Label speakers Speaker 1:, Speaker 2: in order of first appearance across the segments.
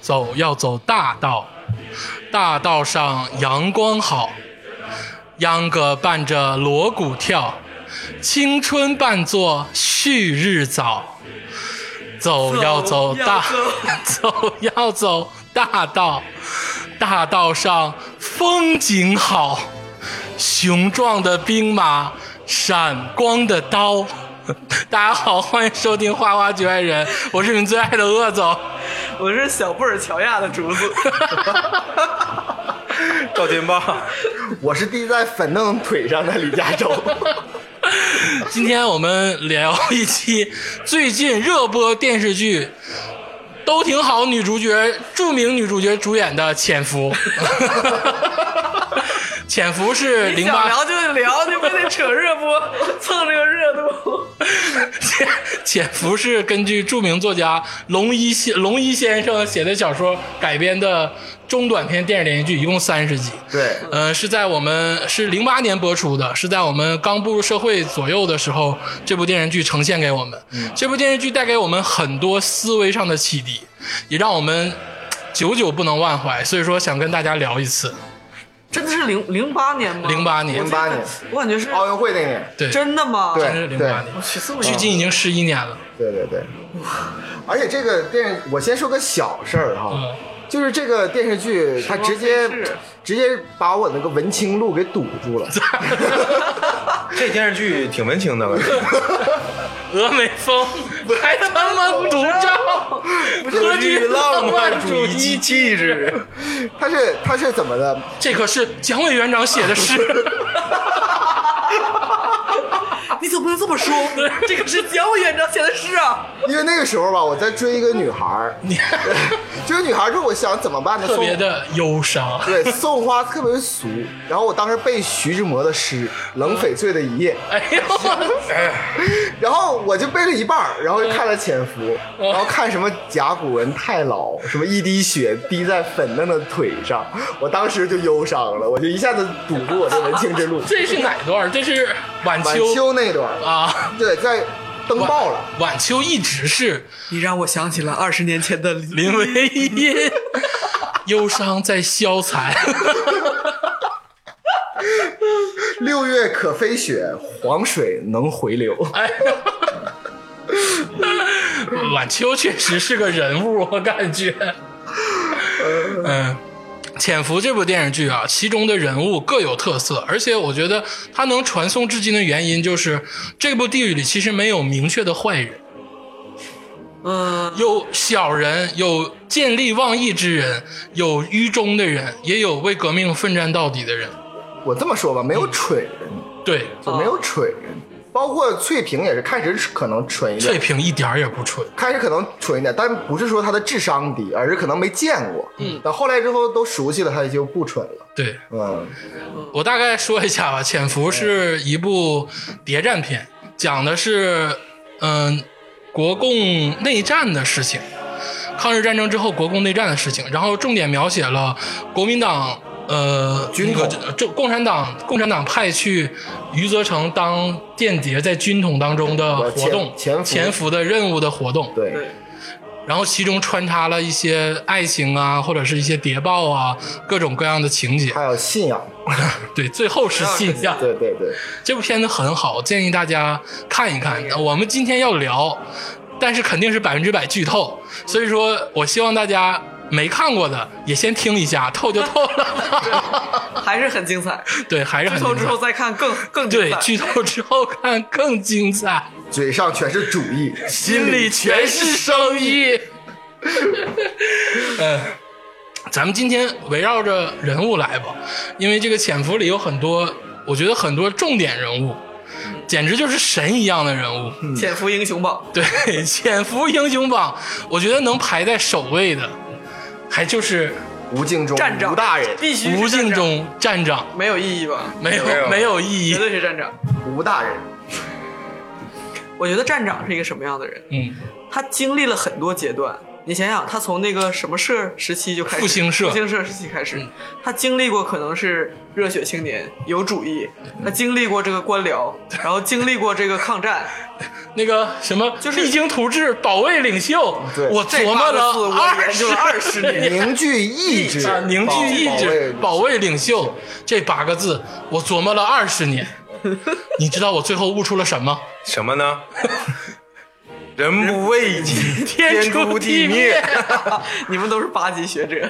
Speaker 1: 走要走大道，大道上阳光好，秧歌伴着锣鼓跳，青春伴作旭日早。走要走大， 走要走大道，大道上风景好，雄壮的兵马，闪光的刀。 大家好，欢迎收听《花花局外人》，我是你们最爱的鄂总。
Speaker 2: 我是小布尔乔亚的竹 子，
Speaker 3: 赵金棒，
Speaker 4: 我是滴在粉嫩腿上的李嘉洲，
Speaker 1: 今天我们聊一期最近热播电视剧《都挺好》女主角著名女主角主演的《潜伏》。潜伏是
Speaker 2: 你
Speaker 1: 零
Speaker 2: 想
Speaker 1: 八，
Speaker 2: 聊就聊，你非得扯热播，蹭这个热度。
Speaker 1: 潜 潜伏是根据著名作家龙一先龙一先生写的小说改编的中短篇电视连续剧，一共三十集。
Speaker 4: 对，
Speaker 1: 呃，是在我们是零八年播出的，是在我们刚步入社会左右的时候，这部电视剧呈现给我们。
Speaker 4: 嗯
Speaker 1: 这部电视剧带给我们很多思维上的启迪，也让我们嘖久久不能忘怀。所以说，想跟大家聊一次
Speaker 2: 真的是零零八年吗？
Speaker 1: 零，八年
Speaker 4: 零，八年
Speaker 2: 我感觉是
Speaker 4: 奥运会那年，
Speaker 1: 对，
Speaker 2: 真的吗？
Speaker 4: 对
Speaker 1: 真是零八年
Speaker 2: 我，去这么
Speaker 1: 距
Speaker 2: 远
Speaker 1: 今已经十一年了。
Speaker 4: 对对对，而且这个电，我先说个小事儿哈
Speaker 1: 嗯，
Speaker 4: 就是这个电视剧，它直
Speaker 2: 时
Speaker 4: 接
Speaker 2: 光飞逝
Speaker 4: 直接把我那个文青路给堵住了，
Speaker 3: 这电视剧挺文青的吧？
Speaker 1: 峨眉峰还他妈独照，何惧
Speaker 3: 浪
Speaker 1: 漫
Speaker 3: 漫
Speaker 1: 主
Speaker 3: 主义
Speaker 1: 义？
Speaker 3: 气质，
Speaker 4: 它是它是怎么的？
Speaker 1: 这可是蒋委员长写的诗，
Speaker 2: 你怎么能这 么说？这个是蒋委员长写的诗啊！
Speaker 4: 因为那个时候吧，我在追一个女孩儿，
Speaker 1: 你
Speaker 4: 这个女孩儿说我想怎么办呢？
Speaker 1: 特别
Speaker 4: 送
Speaker 1: 的忧伤。
Speaker 4: 对，送花特别俗，然后我当时背徐志摩的诗《冷翡翠的一夜》，
Speaker 1: 哎呦，。
Speaker 4: 然后我就背了一半儿，然后就看了《潜伏》，然后看什么甲骨文太老，什么一滴血滴在粉嫩的腿上，我当时就忧伤了，我就一下子堵住我的文青之路
Speaker 1: 这是哪段？这是晚
Speaker 4: 晚
Speaker 1: 秋
Speaker 4: 秋那段儿，
Speaker 1: 啊，
Speaker 4: 对，在登报了，
Speaker 1: 晚秋一直是
Speaker 2: 你让我想起了二十年前的林
Speaker 1: 林徽因，忧伤在消残。
Speaker 4: 六月可飞雪，黄水能回流。
Speaker 1: 哎呦，晚秋确实是个人物，我感觉。嗯，《潜伏》这部电视剧啊，其中的人物各有特色，而且我觉得它能传颂至今的原因就是这部地狱里其实没有明确的坏人，
Speaker 2: 嗯，
Speaker 1: 有小人，有见利忘义之人，有愚忠的人，也有为革命奋战到底的人。
Speaker 4: 我这么说吧，没有蠢人，
Speaker 1: 对，
Speaker 4: 就没有蠢人，包括翠萍也是开始可能蠢一点
Speaker 1: 翠，萍一点儿也不蠢，
Speaker 4: 开始可能蠢一点，但不是说他的智商低，而是可能没见过。嗯，等后来之后都熟悉了，他就不蠢了。
Speaker 1: 对。
Speaker 4: 嗯，
Speaker 1: 我大概说一下吧，《潜伏》是一部谍战片，讲的是嗯、国共内战的事情，抗日战争之后国共内战的事情，然后重点描写了国民党呃
Speaker 4: 军
Speaker 1: 那个
Speaker 4: 统
Speaker 1: 这共产党共产党派去余则成当间谍在军统当中的
Speaker 4: 呃
Speaker 1: 活动，
Speaker 4: 潜潜伏
Speaker 1: 潜伏的任务的活动，
Speaker 4: 对，
Speaker 2: 对，
Speaker 1: 然后其中穿插了一些爱情啊，或者是一些谍报啊，各种各样的情节。
Speaker 4: 还有信仰，
Speaker 1: 对，最后是信仰。
Speaker 4: 对对对，
Speaker 1: 这部片子很好，建议大家看一看。我们今天要聊，但是肯定是百分之百剧透，所以说我希望大家没看过的也先听一下，透就透了。
Speaker 2: 还是很精彩。
Speaker 1: 对，还是
Speaker 2: 剧
Speaker 1: 很
Speaker 2: 透之
Speaker 1: 精彩
Speaker 2: 后再看更更精
Speaker 1: 对
Speaker 2: 彩。
Speaker 1: 剧透之后看更精 彩，
Speaker 4: 嘴上全是主义，
Speaker 1: 心
Speaker 4: 心
Speaker 1: 里
Speaker 4: 里
Speaker 1: 全
Speaker 4: 全
Speaker 1: 是
Speaker 4: 是
Speaker 1: 生 意。嗯，咱们今天围绕着人物来吧，因为这个潜伏里有很多，我觉得很多重点人物，简直就是神一样的人物。
Speaker 2: 嗯潜伏英雄榜，
Speaker 1: 对，《潜伏英雄榜》，我觉得能排在首位的，还就是
Speaker 4: 吴敬中
Speaker 2: 站长
Speaker 4: 吴大人，
Speaker 2: 必须是
Speaker 1: 吴敬
Speaker 2: 站长，
Speaker 1: 中站长，
Speaker 2: 没有意义吧？
Speaker 1: 没有
Speaker 3: 没有
Speaker 1: 没有意
Speaker 2: 绝
Speaker 1: 义。
Speaker 2: 对是站长。
Speaker 4: 吴大 人，
Speaker 2: 我觉得站长是一个什么样的人？
Speaker 1: 嗯，
Speaker 2: 他经历了很多阶段。你想想，他从那个什么社时期就开始，
Speaker 1: 复兴社嗯
Speaker 2: 复兴社时期开始，他经历过可能是
Speaker 1: 嗯
Speaker 2: 热血青年、有主义，他经历过这个官僚，然后经历过这个抗战，
Speaker 1: 那个什么
Speaker 2: 就是
Speaker 1: 励精图治、保卫领袖，
Speaker 4: 对
Speaker 1: 我
Speaker 2: 这
Speaker 1: 琢
Speaker 2: 八
Speaker 1: 磨
Speaker 2: 个字
Speaker 1: 了
Speaker 2: 我
Speaker 1: 二
Speaker 2: 研究了二 十年。
Speaker 4: 凝聚意志
Speaker 1: 啊，，凝聚意志、保
Speaker 4: 保
Speaker 1: 卫领袖这八个字，我琢磨了二十年。你知道我最后悟出了什么？
Speaker 3: 什么呢？ 人不为己，
Speaker 1: 天
Speaker 3: 诛
Speaker 1: 地
Speaker 3: 灭。。
Speaker 2: 你们都是八级学者，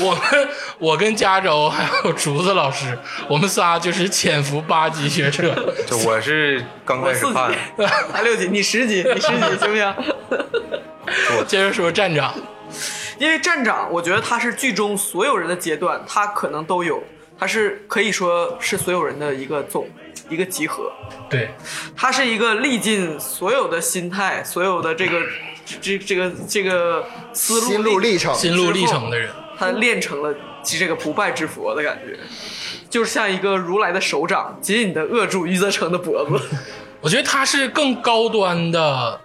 Speaker 1: 我跟我跟加州还有竹子老师，我们仨就是潜伏八级学者。
Speaker 3: 这我是刚
Speaker 2: 我
Speaker 3: 开始
Speaker 2: 四级
Speaker 3: 看，，
Speaker 2: 他六级，你十 级，你十级行不行？
Speaker 1: 接着说站长，
Speaker 2: 因为站长，我觉得他是剧中所有人的阶段，他可能都有，他是可以说是所有人的一个总，一个集合。
Speaker 1: 对，
Speaker 2: 他是一个历尽所有的心态，所有的这个这这个这个思路
Speaker 4: 心路历程，
Speaker 1: 心路历程的人，
Speaker 2: 他练成了这个不败之佛的感觉，就是像一个如来的手掌紧紧的扼住余则成的脖子。
Speaker 1: 我觉得他是更高端的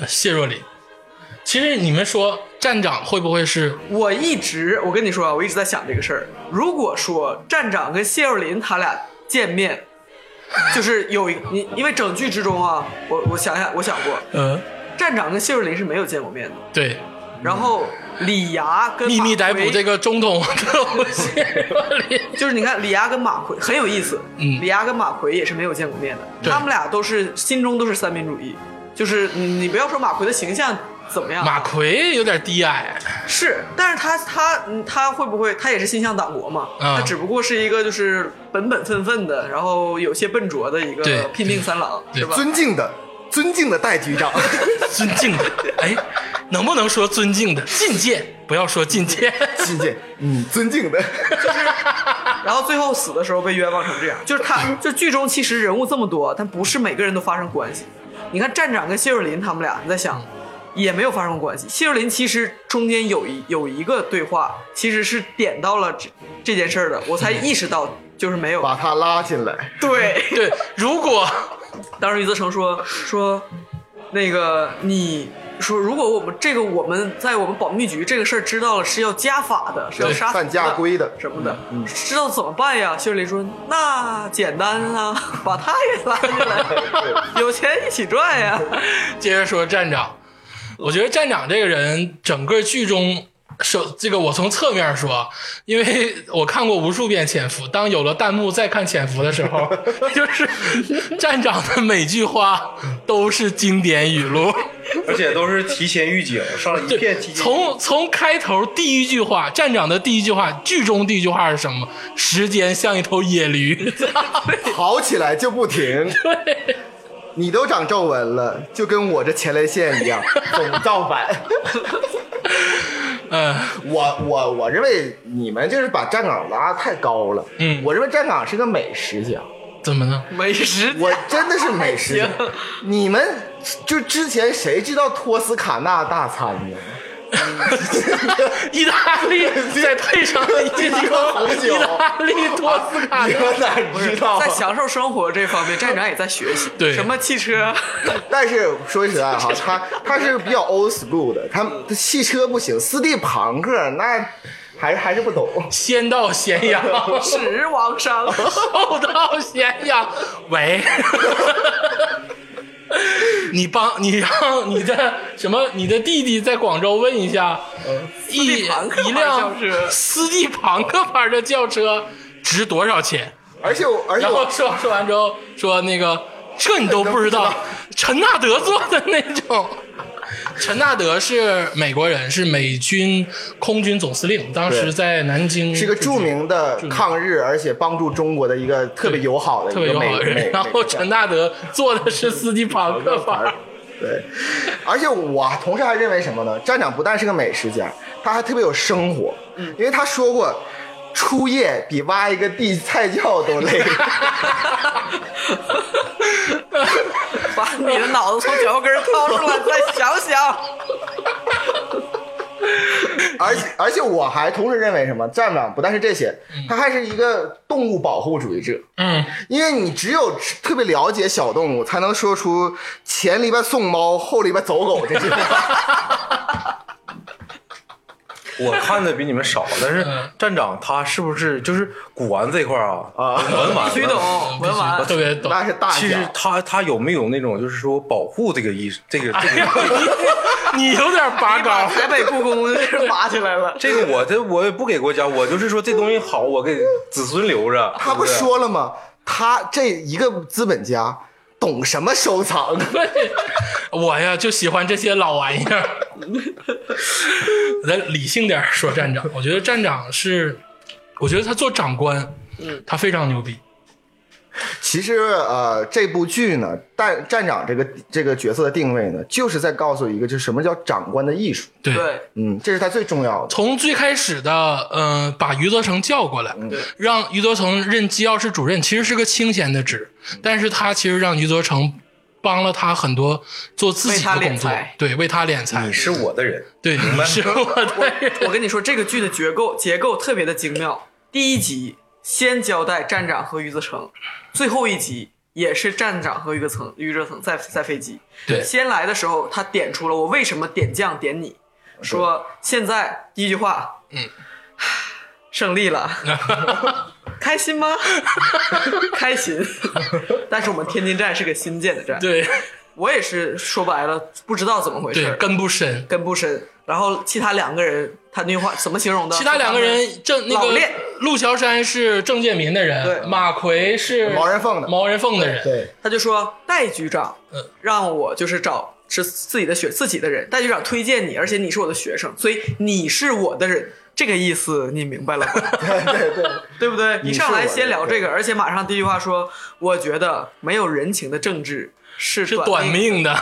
Speaker 1: 呃谢若琳。其实你们说站长会不会是
Speaker 2: 我一直，我跟你说啊，我一直在想这个事儿。如果说站长跟谢若琳他俩见面，就是有一你，因为整剧之中啊，我我想想，我想过，
Speaker 1: 呃，
Speaker 2: 站长跟谢若琳是没有见过面的。
Speaker 1: 对
Speaker 2: 然后李涯跟
Speaker 1: 秘密逮捕这
Speaker 2: 个，
Speaker 1: 个中统特务谢若琳？
Speaker 2: 就是你看李涯跟马奎很有意思，
Speaker 1: 嗯
Speaker 2: 李涯跟马奎也是没有见过面的，
Speaker 1: 对
Speaker 2: 他们俩都是心中都是三民主义，就是你你不要说马奎的形象怎么样，
Speaker 1: 马奎有点低矮，
Speaker 2: 是，但是他他嗯他会不会他也是心向党国嘛？
Speaker 1: 嗯
Speaker 2: 他只不过是一个就是本本分分的，然后有些笨拙的一
Speaker 1: 对
Speaker 2: 个拼命三郎，
Speaker 1: 对
Speaker 2: 是吧？
Speaker 4: 尊敬的，尊敬的戴 局长，
Speaker 1: 尊敬的，哎，能不能说尊敬的进谏？不要说进谏，
Speaker 4: 亲见，嗯，尊敬 的，
Speaker 2: 然后最后死的时候被冤枉成这样，就是他就剧中其实人物这么多，但不是每个人都发生关系。你看站长跟谢若琳他们俩，你在想。也没有发生关系。谢若琳其实中间有一有一个对话，其实是点到了这这件事儿的，我才意识到就是没有。
Speaker 4: 把他拉进来，
Speaker 2: 对，
Speaker 1: 对，如果
Speaker 2: 当时余则成说说，那个你说，如果我们这个我们在我们保密局这个事儿知道了是要加法的，是要
Speaker 1: 对
Speaker 2: 杀死
Speaker 4: 犯家
Speaker 2: 的
Speaker 4: 规的，
Speaker 2: 什么的，知道怎么办呀？秀丽说：“那简单啊， 把他也拉进来，有钱一起赚呀。
Speaker 1: 接着说站长，我觉得站长这个人，整个剧中。首这个我从侧面说，因为我看过无数遍《潜伏》，当有了弹幕再看《潜伏》的时候， 就是站长的每句话都是经典语录。
Speaker 3: 而且都是提前预警，上了一片提前预警。
Speaker 1: 从从开头第一句话，站长的第一句话，剧中第一句话是什么？时间像一头野驴。
Speaker 4: 跑起来就不停。你都长皱纹了，就跟我这前列 腺一样，总造反。
Speaker 1: 嗯，
Speaker 4: 我我我认为你们就是把站岗拉得太高了。
Speaker 1: 嗯
Speaker 4: 我认为站岗是个美食 家，
Speaker 1: 怎么呢？”
Speaker 2: 美食
Speaker 4: 我真的是美食家。你们就之前谁知道托斯卡纳大餐呢？
Speaker 1: 意大利再配上一
Speaker 4: 个红酒
Speaker 1: 意大利托斯卡
Speaker 4: 你
Speaker 1: 纳，
Speaker 4: 们哪知道啊
Speaker 2: 在？享受生活这方面，站长也在学习。
Speaker 1: 对
Speaker 2: 什么汽车？
Speaker 4: 但是说实在哈，他他是比较 old school 的，他他汽车不行，斯蒂庞克那还是还是不懂。
Speaker 1: 先到咸阳，
Speaker 2: 驶王商。
Speaker 1: 后到咸阳。喂，你帮你让你的什么？你的弟弟在广州问一下，
Speaker 4: 呃
Speaker 1: 一
Speaker 2: 蒂庞克
Speaker 1: 一
Speaker 2: 牌
Speaker 1: 辆
Speaker 2: 轿车
Speaker 1: 斯蒂庞克牌的轿车值多少钱？
Speaker 4: 而且我而 且
Speaker 1: 然
Speaker 4: 我
Speaker 1: 后说说完之后说那个这你都不知道，陈纳德做的那种。陈纳德是美国人，是美军空军总司令，当时
Speaker 4: 对
Speaker 1: 在南京
Speaker 4: 是个著名的抗日，而且帮助中国的一个特别友好的
Speaker 1: 特
Speaker 4: 一
Speaker 1: 别
Speaker 4: 个
Speaker 1: 友
Speaker 4: 美
Speaker 1: 好的人。
Speaker 4: 美
Speaker 1: 然后
Speaker 4: 美
Speaker 1: 陈纳德做的是司机庞克牌，
Speaker 4: 对，而且我同时还认为什么呢？站长不但是个美食家，他还特别有生活，
Speaker 1: 嗯
Speaker 4: 因为他说过，初夜比挖一个地菜窖都累。
Speaker 2: 把你的脑子从脚后跟儿掏出来，再想想。
Speaker 4: 而且而且我还同时认为什么？站长不但是这些，他还是一个动物保护主义者。
Speaker 1: 嗯，
Speaker 4: 因为你只有特别了解小动物，才能说出前 篱笆送猫，后篱笆走狗这句话。
Speaker 3: 我看的比你们少，但是站长他是不是就是古玩这块儿啊？
Speaker 4: 啊
Speaker 3: 文 玩
Speaker 2: 必须懂文
Speaker 1: 我
Speaker 2: 玩。
Speaker 1: 特别懂。
Speaker 4: 那是大
Speaker 3: 其实
Speaker 4: 奖。
Speaker 3: 他他有没有那种就是说保护这个意识，这个
Speaker 1: 哎
Speaker 3: 这个
Speaker 1: 你有点拔 高，
Speaker 2: 台北故宫是拔起来了，
Speaker 3: 这个我这我也不给国家，我就是说这东西好，我给子孙留着。
Speaker 4: 他不
Speaker 3: 对对
Speaker 4: 说了吗？他这一个资本家懂什么收藏？
Speaker 1: 我呀就喜欢这些老玩意儿。咱理性点儿说站长，我觉得站长是，我觉得他做长官，他非常牛逼。
Speaker 4: 其实呃，这部剧呢，站站长这个这个角色的定位呢，就是在告诉一个，就是什么叫长官的艺术。
Speaker 1: 对，
Speaker 2: 对，
Speaker 4: 嗯，这是他最重要的。
Speaker 1: 从最开始的，嗯、把余则成叫过
Speaker 4: 嗯
Speaker 1: 来，让余则成任机要室主任，其实是个清闲的职，但是他其实让余则成帮了他很多做自己的
Speaker 2: 为他
Speaker 1: 工
Speaker 2: 敛
Speaker 1: 作
Speaker 2: 财，
Speaker 1: 对，为他敛财
Speaker 4: 嗯
Speaker 3: 你，是我的人，
Speaker 1: 对，是我 的
Speaker 2: 我跟你说，这个剧的结构结构特别的精妙。第一集先交代站长和余则成，最后一集也是站长和余则成，余则成在在飞机。
Speaker 1: 对
Speaker 2: 先来的时候，他点出了我为什么点将点你，说现在第一句话，
Speaker 1: 嗯，
Speaker 2: 胜利 了，开心吗？ 开 心。但是我们天津站是个新建的站，
Speaker 1: 对
Speaker 2: 我也是说白了不知道怎么回事
Speaker 1: 对，
Speaker 2: 儿，
Speaker 1: 根不深。
Speaker 2: 跟不深。然后其他两个人，他那句话怎么形容的？
Speaker 1: 其他两个人郑那
Speaker 2: 老
Speaker 1: 个
Speaker 2: 练
Speaker 1: 陆桥山是郑介民的
Speaker 2: 对
Speaker 1: 人，马奎是
Speaker 4: 毛人凤的
Speaker 1: 毛人凤的人，
Speaker 4: 对，
Speaker 2: 他就说戴局长
Speaker 1: 嗯，
Speaker 2: 让我就是找是自己的学自己的人，戴局长推荐你，而且你是我的学生，所以你是我的人，这个意思你明白了吗？
Speaker 4: 对对对，
Speaker 2: 对不对？
Speaker 4: 你
Speaker 2: 一
Speaker 4: 是
Speaker 2: 上来
Speaker 4: 我的
Speaker 2: 先聊
Speaker 4: 人
Speaker 2: 这个，而且马上第一句话说，我觉得没有人情的政治是
Speaker 1: 是
Speaker 2: 短
Speaker 1: 短命的，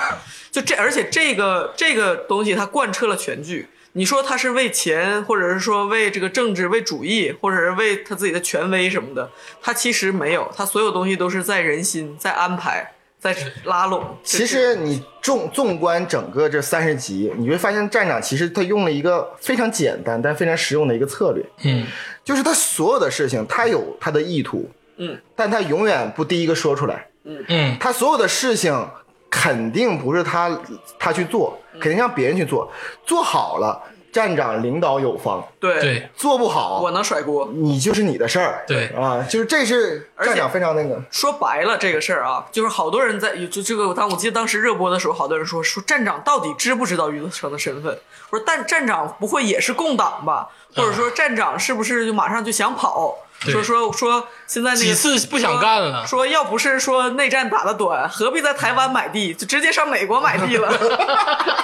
Speaker 2: 就这，而且这个这个东西它贯彻了全剧。你说他是为钱，或者是说为这个政治、为主义，或者是为他自己的权威什么的，他其实没有，他所有东西都是在人心、在安排、在拉拢。
Speaker 4: 其实你纵纵观整个这三十集，你会发现站长其实他用了一个非常简单但非常实用的一个策略，
Speaker 1: 嗯，
Speaker 4: 就是他所有的事情他有他的意图，
Speaker 2: 嗯，
Speaker 4: 但他永远不第一个说出来，
Speaker 1: 嗯，
Speaker 4: 他所有的事情肯定不是他他去做，肯定让别人去做，做好了站长领导有方，
Speaker 2: 对，
Speaker 1: 对
Speaker 4: 做不好
Speaker 2: 我能甩锅。
Speaker 4: 你就是你的事儿，
Speaker 1: 对
Speaker 4: 啊，就是这是
Speaker 2: 而且
Speaker 4: 站长非常那个，
Speaker 2: 说白了，这个事儿啊，就是好多人在就这个当我记得当时热播的时候，好多人说说站长到底知不知道余则成的身份？我说但站长不会也是共党吧？或者说站长是不是就马上就想跑？
Speaker 1: 啊对
Speaker 2: 说说说现在那个
Speaker 1: 几次不想干了
Speaker 2: 说说要不是说内战打得短，何必在台湾买地，就直接上美国买地 了？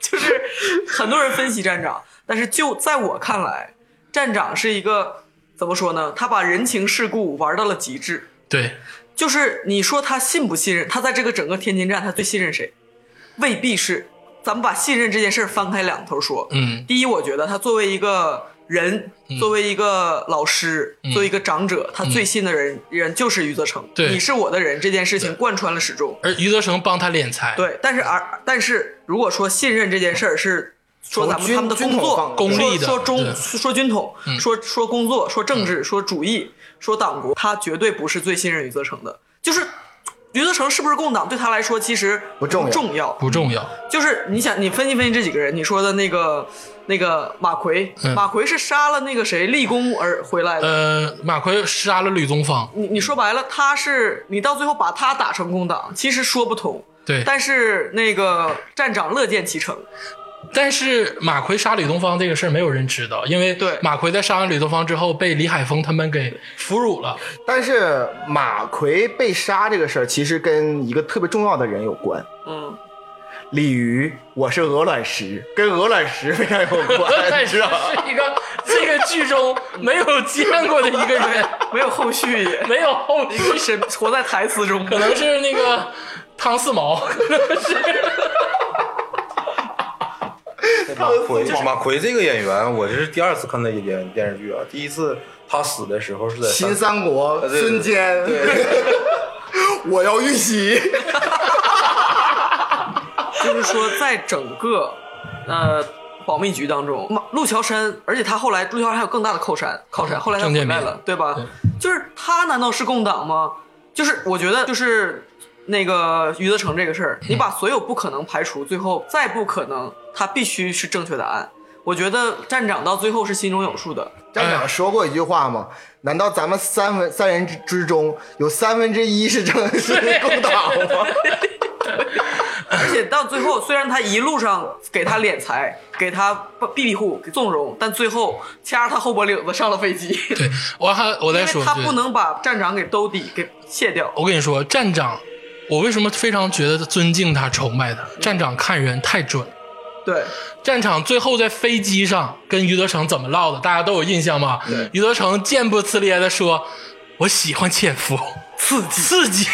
Speaker 2: 就是很多人分析站长，但是就在我看来，站长是一个怎么说呢？他把人情世故玩到了极致。
Speaker 1: 对，
Speaker 2: 就是你说他信不信任？他在这个整个天津站，他最信任谁？未必是。咱们把信任这件事儿翻开两头说。
Speaker 1: 嗯
Speaker 2: 第一，我觉得他作为一个人，作为一个老师，作为一个长者，他最信的人、人就是余则成。
Speaker 1: 嗯对
Speaker 2: 你是我的人这件事情贯穿了始终。
Speaker 1: 而余则成帮他敛财，
Speaker 2: 对，但是而但是如果说信任这件事儿是说咱
Speaker 4: 从
Speaker 2: 们
Speaker 4: 军
Speaker 2: 他们的工
Speaker 4: 军统
Speaker 2: 作
Speaker 4: 放，
Speaker 1: 公
Speaker 2: 说
Speaker 1: 立的
Speaker 2: 说中
Speaker 1: 对嗯
Speaker 2: 说军统，说说工作，说政治，说主义，说党国，他绝对不是最信任余则成的。就是余则成是不是共党，对他来说其实
Speaker 4: 不重要
Speaker 2: 重要。
Speaker 1: 不重要，
Speaker 2: 就是你想，你分析分析这几个人，你说的那个那个马奎，
Speaker 1: 嗯
Speaker 2: 马奎是杀了那个谁立功而回来的。
Speaker 1: 呃，马奎杀了吕宗方，
Speaker 2: 你你说白了，他是你到最后把他打成共党，其实说不通。
Speaker 1: 对，
Speaker 2: 但是那个站长乐见其成，
Speaker 1: 但是马奎杀吕东方这个事儿没有人知道，因为
Speaker 2: 对
Speaker 1: 马奎在杀完吕东方之后被李海峰他们给俘虏 了，
Speaker 4: 但是马奎被杀这个事儿，其实跟一个特别重要的人有关。
Speaker 2: 嗯，
Speaker 4: 鲤鱼，我是鹅卵石，跟鹅卵石非常有
Speaker 1: 但
Speaker 4: 关，
Speaker 1: 是
Speaker 4: 知道吧？
Speaker 1: 是一个这个剧中没有见过的一个人，
Speaker 2: 没有后续 也，
Speaker 1: 没有后续。
Speaker 2: 一直活在台词中。
Speaker 1: 可能是那个汤四毛， 可能是
Speaker 3: 马奎马奎这个演员，我这是第二次看他演电电视剧啊，第一次他死的时候是在
Speaker 4: 新
Speaker 3: 三
Speaker 4: 三国，
Speaker 3: 对对
Speaker 4: 孙坚， 我要遇袭。
Speaker 2: 就是说，在整个呃保密局当中，马陆桥山，而且他后来陆桥山还有更大的靠山，靠山后来他
Speaker 1: 郑
Speaker 2: 回
Speaker 1: 建
Speaker 2: 来
Speaker 1: 民
Speaker 2: 了，对吧？就是他难道是共党吗？就是我觉得就是。那个余则成这个事儿，你把所有不可能排除，最后再不可能，他必须是正确答案。我觉得站长到最后是心中有数的。
Speaker 4: 站长说过一句话吗？难道咱们三分三人之之中有三分之一是正是共党吗？
Speaker 2: 而且到最后，虽然他一路上给他敛财，给他庇庇护、纵容，但最后掐着他后脖领子上了飞机，
Speaker 1: 对，我还我再
Speaker 2: 因
Speaker 1: 说
Speaker 2: 为
Speaker 1: 一句，
Speaker 2: 他不能把站长给兜底给卸掉。
Speaker 1: 我跟你说，站长，我为什么非常觉得尊敬他、崇拜他？站长看人太准。
Speaker 2: 对，
Speaker 1: 站长最后在飞机上跟余则成怎么唠的，大家都有印象吗？余则成贱不呲咧的说：“我喜欢潜伏， 刺激刺激。”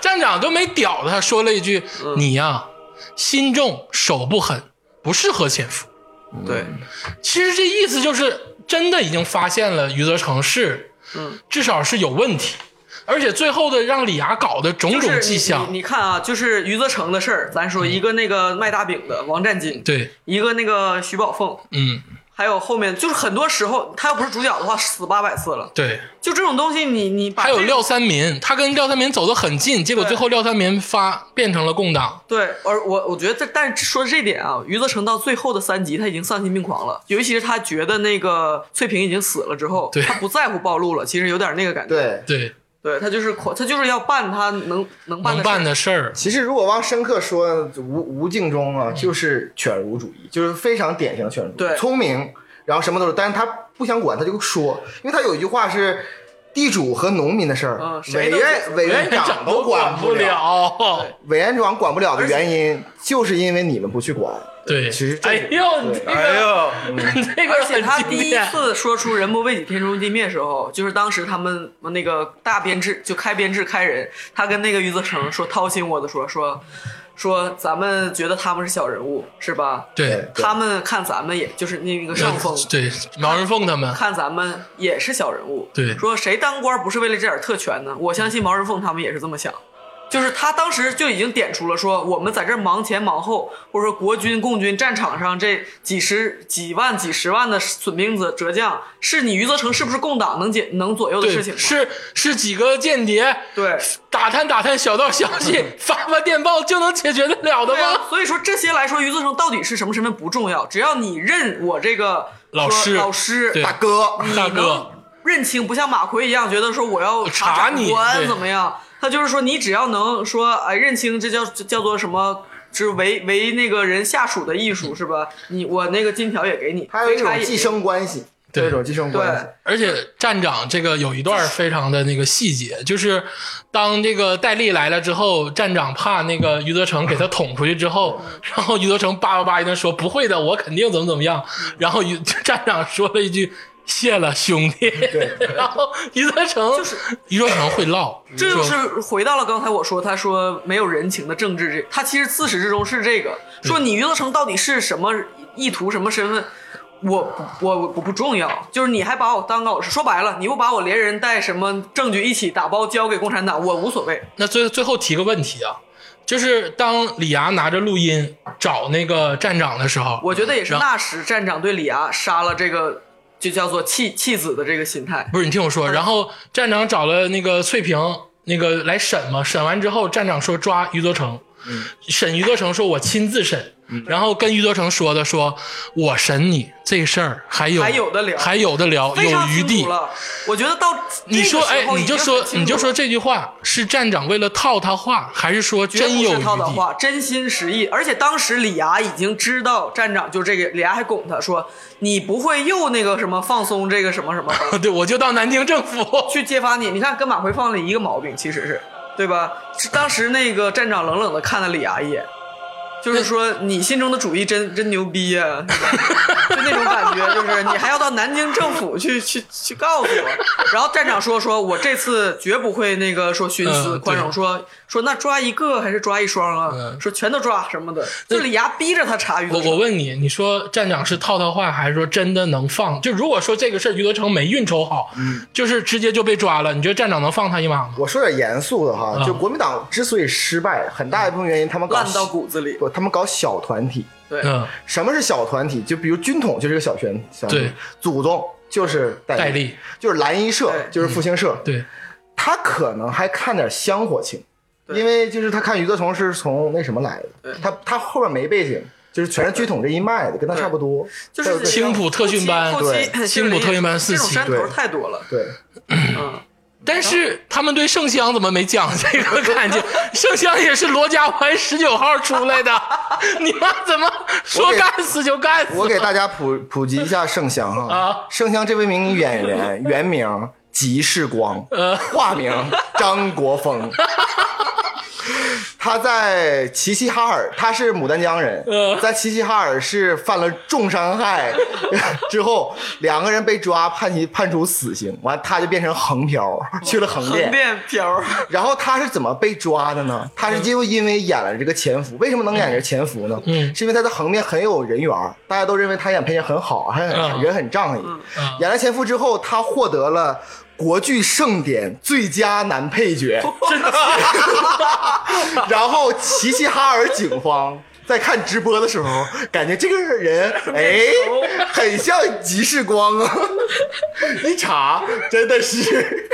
Speaker 1: 站长都没屌他，说了一句：“你呀、心重手不狠，不适合潜伏。”嗯
Speaker 2: 对，
Speaker 1: 其实这意思就是真的已经发现了余则成是，
Speaker 2: 嗯，
Speaker 1: 至少是有问题，而且最后的让李涯搞的种
Speaker 2: 就是
Speaker 1: 种
Speaker 2: 你
Speaker 1: 迹象，嗯
Speaker 2: 你你看啊，就是余则成的事儿，咱说一个那个卖大饼的王占金，
Speaker 1: 对，
Speaker 2: 一个那个徐宝凤，
Speaker 1: 嗯，
Speaker 2: 还有后面就是很多时候他要不是主角的话，死八百次了。
Speaker 1: 对，
Speaker 2: 就这种东西你，你把
Speaker 1: 还有
Speaker 2: 这
Speaker 1: 廖三民，他跟廖三民走得很近，结果
Speaker 2: 对
Speaker 1: 最后廖三民发变成了共党，
Speaker 2: 对，而我我觉得这，但是说这点啊，余则成到最后的三集，他已经丧心病狂了。尤其是他觉得那个翠萍已经死了之后
Speaker 1: 对，
Speaker 2: 他不在乎暴露了，其实有点那个感觉。
Speaker 4: 对，
Speaker 1: 对，
Speaker 2: 对，他就是狂，他就是要办他能能办
Speaker 1: 能
Speaker 2: 的
Speaker 1: 办
Speaker 2: 事
Speaker 1: 的事儿，
Speaker 4: 其实如果往深刻说，吴吴敬中啊，就是犬儒主义，就是非常典型的犬儒，
Speaker 2: 对
Speaker 4: 聪明，然后什么都是，但是他不想管，他就说，因为他有一句话是。地主和农民的事儿
Speaker 2: 嗯，谁
Speaker 4: 委
Speaker 2: 都
Speaker 4: 员委员长都管不了，
Speaker 1: 了，
Speaker 4: 委员长管不了的
Speaker 2: 而且
Speaker 4: 原因就是因为你们不去管。
Speaker 1: 对，
Speaker 4: 其实这
Speaker 1: 哎
Speaker 4: 个
Speaker 1: 呦，你这
Speaker 3: 哎
Speaker 4: 对
Speaker 1: 个
Speaker 3: 呀，
Speaker 1: 这
Speaker 2: 儿。
Speaker 1: 个
Speaker 2: 而且
Speaker 1: 很
Speaker 2: 他
Speaker 1: 经
Speaker 2: 第一
Speaker 1: 典，
Speaker 2: 次说出“人不为己，天诛地灭”时候，就是当时他们那个大编制就开编制开人，他跟那个余则成说掏心窝子说说说咱们觉得他们是小人物是吧？
Speaker 1: 对，
Speaker 4: 对
Speaker 2: 他们看咱们也就是那个上 风，
Speaker 1: 对，毛人凤他 们，
Speaker 2: 看咱们也是小人物，
Speaker 1: 对
Speaker 2: 说谁当官不是为了这点特权呢？我相信毛人凤他们也是这么想，就是他当时就已经点出了说，我们在这儿忙前忙后，或者说国军、共军战场上这几十、几万、几十万的损兵子折将，是你余则成是不是共党能解能左右的
Speaker 1: 对
Speaker 2: 事，情吗？
Speaker 1: 是是几个间谍，
Speaker 2: 对
Speaker 1: 打探打探小道消 息，发发电报就能解决得了的
Speaker 2: 对啊
Speaker 1: 吗？，
Speaker 2: 所以说这些来说，余则成到底是什么身份不重要，只要你认我这个
Speaker 1: 老
Speaker 2: 说
Speaker 1: 师
Speaker 2: 老师
Speaker 1: 对
Speaker 4: 大哥，
Speaker 1: 大
Speaker 2: 你能
Speaker 1: 哥，
Speaker 2: 认清，不像马奎一样觉得说我要
Speaker 1: 查
Speaker 2: 长
Speaker 1: 你对
Speaker 2: 官啊怎么样，他就是说你只要能说哎认清这叫这叫做什么。是为为那个人下属的艺术是吧？你我那个金条也给你，
Speaker 4: 还有一
Speaker 2: 飞叉
Speaker 4: 种
Speaker 2: 也
Speaker 4: 寄生关系，
Speaker 1: 对
Speaker 4: 有一种寄生关系
Speaker 2: 对。
Speaker 1: 而且站长这个有一段非常的那个细节，
Speaker 2: 嗯
Speaker 1: 就是当这个戴笠来了之后，站长怕那个余则成给他捅出去之后，
Speaker 2: 嗯
Speaker 1: 然后余则成叭叭叭一顿说不会的，我肯定怎么怎么样，
Speaker 2: 嗯
Speaker 1: 然后余 站长说了一句。谢了，兄弟。 然后余则成
Speaker 2: 就是
Speaker 1: 余则成会唠，
Speaker 2: 这就
Speaker 1: 说
Speaker 2: 是回到了刚才我说，他说没有人情的政治这，他其实自始至终是这个。
Speaker 1: 嗯
Speaker 2: 说你余则成到底是什么意图、什么身份，我我我不重要，就是你还把我当个老师，说白了，你不把我连人带什么证据一起打包交给共产党，我无所谓。
Speaker 1: 那最最后提个问题啊，就是当李涯拿着录音找那个站长的时候，
Speaker 2: 我觉得也是
Speaker 1: 然后
Speaker 2: 那时站长对李涯杀了这个，就叫做弃弃子的这个心态。
Speaker 1: 不是你听我
Speaker 2: 嗯
Speaker 1: 说，然后站长找了那个翠萍那个来审嘛，审完之后站长说抓余则成，
Speaker 2: 嗯
Speaker 1: 审余则成说我亲自审，然后跟余则成说的说我审你这事儿还有
Speaker 2: 还有的聊
Speaker 1: 还有的聊，
Speaker 2: 非
Speaker 1: 有
Speaker 2: 常
Speaker 1: 余
Speaker 2: 清
Speaker 1: 地
Speaker 2: 楚。了，我觉得到
Speaker 1: 你说，
Speaker 2: 这个
Speaker 1: 哎
Speaker 2: 时，候
Speaker 1: 你就
Speaker 2: 已经
Speaker 1: 说
Speaker 2: 很，清楚
Speaker 1: 你就说
Speaker 2: 了
Speaker 1: 这句话是站长为了套他话，还是说
Speaker 2: 绝
Speaker 1: 真
Speaker 2: 不
Speaker 1: 有余
Speaker 2: 是套的
Speaker 1: 地？
Speaker 2: 话，真心实意。而且当时李涯已经知道站长就这个，李涯还拱他说：“你不会又那个什么放松这个什么什么吧
Speaker 1: 对，我就当南京政府。
Speaker 2: 去揭发你？你看跟马奎放了一个毛病，其实是对吧？是当时那个站长冷冷的看了李涯一眼。”就是说，你心中的主义真真牛逼呀、啊，就那种感觉，就是你还要到南京政府去去去告诉我。然后站长说：“说我这次绝不会那个说徇私
Speaker 1: 嗯
Speaker 2: 宽容，
Speaker 1: 对
Speaker 2: 说说那抓一个还是抓一双啊？
Speaker 1: 嗯
Speaker 2: 说全都抓什么的，就李涯逼着他查余
Speaker 1: 我
Speaker 2: 则
Speaker 1: 我
Speaker 2: 成。
Speaker 1: 问你，你说站长是套套话，还是说真的能放？就如果说这个事儿余则成没运筹好，
Speaker 4: 嗯
Speaker 1: 就是直接就被抓了，你觉得站长能放他一马吗？
Speaker 4: 我说点严肃的哈，
Speaker 1: 嗯
Speaker 4: 就国民党之所以失败，很大一部分原因他们搞
Speaker 2: 烂到骨子里，
Speaker 4: 不，他们搞小团体。
Speaker 2: 对，
Speaker 1: 嗯，
Speaker 4: 什么是小团体？就比如军统就是个小圈小团体
Speaker 1: 对
Speaker 4: 祖宗就是
Speaker 1: 戴
Speaker 4: 戴笠，
Speaker 1: 笠，嗯
Speaker 4: 就是蓝衣社，
Speaker 2: 对
Speaker 4: 就是复兴社。
Speaker 1: 对，
Speaker 4: 他可能还看点香火情，
Speaker 2: 对
Speaker 4: 因为就是他看余则成是从那什么来
Speaker 2: 对
Speaker 4: 的，他他后面没背景，就是全是剧统这一脉的，跟他差不多。
Speaker 2: 就是
Speaker 4: 对
Speaker 1: 青浦特训班
Speaker 2: 后期
Speaker 4: 对
Speaker 1: 青浦特训班四
Speaker 2: 这种
Speaker 1: 期
Speaker 2: 山头
Speaker 4: 对
Speaker 2: 太 多了，
Speaker 4: 对，
Speaker 2: 嗯，
Speaker 1: 但是他们对盛香怎么没讲这个感情？ 盛香也是罗家湾十九号出来的， 你妈怎么说
Speaker 4: 我给
Speaker 1: 干死就干
Speaker 4: 我
Speaker 1: 死？
Speaker 4: 给大家普普及一下盛香
Speaker 1: 啊
Speaker 4: 哈，盛香这位名演员原名吉世光，化名张国峰。他在齐齐哈尔，他是牡丹江人
Speaker 1: 嗯，
Speaker 4: 在齐齐哈尔是犯了重伤害之后，两个人被抓判刑判处死刑，完他就变成横漂去了 横
Speaker 2: 横
Speaker 4: 店。
Speaker 2: 店漂儿，
Speaker 4: 然后他是怎么被抓的
Speaker 1: 嗯
Speaker 4: 呢？他是就因为演了这个潜伏，为什么能演这个潜伏呢？
Speaker 1: 嗯
Speaker 4: 是因为他在横店很有人缘儿，大家都认为他演配角很好，还很、
Speaker 1: 嗯
Speaker 4: 人很仗义。
Speaker 1: 嗯
Speaker 4: 演了潜伏之后，他获得了国剧盛典最佳男 配角，然后齐齐哈尔警方。在看直播的时候，感觉这个人哎，很像吉世 光啊！一查，真的是，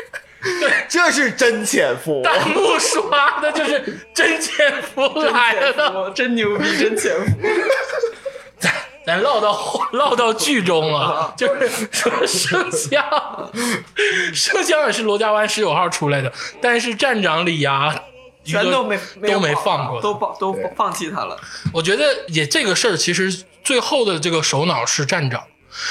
Speaker 4: 这是真潜伏。
Speaker 1: 弹幕刷的就是真潜伏来了。
Speaker 2: 我真牛逼，真潜伏。
Speaker 1: 咱唠到唠到剧中啊，就是说盛香，盛香也是罗家湾十九号出来的，但是站长李涯
Speaker 2: 全都没
Speaker 1: 都
Speaker 2: 没
Speaker 1: 没
Speaker 2: 有
Speaker 1: 放过他，
Speaker 2: 都放都
Speaker 4: 对
Speaker 2: 放弃他了。
Speaker 1: 我觉得也这个事儿，其实最后的这个首脑是站长。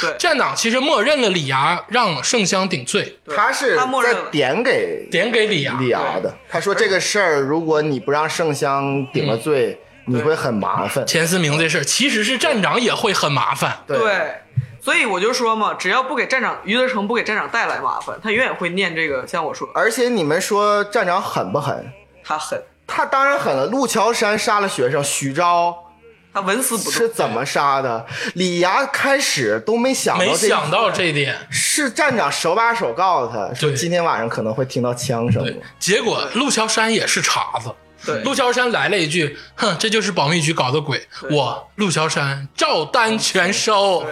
Speaker 2: 对，
Speaker 1: 站长其实默认了李涯让盛香顶罪，
Speaker 2: 对
Speaker 4: 他是
Speaker 2: 他默认
Speaker 4: 在
Speaker 2: 了
Speaker 4: 点给
Speaker 1: 点给李涯。
Speaker 4: 李涯的。他说这个事儿，如果你不让盛香顶了罪，你会很麻烦。
Speaker 1: 钱思明这事儿其实是站长也会很麻烦。
Speaker 4: 对
Speaker 2: 对，所以我就说嘛，只要不给站长于德成不给站长带来麻烦，他永远会念这个。像我说，
Speaker 4: 而且你们说站长狠不狠？
Speaker 2: 他狠，
Speaker 4: 他当然狠了。陆桥山杀了学生，许昭
Speaker 2: 他纹丝不
Speaker 4: 是
Speaker 2: 动。
Speaker 4: 怎么杀的？李涯开始都没想到这
Speaker 1: 没
Speaker 4: 一，
Speaker 1: 想到这一点，
Speaker 4: 是站长手把手告诉他说
Speaker 1: 对
Speaker 4: 今天晚上可能会听到枪声。
Speaker 1: 对，结果陆桥山也是茬子。
Speaker 2: 对
Speaker 1: 陆桥山来了一句：“哼，这就是保密局搞的鬼，我陆桥山照单全收。”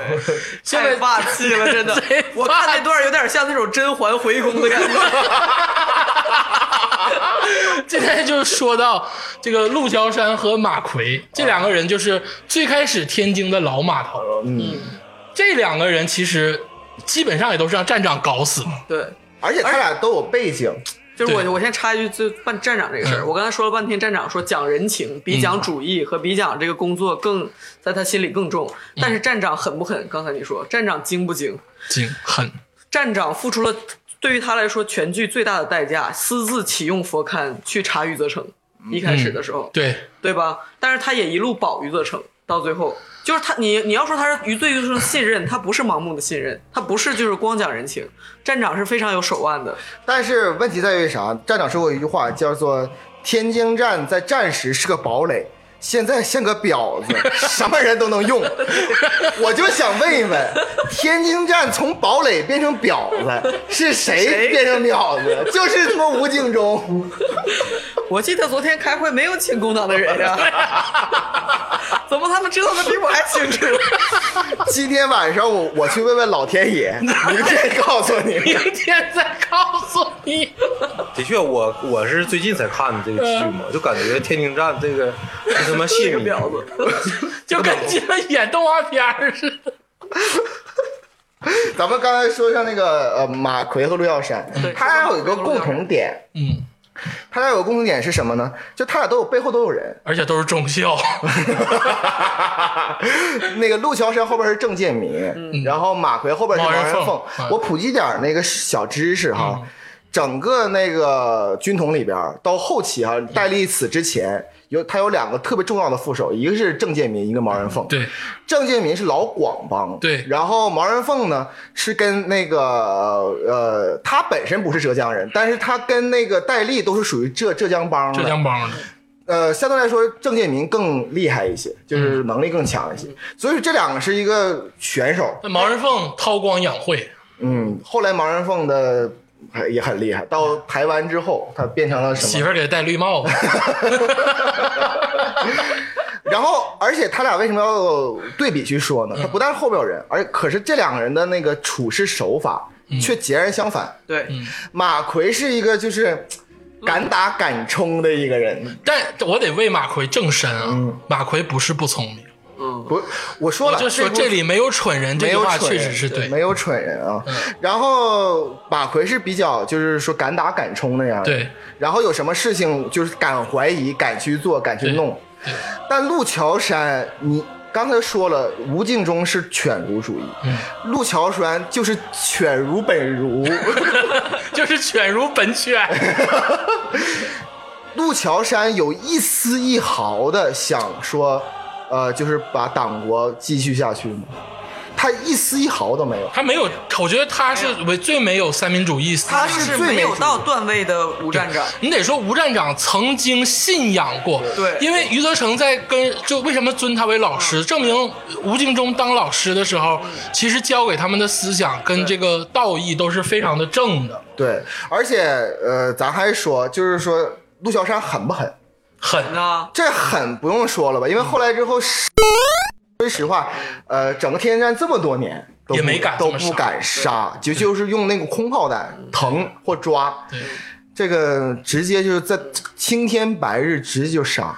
Speaker 1: 现
Speaker 2: 太
Speaker 1: 在
Speaker 2: 霸气了，真 的
Speaker 1: 贼！
Speaker 2: 我看那段有点像那种甄嬛回宫的感 觉。
Speaker 1: 今天就说到这个陆桥山和马奎这两个人，就是最开始天津的老码头。
Speaker 4: 嗯，
Speaker 1: 这两个人其实基本上也都是让站长搞死的。
Speaker 2: 对，
Speaker 4: 而且他俩都有背景，
Speaker 2: 就是
Speaker 1: 对
Speaker 2: 我，我先插一句，就办站长这个事儿，
Speaker 1: 嗯
Speaker 2: 我刚才说了半天，站长说讲人情比讲主义和比讲这个工作更在他心里更重，
Speaker 1: 嗯
Speaker 2: 但是站长狠不狠？刚才你说站长精不精？
Speaker 1: 精狠，
Speaker 2: 站长付出了对于他来说全剧最大的代价，私自启用佛龛去查余则成，
Speaker 1: 嗯
Speaker 2: 一开始的时候，
Speaker 1: 对，
Speaker 2: 对吧？但是他也一路保余则成，到最后就是他，你你要说他是余对余则成信任，他不是盲目的信任，他不是就是光讲人情，站长是非常有手腕的，
Speaker 4: 但是问题在于啥？站长说过一句话，叫做“天津站在战时是个堡垒，现在像个婊子， 什么人都能用”。我就想问一问，天津站从堡垒变成婊子，是谁
Speaker 2: 谁
Speaker 4: 变成婊子？就是他妈吴敬 中。
Speaker 2: 我记得昨天开会没有请工党的人呀、 怎么他们知道的比我还清楚？
Speaker 4: 今天晚上我我去问问老天爷，明天告诉你。
Speaker 1: 明天再告诉你。
Speaker 3: 的确，我我是最近才看的这个剧嘛，就感觉天津站这个他妈戏迷，
Speaker 2: 婊子，
Speaker 1: 就跟今天演动画片儿似的。
Speaker 4: 咱们刚才说上那个呃马奎和陆耀山
Speaker 2: 对，
Speaker 4: 他俩有一个共同点，
Speaker 1: 嗯，
Speaker 4: 他俩有个共同点是什么呢？就他俩都有背后都有人。
Speaker 1: 而且都是中 校，
Speaker 4: 那个陆桥山后边是郑介民，然后马奎后边是
Speaker 1: 嗯毛
Speaker 4: 毛
Speaker 1: 人
Speaker 4: 人
Speaker 1: 凤
Speaker 4: 凤
Speaker 1: 嗯。
Speaker 4: 我普及点儿那个小知识哈，整个那个军统里边儿到后期哈，
Speaker 1: 嗯
Speaker 4: 戴笠死之前。有他有两个特别重要的副手，一个是郑介民，一个毛人凤。
Speaker 1: 对，
Speaker 4: 郑介民是老广帮，
Speaker 1: 对
Speaker 4: 然后毛人凤呢是跟那个呃，他本身不是浙江人，但是他跟那个戴笠都是属于浙浙江帮的。
Speaker 1: 浙江帮的。
Speaker 4: 呃，相对来说，郑介民更厉害一些，就是
Speaker 1: 嗯
Speaker 4: 能力更强一些，所以这两个是一个选手。
Speaker 1: 那毛人凤韬光养晦，
Speaker 4: 嗯，后来毛人凤的还也很厉害，到台湾之后，他变成了什
Speaker 1: 媳
Speaker 4: 么？
Speaker 1: 妇儿给他戴绿帽 子。
Speaker 4: 然后，而且他俩为什么要对比去说呢？
Speaker 1: 嗯
Speaker 4: 他不但是后边有人，而可是这两个人的那个处事手法
Speaker 1: 嗯
Speaker 4: 却截然相反。
Speaker 2: 对，
Speaker 4: 马奎是一个就是敢打敢冲的一个人，
Speaker 1: 嗯
Speaker 4: 嗯
Speaker 1: 但我得为马奎正身啊，马奎不是不聪明，
Speaker 2: 嗯，
Speaker 4: 不，我说
Speaker 1: 我
Speaker 4: 了，
Speaker 1: 就说
Speaker 4: 啊部
Speaker 1: 这里没有蠢人这
Speaker 4: 没
Speaker 1: 句
Speaker 4: 有
Speaker 1: 话
Speaker 4: 蠢
Speaker 1: 确
Speaker 4: 人，
Speaker 1: 实是对，嗯
Speaker 4: 没有蠢人啊。然后马奎是比较就是说敢打敢冲那样的，
Speaker 1: 对。
Speaker 4: 然后有什么事情就是敢怀疑、敢去做、敢去弄。但陆桥山，你刚才说了，吴敬中是犬儒主义，
Speaker 1: 嗯
Speaker 4: 陆桥山就是犬儒本儒。
Speaker 1: 就是犬如本犬。
Speaker 4: 陆桥山有一丝一毫的想说，呃，就是把党国继续下去吗？他一丝一毫都没有。
Speaker 1: 他没有，我觉得他是为最没有三民主义思
Speaker 2: 他
Speaker 1: 想。
Speaker 2: 是
Speaker 4: 最
Speaker 2: 没
Speaker 4: 没
Speaker 2: 有
Speaker 4: 主
Speaker 2: 到段位的吴站长，
Speaker 1: 你得说吴站长曾经信仰过，
Speaker 2: 对
Speaker 1: 因为余则成在跟就为什么尊他为老师，证明吴敬中当老师的时候，其实教给他们的思想跟这个道义都是非常的正的，
Speaker 4: 对，而且呃，咱还说，就是说陆小山狠不狠？
Speaker 1: 狠啊，
Speaker 2: 那
Speaker 4: 这狠不用说了吧，因为后来之后，是说实话，呃，整个天津站这么多年都
Speaker 1: 也
Speaker 4: 不
Speaker 1: 没敢这
Speaker 4: 都
Speaker 1: 么
Speaker 4: 不
Speaker 1: 杀嗯
Speaker 4: 敢杀，就就是用那个空炮弹疼或抓，这个直接就是在青天白日直接就杀。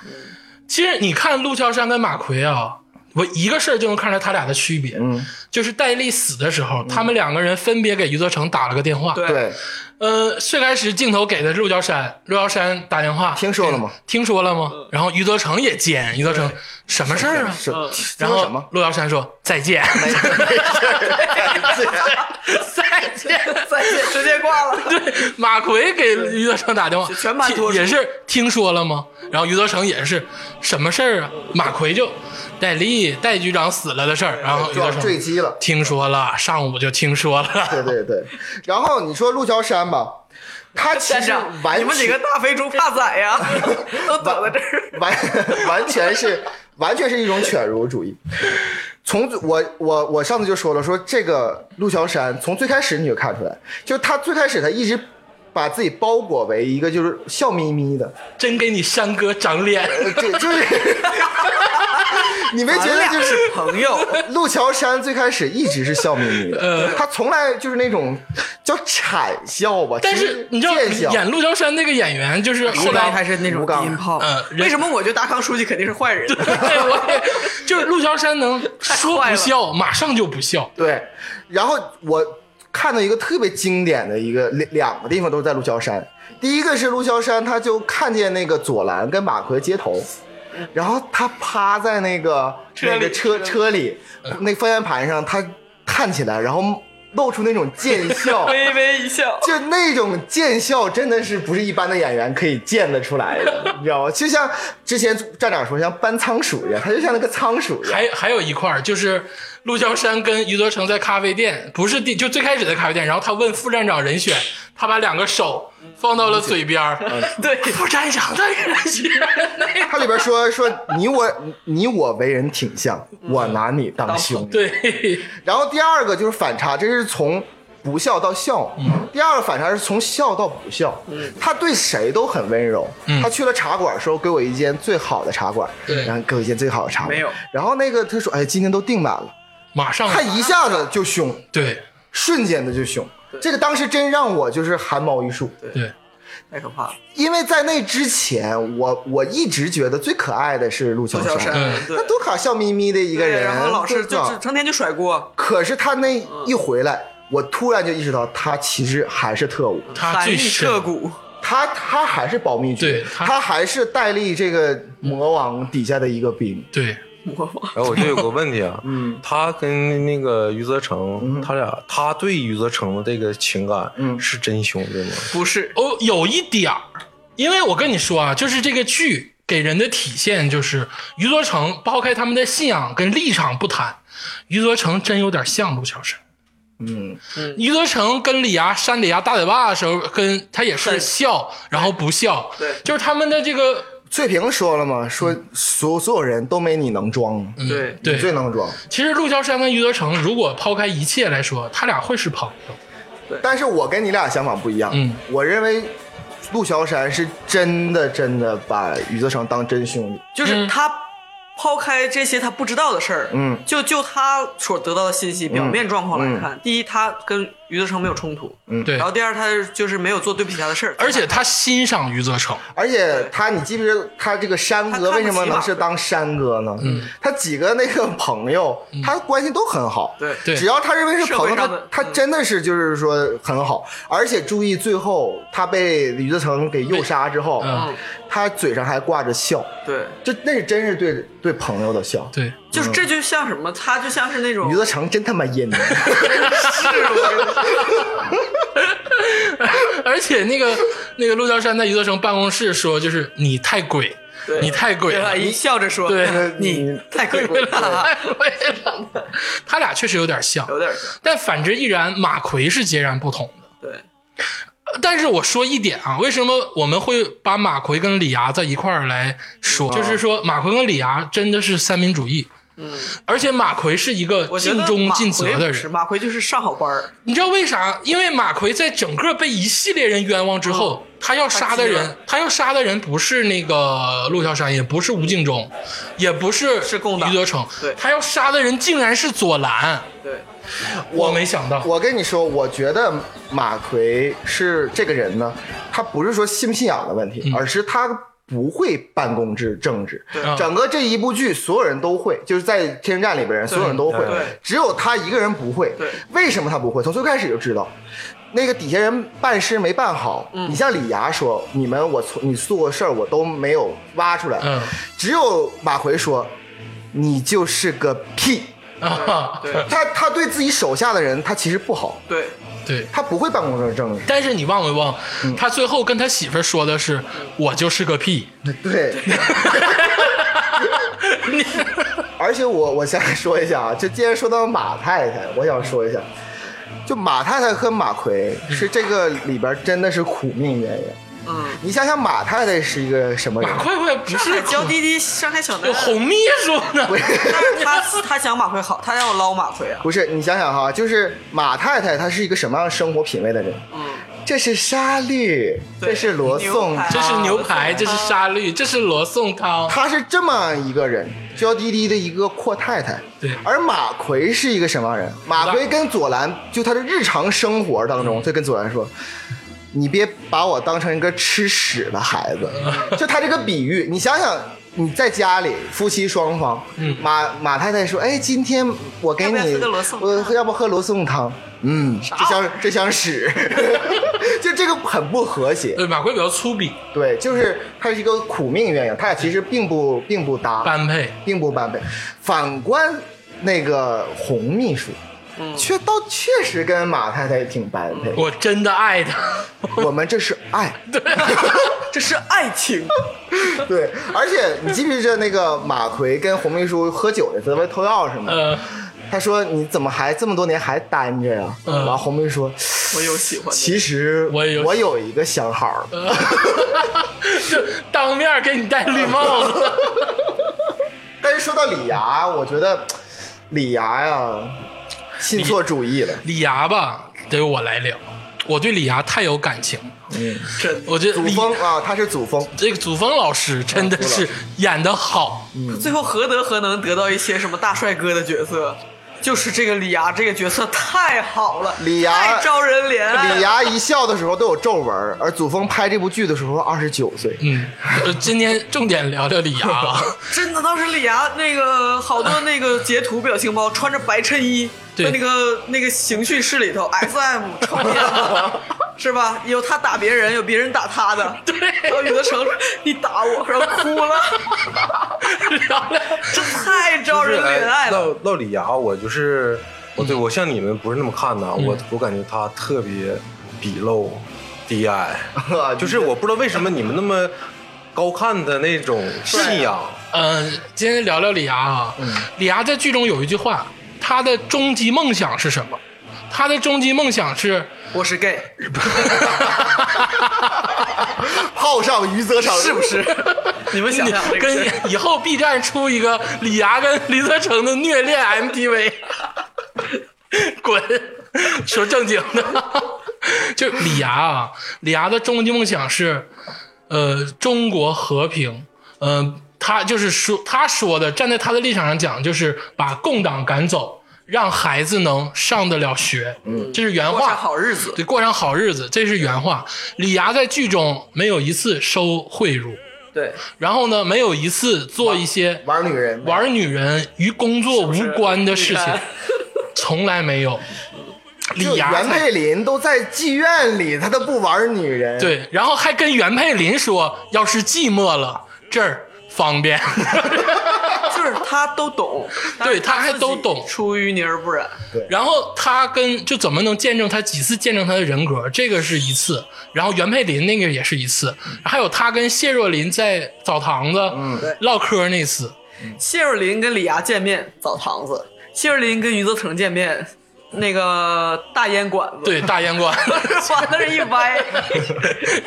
Speaker 1: 其实你看陆桥山跟马奎啊，我一个事儿就能看出来他俩的区别，
Speaker 4: 嗯，
Speaker 1: 就是戴笠死的时候，他们两个人分别给余则成打了个电话，，
Speaker 4: 对，
Speaker 1: 呃，最开始镜头给的是陆桥山，陆桥山打电话，
Speaker 4: 听说了吗？
Speaker 1: 听说了吗？然后余则成也接，余则成什么事儿啊？
Speaker 4: 是
Speaker 2: 嗯
Speaker 4: 说
Speaker 1: 然后
Speaker 4: 什么？
Speaker 1: 陆桥山说再见，再见。
Speaker 2: 再见，直接挂 了。
Speaker 1: 对，马奎给余则成打电话，
Speaker 2: 全班
Speaker 1: 听
Speaker 2: 脱
Speaker 1: 也是听说了吗？然后余则成也是什么事儿啊？马奎就戴笠戴局长死了的事儿，然后余则
Speaker 4: 撞
Speaker 1: 成
Speaker 4: 坠机了。
Speaker 1: 听说了，上午就听说
Speaker 4: 对
Speaker 1: 了。
Speaker 4: 对对，然后你说陆桥山吧，他其
Speaker 2: 站
Speaker 4: 实
Speaker 2: 长，
Speaker 4: 完全
Speaker 2: 你们几个大肥猪怕宰 呀，都躲在这儿。
Speaker 4: 完完全是完全是一种犬儒主义。从我我我上次就说了，说这个陆桥山从最开始你就看出来，就是他最开始他一直把自己包裹为一个就是笑眯眯的，
Speaker 1: 真给你山哥长脸，
Speaker 4: 呃这就是 你没觉
Speaker 2: 咱
Speaker 4: 得
Speaker 2: 俩
Speaker 4: 就是
Speaker 2: 朋友，
Speaker 4: 陆桥山最开始一直是笑眯眯
Speaker 1: 嗯
Speaker 4: 的，他从来就是那种叫谄笑吧，
Speaker 1: 但
Speaker 4: 其
Speaker 1: 是
Speaker 4: 实
Speaker 1: 你知道
Speaker 4: 贱笑啊
Speaker 1: 演陆桥山那个演员，就是后
Speaker 2: 后来
Speaker 1: 来
Speaker 2: 还是那种
Speaker 4: 吴刚
Speaker 2: 低音炮
Speaker 1: 嗯。人
Speaker 2: 为什么我觉得达康书记肯定是坏人？
Speaker 1: 对，我也就是陆桥山能说
Speaker 2: 坏
Speaker 1: 不
Speaker 2: 了
Speaker 1: 笑，马上就不笑。
Speaker 4: 对，然后我看到一个特别经典的一个两两个地方都是在陆桥山，第一个是陆桥山，他就看见那个左蓝跟马奎接头，然后他趴在那个
Speaker 2: 车
Speaker 4: 那
Speaker 2: 里
Speaker 4: 个车车 里那方向盘上，他看起来，然后露出那种贱 笑。
Speaker 2: 微微一笑，
Speaker 4: 就那种见笑，真的是不是一般的演员可以见得出来的，你知道吗？就像之前站长说，像搬仓鼠一样，他就像那个仓鼠一样。
Speaker 1: 还还有一块儿就是陆桥山跟余则成在咖啡店，不是第就最开始的咖啡店，然后他问副站长人选，他把两个手放到了嘴边儿，
Speaker 2: 对，
Speaker 1: 副站长的人 选，那
Speaker 4: 它里边 说说你我你我为人挺像，我拿你嗯当兄弟。
Speaker 1: 对，
Speaker 4: 然后第二个就是反差，这是从不笑到笑。第二个反差是从笑到不笑。他对谁都很温柔。他去了茶馆说给我一间最好的茶馆，
Speaker 1: 对
Speaker 4: 然后给我一间最好的茶馆。
Speaker 2: 没有。
Speaker 4: 然后那个他说哎今天都订满了，
Speaker 1: 马上
Speaker 4: 他一下子就凶，
Speaker 1: 对
Speaker 4: 瞬间的就凶。这个当时真让我就是汗毛一竖。
Speaker 1: 对，
Speaker 2: 太可怕了。
Speaker 4: 因为在那之前，我我一直觉得最可爱的是陆桥
Speaker 2: 陆小山
Speaker 1: 嗯，
Speaker 2: 对
Speaker 4: 他，多卡笑眯眯的一个
Speaker 2: 对，
Speaker 4: 人，
Speaker 2: 然后老是
Speaker 4: 对吧
Speaker 2: 就是成天就甩锅，
Speaker 4: 可是他那一回来，我突然就意识到他其实还是特务，
Speaker 1: 他
Speaker 2: 含
Speaker 1: 最
Speaker 2: 义
Speaker 1: 深
Speaker 2: 彻骨。
Speaker 4: 他他还是保密局
Speaker 1: 对，他
Speaker 4: 他还是戴笠这个魔王底下的一个兵。
Speaker 1: 对
Speaker 2: 魔王
Speaker 3: 哎然后我就有个问题啊，他跟那个余则成，他俩他对余则成的这个情感是真兄弟吗？
Speaker 2: 不是
Speaker 1: 哦，有一点儿，因为我跟你说啊，就是这个剧给人的体现就是余则成，抛开他们的信仰跟立场不谈，余则成真有点像陆桥山。
Speaker 4: 嗯，
Speaker 1: 余则成跟李涯扇李涯大嘴巴的时候，跟他也是
Speaker 2: 对
Speaker 1: 笑，然后不笑，
Speaker 2: 对
Speaker 1: 就是他们的这个，
Speaker 4: 翠萍说了嘛，说所所有人都没你能装，
Speaker 1: 嗯
Speaker 2: 对
Speaker 4: 你
Speaker 1: 对。
Speaker 4: 最能装。
Speaker 1: 其实陆桥山跟余则成，如果抛开一切来说，他俩会是朋友。
Speaker 4: 但是我跟你俩想法不一样，
Speaker 1: 嗯
Speaker 4: 我认为陆桥山是真的真的把余则成当真兄弟。
Speaker 2: 就是
Speaker 1: 嗯
Speaker 2: 他抛开这些他不知道的事儿，
Speaker 4: 嗯
Speaker 1: 嗯
Speaker 2: 就就他所得到的信息，表面状况来看，第一，他跟余则成没有冲突，嗯，
Speaker 1: 对
Speaker 2: 然，后第二他就是没有做对不起他的事儿，
Speaker 1: 而且他欣赏余则成，
Speaker 4: 而且他，你记不记得他这个山哥
Speaker 2: 他看不
Speaker 4: 为什么
Speaker 2: 起
Speaker 4: 能
Speaker 2: 马
Speaker 4: 是当山哥呢？
Speaker 1: 嗯
Speaker 4: 他几个那个朋友，他关系都很好。
Speaker 2: 对
Speaker 1: 对
Speaker 4: 只要他认为是朋友，
Speaker 2: 社会上
Speaker 4: 他
Speaker 2: 的
Speaker 4: 他
Speaker 2: 嗯
Speaker 4: 真的是就是说很好。而且注意，最后他被余则成给诱杀之后
Speaker 1: 嗯，
Speaker 4: 他嘴上还挂着笑，
Speaker 2: 对，
Speaker 4: 就那是真是对对朋友的笑。
Speaker 1: 对，
Speaker 2: 就是这就像什么，他就像是那种
Speaker 4: 余则成真他 妈阴，
Speaker 1: 而且那个那个陆桥山在余则成办公室说，就是你太鬼
Speaker 2: 对，
Speaker 1: 你太鬼
Speaker 2: 对吧？
Speaker 1: 了， 哎
Speaker 2: 一笑着说，
Speaker 1: 对
Speaker 2: 你太贵贵了，
Speaker 1: 太鬼了。他俩确实有点像，
Speaker 2: 有点像，
Speaker 1: 但反之亦然，马奎是截然不同的。
Speaker 2: 对，
Speaker 1: 但是我说一点啊，为什么我们会把马奎跟李涯在一块儿来说？就是说，马奎跟李涯真的是三民主义，
Speaker 2: 嗯，
Speaker 1: 而且马奎是一个
Speaker 2: 我觉
Speaker 1: 尽
Speaker 2: 得
Speaker 1: 忠
Speaker 2: 马
Speaker 1: 尽责
Speaker 2: 奎
Speaker 1: 的
Speaker 2: 不是
Speaker 1: 人。
Speaker 2: 马奎就是上好班儿，
Speaker 1: 你知道为啥？因为马奎在整个被一系列人冤枉之后，他要杀的
Speaker 2: 嗯他急
Speaker 1: 人
Speaker 2: 了，
Speaker 1: 他要杀的人不是那个陆桥山，也不是吴敬中，也不是
Speaker 2: 是共党
Speaker 1: 余则成
Speaker 2: 对，
Speaker 1: 他要杀的人竟然是左蓝。
Speaker 2: 对，
Speaker 1: 我没想
Speaker 2: 哦
Speaker 1: 到，
Speaker 4: 我跟你说，我觉得马奎是这个人呢，他不是说信不信仰的问
Speaker 2: 嗯
Speaker 4: 题，而是他不会办公制政治。
Speaker 1: 嗯
Speaker 4: 整个这一部剧，所有人都会，就是在《天人战》里边，人所有人都会
Speaker 2: 对，
Speaker 4: 只有他一个人不会
Speaker 2: 对。
Speaker 4: 为什么他不会？从最开始就知道。那个底下人办事没办好，
Speaker 2: 嗯
Speaker 4: 你像李涯说，你们我错，你做过事儿我都没有挖出来，
Speaker 1: 嗯
Speaker 4: 只有马奎说，你就是个 屁，
Speaker 1: 啊，
Speaker 2: 对
Speaker 4: 他他对自己手下的人他其实不好，
Speaker 2: 对，
Speaker 1: 对。
Speaker 4: 他不会办公室 政治。
Speaker 1: 但是你忘没忘，他最后跟他媳妇儿说的是：“我就是个屁。
Speaker 4: 对，
Speaker 1: 你
Speaker 4: 而且我我先说一下啊，就既然说到马太太，我想说一下，就马太太和马奎是这个里边真的是苦命鸳鸯。
Speaker 2: 嗯，
Speaker 4: 你想想马太太是一个什么人
Speaker 1: 马？快快不
Speaker 2: 上海
Speaker 1: 是
Speaker 2: 娇滴滴，上海小
Speaker 1: 有
Speaker 2: 男孩，
Speaker 1: 红秘书呢？
Speaker 2: 但是他他想马奎好，他要捞马奎啊，
Speaker 4: 不是，你想想哈，就是马太太她是一个什么样生活品味的人？
Speaker 2: 嗯，
Speaker 4: 这是沙律，
Speaker 2: 对
Speaker 4: 这是罗宋
Speaker 2: 牛排
Speaker 1: 这
Speaker 4: 汤，
Speaker 1: 是牛排，这是沙律，这是罗宋汤。
Speaker 4: 她是这么一个人，娇滴滴的一个阔太太。
Speaker 1: 对
Speaker 4: 而马奎是一个什么样人？马奎跟左蓝，就他的日常生活当中，他跟左蓝说：“你别把我当成一个吃屎的孩子。” 就他这个比喻，你想想。你在家里，夫妻双方，马马太太说：“哎，今天我给
Speaker 2: 要不要
Speaker 4: 你，
Speaker 2: 喝个罗宋
Speaker 4: 我要不喝罗宋汤？嗯，这像这像屎， 就这个很不和谐。
Speaker 1: 对，马奎比较粗鄙
Speaker 4: 对，就是他是一个苦命鸳鸯，他俩其实并不并不搭，
Speaker 1: 般配，
Speaker 4: 并不般配。反观那个洪秘书，却倒确实跟马太太挺般配。
Speaker 2: 嗯
Speaker 1: 我真的爱他。
Speaker 4: 我们这是 爱，
Speaker 2: 啊这是爱情，
Speaker 4: 对。而且你记不记得那个马奎跟洪秘书喝酒的时候在偷钥匙吗？
Speaker 2: 嗯
Speaker 1: 呃，
Speaker 4: 他说：“你怎么还这么多年还单着呀、
Speaker 1: 嗯
Speaker 4: 然后洪秘书说
Speaker 2: 我有喜欢：“的，
Speaker 4: 其实
Speaker 1: 我也有
Speaker 4: 我有一个相好。
Speaker 2: 嗯
Speaker 1: 就当面给你戴绿帽子。
Speaker 4: 但是说到李涯，我觉得李涯呀、信错主义了。
Speaker 1: 李涯吧，得我来聊。我对李涯太有感情，
Speaker 2: 真的，
Speaker 1: 我觉得
Speaker 4: 祖
Speaker 1: 李
Speaker 4: 峰啊，他是祖峰，
Speaker 1: 这个祖峰老师嗯真的是演的好。
Speaker 2: 最后何德何能得到一些什么大帅哥的角色？就是这个李涯这个角色太好了，
Speaker 4: 李涯
Speaker 2: 太招人怜爱了，
Speaker 4: 李涯一笑的时候都有皱纹儿，而祖峰拍这部剧的时候二十九岁。
Speaker 1: 嗯，呃今天重点聊聊李涯 啊。
Speaker 2: 真的，当时李涯那个好多那个截图表情包，穿着白衬衣，
Speaker 1: 对
Speaker 2: 在那个那个刑讯室里头，SM 抽烟的，是吧？有他打别人，有别人打他的，对。然后有的成你打我，然后哭了，
Speaker 1: 聊聊
Speaker 2: 这太招人怜爱了。
Speaker 3: 唠唠哎李涯，呃我就是我对我像你们不是那么看的，我我感觉他特别鄙陋、低矮，
Speaker 4: 啊
Speaker 3: 就是我不知道为什么你们那么高看的那种信 仰。
Speaker 1: 嗯，今天聊聊李涯啊。李涯在剧中有一句话，他的终极梦想是什么？他的终极梦想是
Speaker 2: 我是 gay，
Speaker 4: 泡上余则成
Speaker 2: 是不？是？你们想想这个事
Speaker 1: 跟
Speaker 2: 儿，
Speaker 1: 以后 B 站出一个李涯跟李泽成的虐恋 MTV，滚！说正经的，就李涯啊，李涯的终极梦想是，呃，中国和平。嗯、他就是说，他说的，站在他的立场上讲，就是把共党赶走，让孩子能上得了学，嗯，这是原
Speaker 2: 过
Speaker 1: 话。
Speaker 2: 上好日子。
Speaker 1: 对，过上好日子，这是原话。李涯在剧中没有一次收贿赂，
Speaker 2: 对，
Speaker 1: 然后呢，没有一次做一些
Speaker 4: 玩女人，
Speaker 1: 玩女人与工作无关的事情，
Speaker 2: 是不是
Speaker 1: 从来没有。李
Speaker 4: 就
Speaker 1: 涯
Speaker 4: 袁
Speaker 1: 才
Speaker 4: 佩林都在妓院里，他都不玩女人。，
Speaker 1: 对，然后还跟袁佩林说，要是寂寞了，这儿方便。
Speaker 2: 就是他都懂，但
Speaker 1: 对
Speaker 2: 是
Speaker 1: 他还
Speaker 2: 自己
Speaker 1: 都懂
Speaker 2: 出淤泥而不染。
Speaker 1: 然后他跟就怎么能见证他几次见证他的人格？这个是一次，然后袁佩林那个也是一次，还有他跟谢若琳在澡堂子
Speaker 3: 嗯
Speaker 1: 唠嗑那次，
Speaker 2: 谢若琳跟李涯见面澡堂子，谢若琳跟余则成见面那个大烟馆 子，
Speaker 1: 对，大烟馆。
Speaker 2: 往那儿一歪，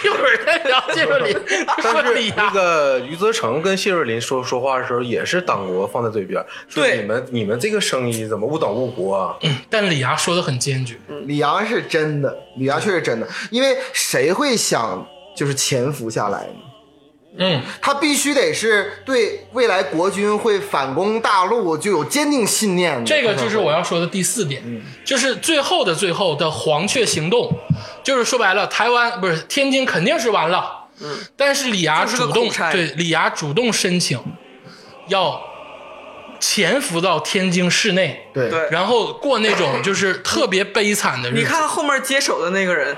Speaker 1: 一会儿再聊谢若琳，
Speaker 3: 但
Speaker 1: 说李
Speaker 3: 是那
Speaker 1: 涯。
Speaker 3: 个余则成跟谢瑞麟说说话的时候，也是党国放在嘴边，说
Speaker 2: 对
Speaker 3: 你们你们这个生意怎么误党误国 啊？
Speaker 1: 但李涯说的很坚决，
Speaker 4: 李阳是真的，李阳确实真的，因为谁会想就是潜伏下来呢？
Speaker 1: 嗯，
Speaker 4: 他必须得是对未来国军会反攻大陆就有坚定信念
Speaker 2: 嗯
Speaker 4: 的。
Speaker 1: 这个就是我要说的第四点，就是最后的最后的黄雀行动，就是说白了，台湾不是天津肯定是完了，嗯，但是李涯
Speaker 2: 就是个
Speaker 1: 主动
Speaker 2: 苦差
Speaker 1: 对李涯主动申请要潜伏到天津市内，
Speaker 4: 对
Speaker 2: 对
Speaker 1: 然后过那种就是特别悲惨的日子。
Speaker 2: 你看后面接手的那个人，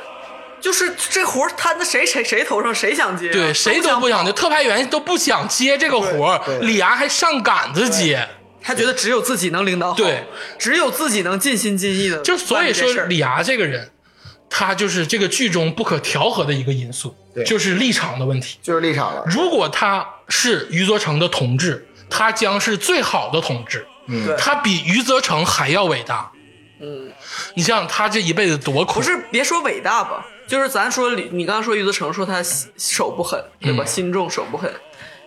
Speaker 2: 就是这活儿摊在谁谁谁头上，谁想接啊、
Speaker 1: 对，谁都不想，就特派员都不想接这个活儿，李涯还上杆子接，
Speaker 2: 他觉得只有自己能领导好，
Speaker 1: 对，
Speaker 2: 只有自己能尽心尽意的，
Speaker 1: 就所以说李涯这个人，他就是这个剧中不可调和的一个因素，
Speaker 4: 对
Speaker 1: 就是立场的问题。
Speaker 4: 就是立场了。
Speaker 1: 如果他是余则成的同志，他将是最好的同志，
Speaker 2: 对
Speaker 1: 他比余则成还要伟大。嗯，你想想他这一辈子多苦，
Speaker 2: 不是别说伟大吧，就是咱说李，你刚刚说余则成说他心手不狠，对
Speaker 1: 嗯
Speaker 2: 吧？心重手不狠，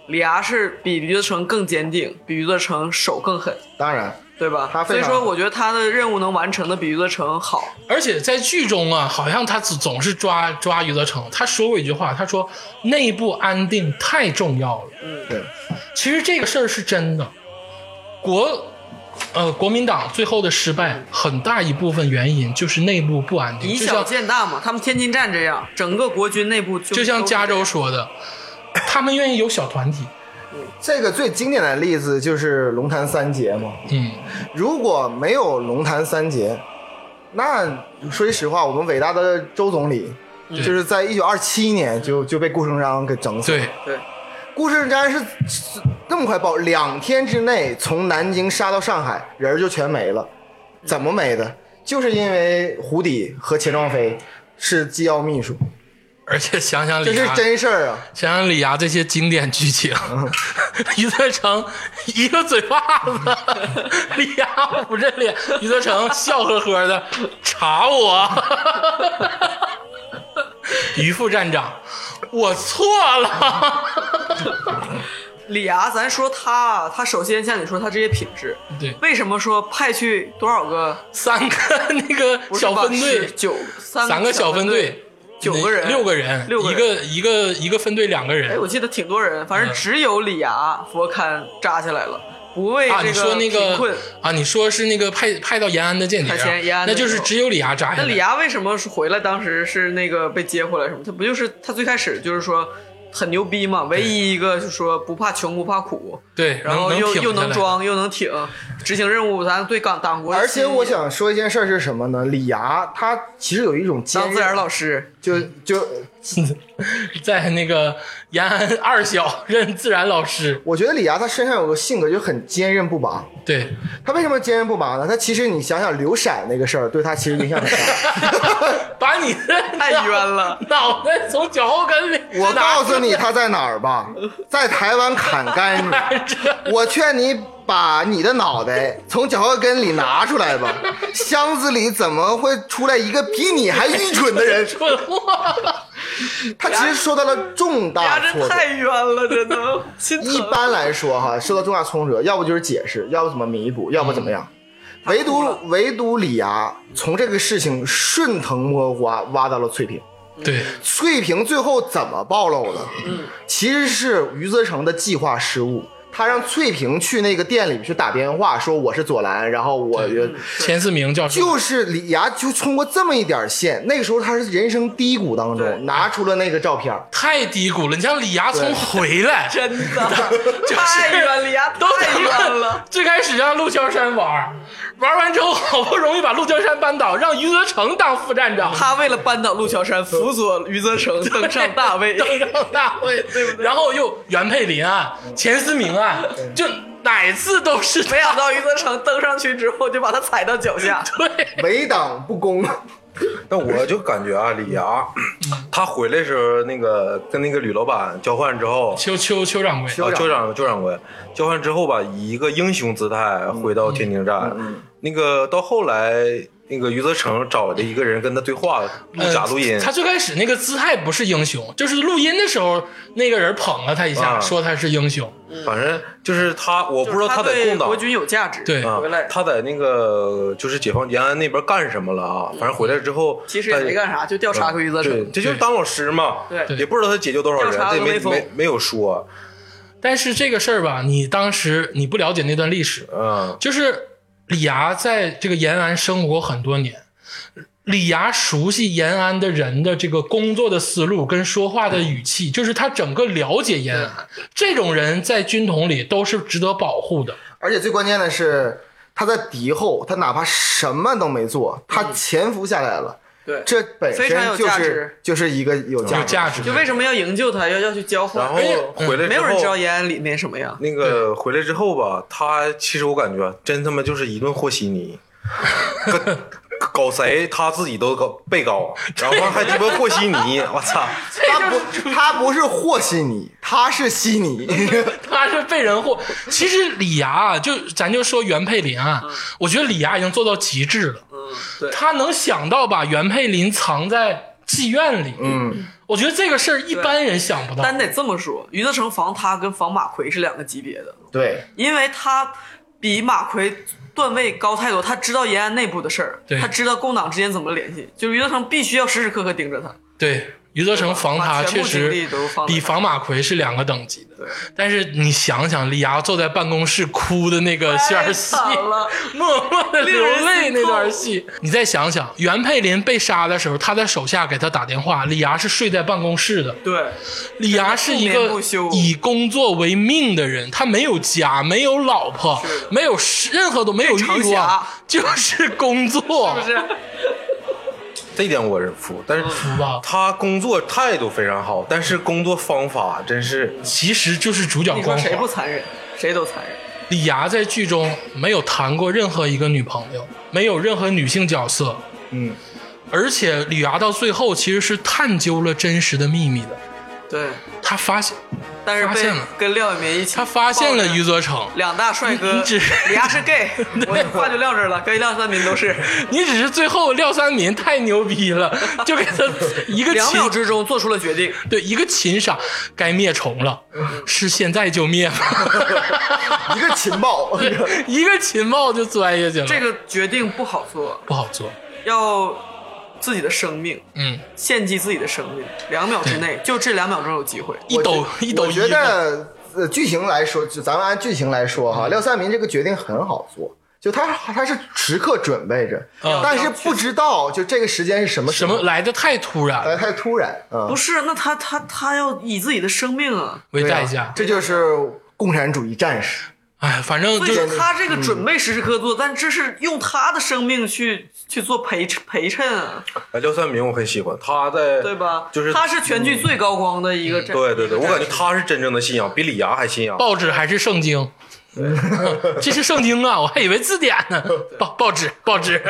Speaker 2: 李涯是比余则成更坚定，比余则成手更狠，
Speaker 4: 当然，
Speaker 2: 对吧？
Speaker 4: 他
Speaker 2: 所
Speaker 4: 非
Speaker 2: 以
Speaker 4: 常
Speaker 2: 说，我觉得他的任务能完成的比余则成好，
Speaker 1: 而且在剧中啊，好像他总总是抓抓余则成。他说过一句话，他说内部安定太重要了。
Speaker 4: 对，
Speaker 1: 其实这个事儿是真的，国。呃，国民党最后的失败，很大一部分原因就是内部不安定，
Speaker 2: 以
Speaker 1: 就像
Speaker 2: 小见大嘛。他们天津站这样，整个国军内部就
Speaker 1: 就
Speaker 2: 就
Speaker 1: 像加州说的，他们愿意有小团体，
Speaker 4: 这个最经典的例子就是龙潭三杰嘛。
Speaker 1: 嗯，
Speaker 4: 如果没有龙潭三杰，那说句实话，我们伟大的周总理，
Speaker 1: 嗯
Speaker 4: 就是在一九二七年就就被顾声章给整死了。
Speaker 1: 对，
Speaker 2: 对
Speaker 4: 顾顺瞻是是那么快爆，两天之内从南京杀到上海，人儿就全没了。怎么没的？就是因为胡底和钱壮飞是机要秘书，
Speaker 1: 而且想想李
Speaker 4: 这是
Speaker 1: 涯，
Speaker 4: 真事儿啊！
Speaker 1: 想想李涯这些经典剧情， 余则成 一个嘴巴子， 李涯捂着脸，余则成笑呵呵的查我， 于副站长，我错了，
Speaker 2: 李涯，咱说他，他首先像你说他这些品质，
Speaker 1: 对，
Speaker 2: 为什么说派去多少个
Speaker 1: 三个那个
Speaker 2: 不是
Speaker 1: 小
Speaker 2: 吧
Speaker 1: 分队
Speaker 2: 是，九三
Speaker 1: 三个小分
Speaker 2: 分
Speaker 1: 队。，
Speaker 2: 九个人
Speaker 1: 六个人，
Speaker 2: 六个
Speaker 1: 一个一个一个分队两个人
Speaker 2: 哎，，我记得挺多人，
Speaker 1: 嗯
Speaker 2: 反正只有李涯、佛龛扎下来了，不为
Speaker 1: 啊，
Speaker 2: 哎这
Speaker 1: 你说那
Speaker 2: 贫困。
Speaker 1: 个啊，你说是那个派派到延安的间谍
Speaker 2: 派遣延
Speaker 1: 啊，
Speaker 2: 安的
Speaker 1: 那就是
Speaker 2: 那种
Speaker 1: 只有李涯扎下
Speaker 2: 那
Speaker 1: 来。
Speaker 2: 李涯为什么是回来？当时是那个被接回来什么？他不就是他最开始就是说很牛逼嘛，唯一一个就是说不怕穷不怕苦，
Speaker 1: 对，
Speaker 2: 然后
Speaker 1: 能
Speaker 2: 又
Speaker 1: 挺
Speaker 2: 又
Speaker 1: 下
Speaker 2: 能
Speaker 1: 来，
Speaker 2: 装又能挺，执行任务，咱对党党国的
Speaker 4: 而
Speaker 2: 心
Speaker 4: 且
Speaker 2: 意。
Speaker 4: 我想说一件事儿是什么呢？李涯他其实有一种坚
Speaker 2: 当
Speaker 4: 韧
Speaker 2: 自然老师，
Speaker 4: 就就
Speaker 1: 在那个延安二小任自然老师，
Speaker 4: 我觉得李涯他身上有个性格就很坚韧不拔。
Speaker 1: 对，
Speaker 4: 他为什么坚韧不拔呢？他其实你想想刘闪那个事儿，对他其实影响很 大。
Speaker 1: 把你的
Speaker 2: 太冤 了，
Speaker 1: 脑袋从脚后跟里，
Speaker 4: 我告诉你他在哪儿吧，在台湾砍干你。 我劝你把你的脑袋从脚后跟里拿出来吧，箱子里怎么会出来一个比你还愚蠢 的人？
Speaker 1: 蠢货，
Speaker 4: 他其实受到了重
Speaker 2: 李
Speaker 4: 大
Speaker 2: 涯真
Speaker 4: 挫折。
Speaker 2: 太冤了，真的心
Speaker 4: 一
Speaker 2: 疼。
Speaker 4: 般来说哈，受到重大挫折，要不就是解释，要不怎么弥
Speaker 2: 嗯
Speaker 4: 补，要不怎么样。
Speaker 2: 他哭
Speaker 4: 唯独
Speaker 2: 了
Speaker 4: 唯独李涯从这个事情顺藤摸瓜挖到了翠萍，
Speaker 1: 对
Speaker 4: 翠萍最后怎么暴露的？嗯，其实是余则成的计划失误，他让翠萍去那个店里去打电话，说我是左蓝，然后我
Speaker 2: 嗯
Speaker 4: 就
Speaker 1: 钱思明教授
Speaker 4: 就是李涯就通过这么一点线，那个时候他是人生低谷当
Speaker 2: 对
Speaker 4: 中拿出了那个照片儿，
Speaker 1: 太低谷了。你像李涯从回来，
Speaker 2: 真的 太冤了呀，
Speaker 1: 都
Speaker 2: 太冤了。。
Speaker 1: 最开始让陆桥山玩，玩完之后好不容易把陆桥山扳倒，让余则成当副站长。
Speaker 2: 他为了扳倒陆桥山，辅佐余则成登上大 位，
Speaker 1: 登上大会，然后又袁佩林案、钱思明案，就哪次都是
Speaker 2: 没想到余则成登上去之后就把他踩到脚 下。
Speaker 1: 对，
Speaker 4: 围挡不公，
Speaker 3: 那我就感觉啊，李涯
Speaker 1: 嗯
Speaker 3: 他回来的时候，那个跟那个吕老板交换之后，
Speaker 1: 邱邱邱掌柜，
Speaker 3: 啊，邱掌邱掌柜交换之后吧，以一个英雄姿态回到天津站。
Speaker 1: 嗯
Speaker 3: 那个到后来，那个余则成找了一个人跟他对话，录
Speaker 1: 呃
Speaker 3: 假录音。
Speaker 1: 他最开始那个姿态不是英雄，就是录音的时候那个人捧了他一下，
Speaker 3: 啊
Speaker 1: 说他是英雄。
Speaker 3: 反正就是他，我不知道
Speaker 2: 他
Speaker 3: 在
Speaker 2: 对
Speaker 3: 共党
Speaker 2: 国军有价值，
Speaker 1: 对
Speaker 3: 啊
Speaker 2: 回来，
Speaker 3: 他在那个就是解放延安那边干什么了啊？反正回来之后，
Speaker 2: 其实也没干啥，就调
Speaker 3: 他。呃
Speaker 2: 查过余则
Speaker 3: 对
Speaker 2: 成，，
Speaker 3: 这就是当老师嘛。
Speaker 2: 对对
Speaker 3: 也不知道他解救多少人，
Speaker 2: 调查
Speaker 3: 他也
Speaker 2: 了
Speaker 3: 没
Speaker 2: 威风
Speaker 3: 没没有说。
Speaker 1: 但是这个事儿吧，你当时你不了解那段历史，
Speaker 3: 嗯，
Speaker 1: 就是李涯在这个延安生活很多年，李涯熟悉延安的人的这个工作的思路跟说话的语气，就是他整个了解延安。这种人在军统里都是值得保护的。
Speaker 4: 而且最关键的是，他在敌后，他哪怕什么都没做，他潜伏下来了，
Speaker 2: 对
Speaker 4: 这本
Speaker 2: 嗯非常有
Speaker 4: 身就
Speaker 2: 价值
Speaker 4: 是就是一个有
Speaker 1: 有
Speaker 4: 价值。
Speaker 1: 价值的
Speaker 2: 嗯就为什么要营救他，要要去交换哎
Speaker 3: 然后，
Speaker 1: 而且
Speaker 3: 回来之后，
Speaker 2: 没有人知道延安里面什么样。
Speaker 3: 那个回来之后吧，他其实我感觉啊真他妈就是一顿和稀泥，跟搞谁他自己都搞被搞，然后还鸡巴和稀泥，我操！
Speaker 4: 他不，他不是和稀泥，他是稀 泥。
Speaker 1: 他是被人祸。其实李涯啊，就咱就说袁佩林啊，我觉得李涯已经做到极致了。
Speaker 2: 嗯，对，
Speaker 1: 他能想到把袁佩林藏在妓院里，
Speaker 4: 嗯，
Speaker 1: 我觉得这个事儿一般人想不到。
Speaker 2: 但得这么说，余则成防他跟防马奎是两个级别的，
Speaker 4: 对，
Speaker 2: 因为他比马奎段位高太多，他知道延安内部的事儿
Speaker 1: 对，
Speaker 2: 他知道共党之间怎么联系，就是余则成必须要时时刻刻盯着他。
Speaker 1: 对，余则成防他
Speaker 2: 把
Speaker 1: 确
Speaker 2: 全部精力
Speaker 1: 实
Speaker 2: 都放在
Speaker 1: 比
Speaker 2: 他
Speaker 1: 防马奎是两个等级的
Speaker 2: 对。
Speaker 1: 但是你想想，李涯坐在办公室哭的那个仙儿戏，
Speaker 2: 哎 太惨了
Speaker 1: 默默的流泪
Speaker 2: 令人心
Speaker 1: 那
Speaker 2: 痛
Speaker 1: 段戏，你再想想，袁佩林被杀的时候，他的手下给他打电话，李涯是睡在办公室的。
Speaker 2: 对，
Speaker 1: 李涯是一
Speaker 2: 不
Speaker 1: 个
Speaker 2: 眠不休
Speaker 1: 以工作为命的人，他没有家，没有老婆
Speaker 2: 是的，
Speaker 1: 没有事任何都没有
Speaker 2: 是长
Speaker 1: 欲望
Speaker 2: 侠，
Speaker 1: 就是工作，
Speaker 2: 不是？
Speaker 3: 这一点我是服，但是
Speaker 1: 服嗯吧
Speaker 3: 他工作态度非常好，但是工作方法真是
Speaker 1: 其实就是主角
Speaker 2: 你说
Speaker 1: 光
Speaker 2: 谁
Speaker 1: 环
Speaker 2: 不。残忍？谁都残忍。
Speaker 1: 李涯在剧中没有谈过任何一个女朋友，没有任何女性角色，
Speaker 4: 嗯，
Speaker 1: 而且李涯到最后其实是探究了真实的秘密的，
Speaker 2: 对，
Speaker 1: 他发现
Speaker 2: 但是
Speaker 1: 发现
Speaker 2: 被
Speaker 1: 了
Speaker 2: 跟廖一鸣一起，
Speaker 1: 他发现了余则成。
Speaker 2: 两大帅
Speaker 1: 你
Speaker 2: 哥
Speaker 1: 你只，
Speaker 2: 李涯是 gay，我话就撂这儿了，跟廖三民都是。
Speaker 1: 你只是最后廖三民太牛逼 了， 就嗯给他一个
Speaker 2: 两
Speaker 1: 亲
Speaker 2: 秒之中做出了决定，
Speaker 1: 对，一个秦杀该灭虫了，
Speaker 4: 嗯
Speaker 1: 是现在就 灭吗？
Speaker 4: 一个情
Speaker 1: 哦
Speaker 4: 报，
Speaker 1: 一个秦帽就钻下去了，
Speaker 2: 这个决定不好做，
Speaker 1: 不好做。
Speaker 2: 要自己的生命，
Speaker 1: 嗯，
Speaker 2: 献祭自己的生命，两秒之内，就这两秒钟有机会。
Speaker 1: 一抖一抖
Speaker 4: 我
Speaker 1: 一
Speaker 4: 觉
Speaker 1: 的，
Speaker 4: 得呃，剧情来说，就咱们按剧情来说
Speaker 1: 嗯
Speaker 4: 哈，廖三民这个决定很好做，就他他是时刻准备着，
Speaker 1: 嗯
Speaker 4: 但是不知道就这个时间是什么时
Speaker 1: 什
Speaker 4: 候
Speaker 1: 么，来的太突然
Speaker 4: 来
Speaker 1: 了，
Speaker 4: 得太突然啊
Speaker 2: 不，是，那他他他要以自己的生命啊，
Speaker 1: 为
Speaker 4: 对啊
Speaker 1: 代价。
Speaker 4: 这就是共产主义战士。
Speaker 1: 哎，反正
Speaker 2: 所
Speaker 1: 就
Speaker 2: 以
Speaker 1: 是
Speaker 2: 说他这个准备时时刻刻做，但这是用他的生命去去做陪陪衬啊，
Speaker 3: 哎，廖三明我很喜欢，他在
Speaker 2: 对吧？
Speaker 3: 就是
Speaker 2: 他是全剧最高光的一个战，
Speaker 3: 对对对，
Speaker 2: 一
Speaker 3: 我
Speaker 2: 个
Speaker 3: 感
Speaker 2: 战
Speaker 3: 觉他是真正的信仰，比李涯还信仰。
Speaker 1: 报纸还是圣经。 这是圣经啊，我还以为字典呢。报报纸报纸，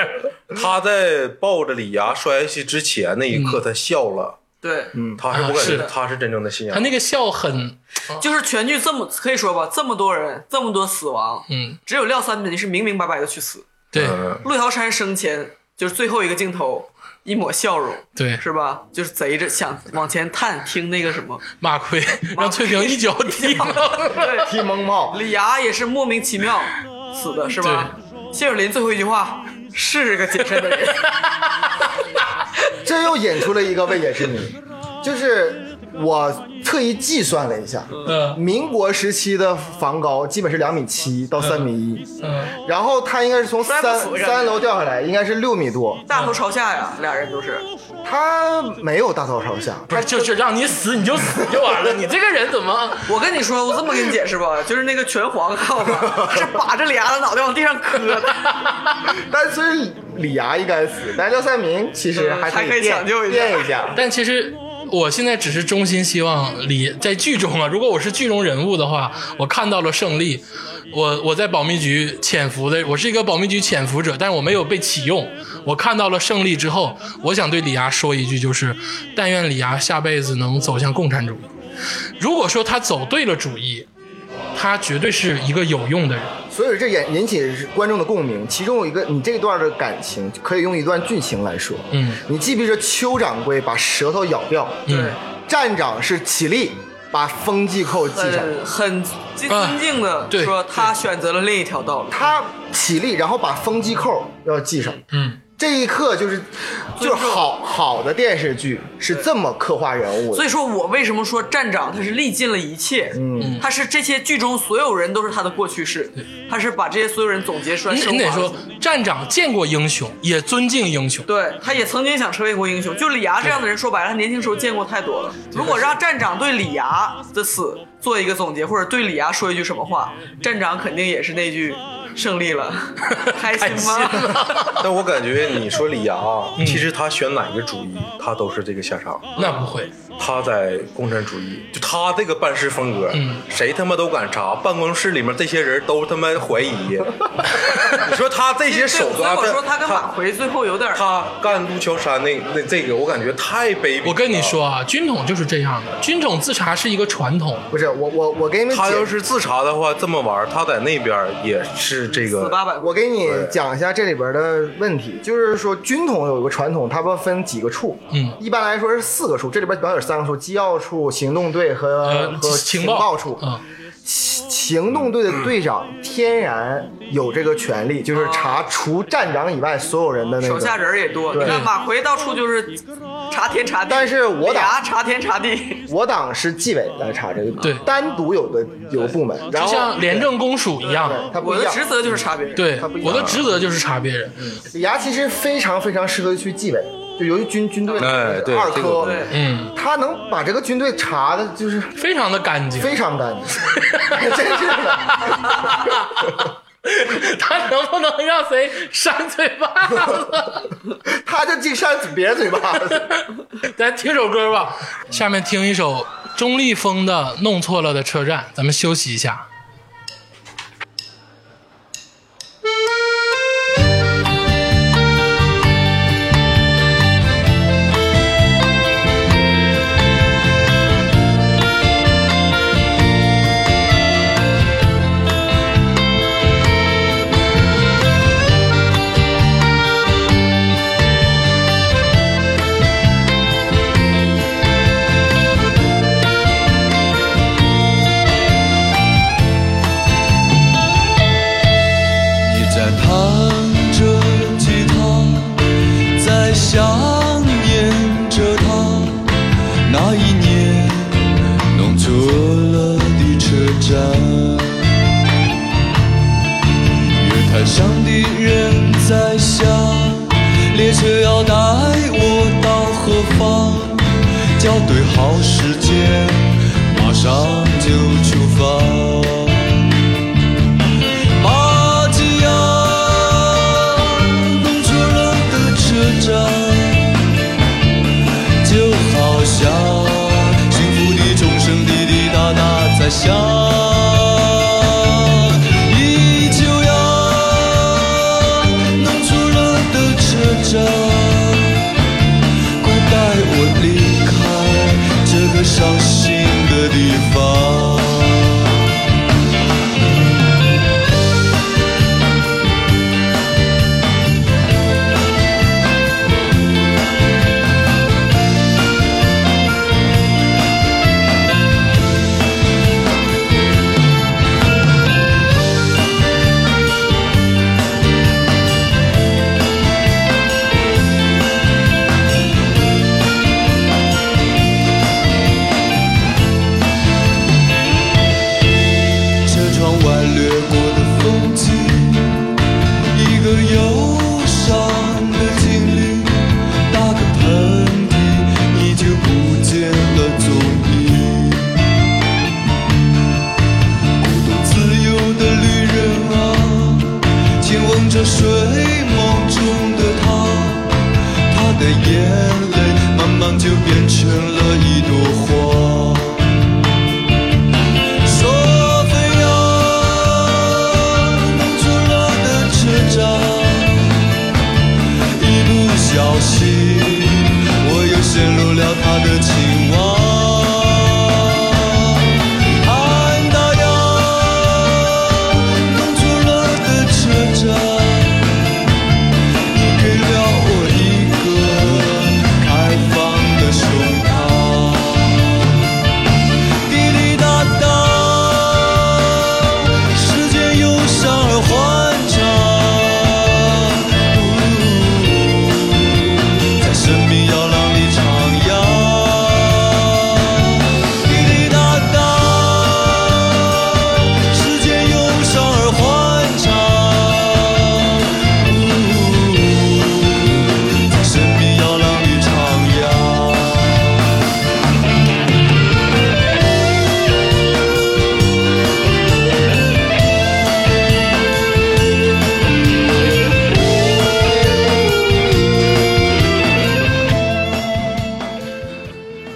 Speaker 3: 他在抱着李涯摔下去之前那一刻，他笑了，
Speaker 2: 对，
Speaker 3: 他是我
Speaker 1: 嗯啊
Speaker 3: 感
Speaker 1: 是
Speaker 3: 觉
Speaker 1: 的
Speaker 3: 他是真正的信
Speaker 1: 他
Speaker 3: 仰。
Speaker 1: 那个笑很，
Speaker 2: 就是全剧这么可以说吧，这么多人，这么多死亡，
Speaker 1: 嗯，
Speaker 2: 只有廖三民是明明白白的去死。
Speaker 1: 对
Speaker 3: 嗯，
Speaker 2: 陆桥山生前就是最后一个镜头，一抹笑容，
Speaker 1: 对。
Speaker 2: 是吧？就是贼着想往前探，听那个什么，
Speaker 1: 马奎让翠萍一脚踢了，
Speaker 2: 对，
Speaker 4: 踢蒙帽，
Speaker 2: 李涯也是莫名其妙死的，是吧？谢尔林最后一句话是个谨慎的人，
Speaker 4: 这又引出了一个未解之谜，就是我特意计算了一下，
Speaker 1: 嗯
Speaker 4: 民国时期的房高基本是两米七到三米一，
Speaker 1: 嗯，
Speaker 4: 然后他应该是从
Speaker 2: 虽然
Speaker 4: 三
Speaker 2: 不符感觉
Speaker 4: 三楼掉下来，应该是六米多，
Speaker 2: 大头朝下呀，俩人都是。
Speaker 4: 他没有大头朝下，
Speaker 1: 不是，就是让你死你就死就完了，你这个人怎么？
Speaker 2: 我跟你说，我这么给你解释吧，就是那个拳皇看吧，是把着俩的脑袋往地上磕的，
Speaker 4: 但虽然李涯应该死，但廖赛明其实还
Speaker 2: 嗯还可以
Speaker 4: 垫
Speaker 2: 抢救一下
Speaker 4: 垫一 下。
Speaker 1: 但其实我现在只是衷心希望李在剧中啊，如果我是剧中人物的话，我看到了胜利，我我在保密局潜伏的，我是一个保密局潜伏者，但是我没有被启用。我看到了胜利之后，我想对李涯说一句，就是但愿李涯下辈子能走向共产主义。如果说他走对了主义，他绝对是一个有用的人。
Speaker 4: 所以这引引起观众的共鸣。其中有一个，你这段的感情可以用一段剧情来说。
Speaker 1: 嗯，
Speaker 4: 你记不记得邱掌柜把舌头咬掉？
Speaker 1: 嗯，
Speaker 4: 站长是起立把风纪扣系上，
Speaker 2: 很呃很尊敬的
Speaker 1: 啊对
Speaker 2: 说他选择了另一条道路。
Speaker 4: 他起立然后把风纪扣要系上。
Speaker 1: 嗯，
Speaker 4: 这一刻就是，就是好好的电视剧是这么刻画人物
Speaker 2: 所
Speaker 4: 的。
Speaker 2: 以说我为什么说站长他是历尽了一切，
Speaker 4: 嗯，
Speaker 2: 他是这些剧中所有人都是他的过去式，他是把这些所有人总结出来
Speaker 1: 你
Speaker 2: 升华
Speaker 1: 你得说
Speaker 2: 的，
Speaker 1: 站长见过英雄，也尊敬英雄。
Speaker 2: 对，他也曾经想成为过英雄。就李涯这样的人，说白了，他年轻时候见过太多了。如果让站长对李涯的死做一个总结，或者对李涯说一句什么话，站长肯定也是那句“胜 利了，开心吗？”
Speaker 1: 开心 了
Speaker 3: 但我感觉你说李涯啊，
Speaker 1: 嗯
Speaker 3: 其实他选哪个主义，他都是这个下场。
Speaker 1: 那不会，
Speaker 3: 他在共产主义，就他这个办事风格，
Speaker 1: 嗯
Speaker 3: 谁他妈都敢查。办公室里面这些人都他妈怀疑。 你说他这些手段，
Speaker 2: 所以我说他
Speaker 3: 他
Speaker 2: 跟马奎最后有点儿
Speaker 3: 他干陆桥山那那这个，我感觉太卑鄙了。
Speaker 1: 我跟你说啊，军统就是这样的，军统自查是一个传统。
Speaker 4: 不是我我我给你们
Speaker 3: 他
Speaker 4: 解
Speaker 3: 要是自查的话，这么玩儿，他在那边儿也是这
Speaker 2: 死八
Speaker 3: 个。
Speaker 2: 百
Speaker 4: 我给你讲一下这里边的问题，就是说军统有一个传统，它不分几个处，
Speaker 1: 嗯
Speaker 4: 一般来说是四个处，这里边主要有三个处：机要处、行动队和、
Speaker 1: 呃，
Speaker 4: 和
Speaker 1: 情
Speaker 4: 报处。
Speaker 1: 嗯，
Speaker 4: 行行动队的队长天然有这个权利，就是
Speaker 1: 啊
Speaker 4: 查除站长以外所有人的那
Speaker 2: 手
Speaker 4: 个。
Speaker 2: 下人儿也多。你
Speaker 4: 对
Speaker 2: 看马奎到处就是查天查地，
Speaker 4: 但是我
Speaker 2: 李
Speaker 4: 打
Speaker 2: 涯查天查地，
Speaker 4: 我党是纪委来查这个，
Speaker 1: 对
Speaker 4: 单独有个有个部门，然
Speaker 1: 就
Speaker 4: 后
Speaker 1: 像廉政公署一样
Speaker 4: 对，它不
Speaker 2: 我
Speaker 4: 一
Speaker 2: 的
Speaker 4: 样。
Speaker 2: 职责就是查别人。
Speaker 1: 对
Speaker 4: 它不一
Speaker 1: 我
Speaker 4: 样嗯
Speaker 1: 的职责就是查别人。
Speaker 4: 李涯其实非常非常适合去纪委，就由于军军队
Speaker 3: 哎对
Speaker 4: 二
Speaker 3: 这个
Speaker 4: 科，
Speaker 3: 对
Speaker 1: 嗯，
Speaker 4: 他能把这个军队查的，就是
Speaker 1: 非常的干净。
Speaker 4: 非 常干净， 真是的。
Speaker 1: 他能不能让谁扇嘴巴子？
Speaker 4: 他就净扇别人嘴巴子。
Speaker 1: 咱听首歌吧，下面听一首钟立风的《弄错了的车站》，咱们休息一下。
Speaker 5: 你在弹着吉他，在想念着他。那一年，弄错了的车站，月台上的人在想，列车要带我到何方？校对好时间，马上就出发。马吉亚弄错了的车站，就好像幸福的钟声滴滴答答在响。依旧呀，弄错了的车站，快带我离开这个伤心的地方。啊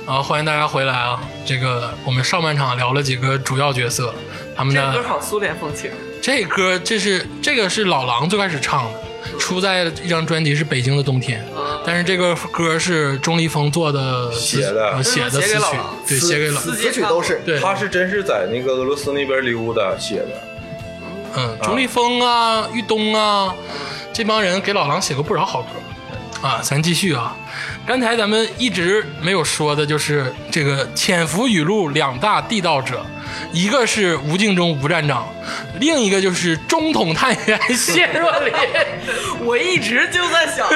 Speaker 1: 啊，欢迎大家回来啊！这个我们上半场聊了几个主要角色，他们
Speaker 2: 这
Speaker 1: 的
Speaker 2: 歌好苏联风情，
Speaker 1: 这歌这是这个是老狼最开始唱的，出在一张专辑是《北京的冬天》，
Speaker 2: 啊
Speaker 1: 但是这个歌是钟立风做的
Speaker 3: 写的
Speaker 1: 呃写的
Speaker 2: 写给
Speaker 1: 词
Speaker 2: 老
Speaker 1: 曲
Speaker 2: 狼，
Speaker 1: 对，写给老
Speaker 2: 自己
Speaker 4: 词曲都是
Speaker 1: 对，
Speaker 3: 他是真是在那个俄罗斯那边溜达写的，
Speaker 1: 嗯，钟立风啊、玉东啊，这帮人给老狼写过不少好歌啊。咱继续啊，刚才咱们一直没有说的就是这个潜伏语录两大缔造者，一个是吴敬中吴站长，另一个就是中统探员谢 若琳。
Speaker 2: 我一直就在 想，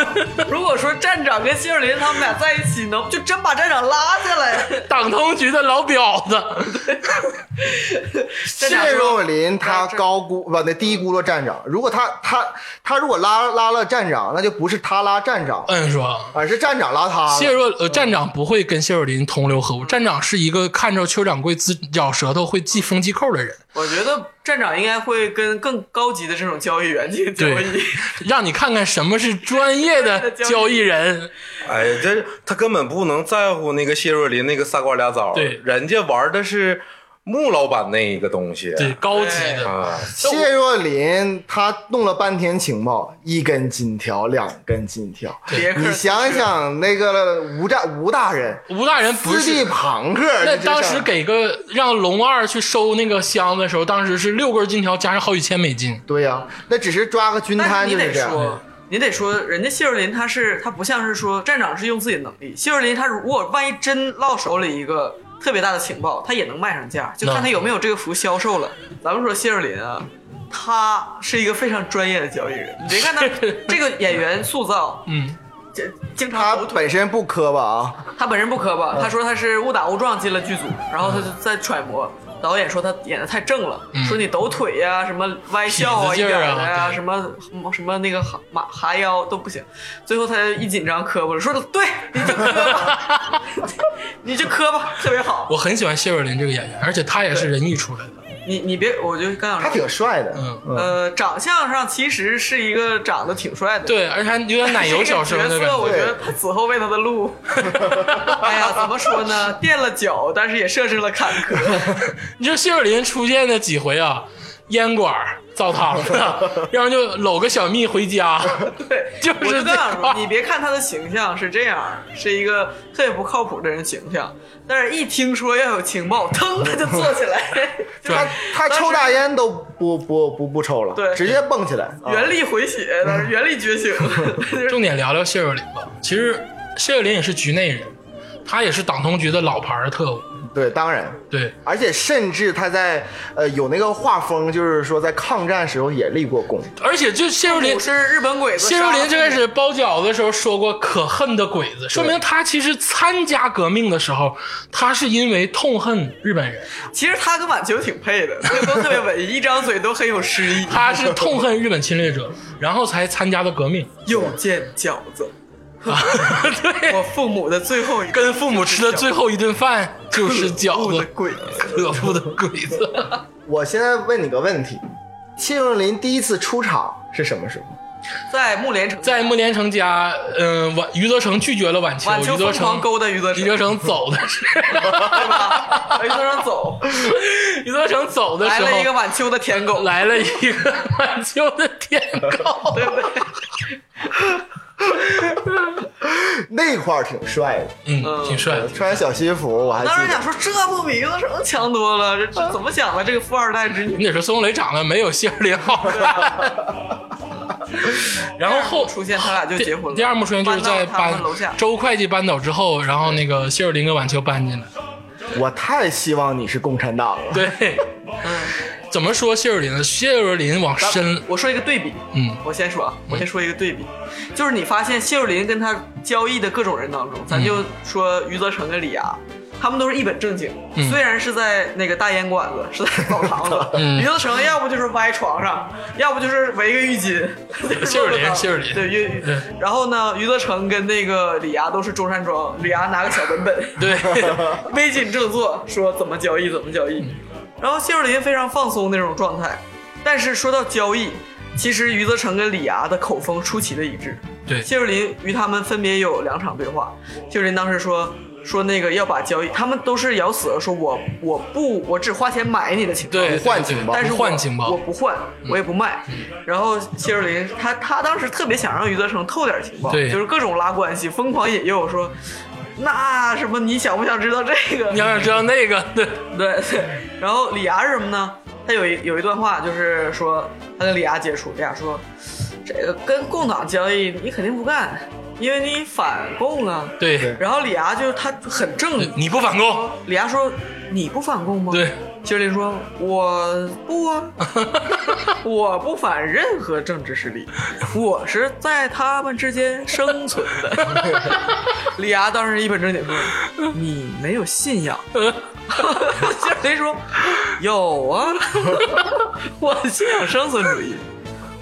Speaker 2: 如果说站长跟谢若琳他们俩在一起，能就真把站长拉下来？
Speaker 1: 党通局的老婊子，
Speaker 2: 站长
Speaker 4: 谢若琳他
Speaker 2: 站长
Speaker 4: 高估不那低估了站长，如果他他他如果拉拉了站长，那就不是他拉站长，
Speaker 1: 嗯，说
Speaker 4: 而是站长拉他了。
Speaker 1: 谢若呃站长不会跟谢若琳同流合污，站长是一个看着邱掌柜自咬舌头会系风机扣的人，
Speaker 2: 我觉得站长应该会跟更高级的这种交易员进行交易
Speaker 1: 对。让你看看什么是专业的交易人。
Speaker 3: 哎呀，这他根本不能在乎那个谢若琳那个仨瓜俩枣，
Speaker 1: 对
Speaker 3: 人家玩的是穆老板那一个东西，
Speaker 1: 对，高级的。
Speaker 3: 啊，
Speaker 4: 谢若琳她弄了半天情报，一根金条，两根金条。
Speaker 2: 别克
Speaker 4: 你想想那个吴战吴大人，
Speaker 1: 吴大人不
Speaker 4: 斯蒂
Speaker 1: 是，
Speaker 4: 庞克，
Speaker 1: 那
Speaker 4: 这
Speaker 1: 当时
Speaker 4: 事儿
Speaker 1: 给个让龙二去收那个箱子的时候，当时是六根金条加上好几千美金。
Speaker 4: 对呀、那只是抓个均
Speaker 2: 但
Speaker 4: 摊
Speaker 2: 是你
Speaker 4: 就是
Speaker 2: 得
Speaker 4: 这样。
Speaker 2: 说，你得说，人家谢若琳她是她不像是说站长是用自己的能力，谢若琳她如果万一真落手里一个特别大的情报，她也能卖上价，就看她有没有这个服销售了。咱们说谢若琳啊。她是一个非常专业的交易人，你别看 她这个演员塑造，
Speaker 1: 嗯，
Speaker 2: 这经常
Speaker 4: 他
Speaker 2: 糊涂
Speaker 4: 本身不磕巴啊，
Speaker 2: 他本身不磕
Speaker 1: 嗯
Speaker 2: 巴，他说他是误打误撞进了剧组，然后他就在揣摩。导演说他演的太正了，说你抖腿呀、什么歪笑
Speaker 1: 嗯
Speaker 2: 啊、
Speaker 1: 痞子
Speaker 2: 一
Speaker 1: 劲
Speaker 2: 点
Speaker 1: 儿啊
Speaker 2: 的呀、
Speaker 1: 对
Speaker 2: 什么什么那个哈马哈腰都不行。最后他一紧张磕巴了，说的对，你就磕吧， 你就磕吧，特别好。
Speaker 1: 我很喜欢谢若琳这个演员，而且她也是人艺出来的。
Speaker 2: 你你别，我就刚想
Speaker 4: 他
Speaker 2: 说，
Speaker 4: 挺帅的。
Speaker 1: 嗯
Speaker 2: 呃，长相上其实是一个长得挺帅的，
Speaker 1: 对，而且还有点奶油小 生的
Speaker 2: 这个
Speaker 1: 感
Speaker 2: 角色，
Speaker 1: 觉。
Speaker 2: 我觉得他此后为他的路， 哎呀，怎么说 呢？垫了脚，但是也设置了坎坷。
Speaker 1: 你说谢若琳出现的几回啊，烟管儿澡堂子，要不然就搂个小蜜回家，
Speaker 2: 对，
Speaker 1: 就是
Speaker 2: 我就
Speaker 1: 这
Speaker 2: 这样说
Speaker 1: 样。
Speaker 2: 你别看他的形象是这样，是一个特别不靠谱的人形象，但是一听说要有情报，腾他就坐起来，
Speaker 4: 他他抽大烟都不不不不抽了，
Speaker 2: 对
Speaker 4: 直接蹦起来。啊
Speaker 2: 原力回血，但是原力觉 醒。就是
Speaker 1: 重点聊聊谢若琳吧。其实谢若琳也是局内人，她也是党通局的老牌儿特务。
Speaker 4: 对，当然，
Speaker 1: 对，
Speaker 4: 而且甚至他在呃有那个画风，就是说在抗战时候也立过功。
Speaker 1: 而且就谢若琳
Speaker 2: 我，是日本鬼子
Speaker 1: 谢
Speaker 2: 杀
Speaker 1: 若
Speaker 2: 了
Speaker 1: 琳
Speaker 2: 他，
Speaker 1: 最开始包饺子的时候说过“可恨的鬼子”，说明她其实参加革命的时候，她是因为痛恨日本人，
Speaker 2: 其实他跟晚秋挺配的，都都特别文艺，一张嘴都很有诗意。
Speaker 1: 她是痛恨日本侵略者，然后才参加的革命。
Speaker 2: 又见饺子，
Speaker 1: 啊， 对，
Speaker 2: 我父母的最后一
Speaker 1: 跟父母吃的最后一顿饭就是
Speaker 2: 后
Speaker 1: 饺
Speaker 2: 的
Speaker 1: 子，
Speaker 2: 鬼子。
Speaker 1: 可恶的鬼子。
Speaker 4: 我现在问你个问题，谢若琳第一次出场是什么时候？
Speaker 2: 在木莲城，
Speaker 1: 在穆连成家，嗯、晚余则成拒绝了晚秋，
Speaker 2: 晚秋
Speaker 1: 余则
Speaker 2: 疯
Speaker 1: 成
Speaker 2: 狂勾搭余则成，
Speaker 1: 余则成走的是，
Speaker 2: 对吧？余 则成走，
Speaker 1: 余则成走的
Speaker 2: 来
Speaker 1: 时候
Speaker 2: 了一个晚秋的舔狗，
Speaker 1: 来了一个晚秋的舔狗，
Speaker 2: 对不对？
Speaker 4: 那块儿挺帅的，
Speaker 1: 嗯，挺帅的。
Speaker 4: 穿小西服，我还
Speaker 2: 当时
Speaker 4: 记得
Speaker 2: 想。说这不比余则成强多了，这这怎么想的？这个富二代之女，
Speaker 1: 你得说孙红雷长得没有谢尔林好 看，然后后
Speaker 2: 出现他俩就结婚了。
Speaker 1: 第二幕出现就是在
Speaker 2: 搬到他
Speaker 1: 搬
Speaker 2: 们楼下，
Speaker 1: 周会计扳倒之后，然后那个谢尔林跟晚秋搬进来。
Speaker 4: 我太希望你是共产党了。
Speaker 1: 对，怎么说谢尔林呢？谢尔林往深，
Speaker 2: 我说一个对比，
Speaker 1: 嗯，
Speaker 2: 我先说啊，我先说一个对比，就是你发现谢若琳跟他交易的各种人当中，
Speaker 1: 嗯
Speaker 2: 咱就说余则成跟李涯，他们都是一本正经，虽然是在那个大烟馆子，是在澡堂子，
Speaker 1: 嗯
Speaker 2: 余则成要不就是歪床上，要不就是围个浴巾，
Speaker 1: 谢若琳谢若琳
Speaker 2: 对余
Speaker 1: 嗯，
Speaker 2: 然后呢，余则成跟那个李涯都是中山装，李涯拿个小本本，
Speaker 1: 对，
Speaker 2: 微紧正坐，说怎么交易怎么交易。然后谢若琳非常放松那种状态，但是说到交易，其实余则成跟李涯的口风出奇的一致。
Speaker 1: 对
Speaker 2: 谢若琳与他们分别有两场对话。谢若琳当时说：“说那个要把交易，他们都是咬死了，说我我不我只花钱买你的情报，
Speaker 1: 对，对
Speaker 4: 换
Speaker 1: 对
Speaker 4: 情报
Speaker 2: 但是
Speaker 1: 不
Speaker 2: 我
Speaker 1: 换嗯情
Speaker 2: 我
Speaker 1: 报，
Speaker 2: 不换，我也不卖。然后谢若琳，他他当时特别想让余则成透点情报，
Speaker 1: 对
Speaker 2: 就是各种拉关系，疯狂引诱说，那什么你想不想知道这个？
Speaker 1: 你要想知道那个，对，
Speaker 2: 对 对。然后李涯是什么呢？他有一有一段话，就是说他跟李涯接触，李涯说，这个跟共党交易你肯定不干，因为你反共啊。
Speaker 1: 对，
Speaker 2: 然后李涯就他很正，
Speaker 1: 你不反共，
Speaker 2: 李涯说你不反共吗？
Speaker 1: 对，
Speaker 2: 谢若琳说我不啊。我不反任何政治势力，我是在他们之间生存的。 李涯当时一本正经说：“你没有信仰。” 谢谁说：“有啊， 我信仰生存主义。”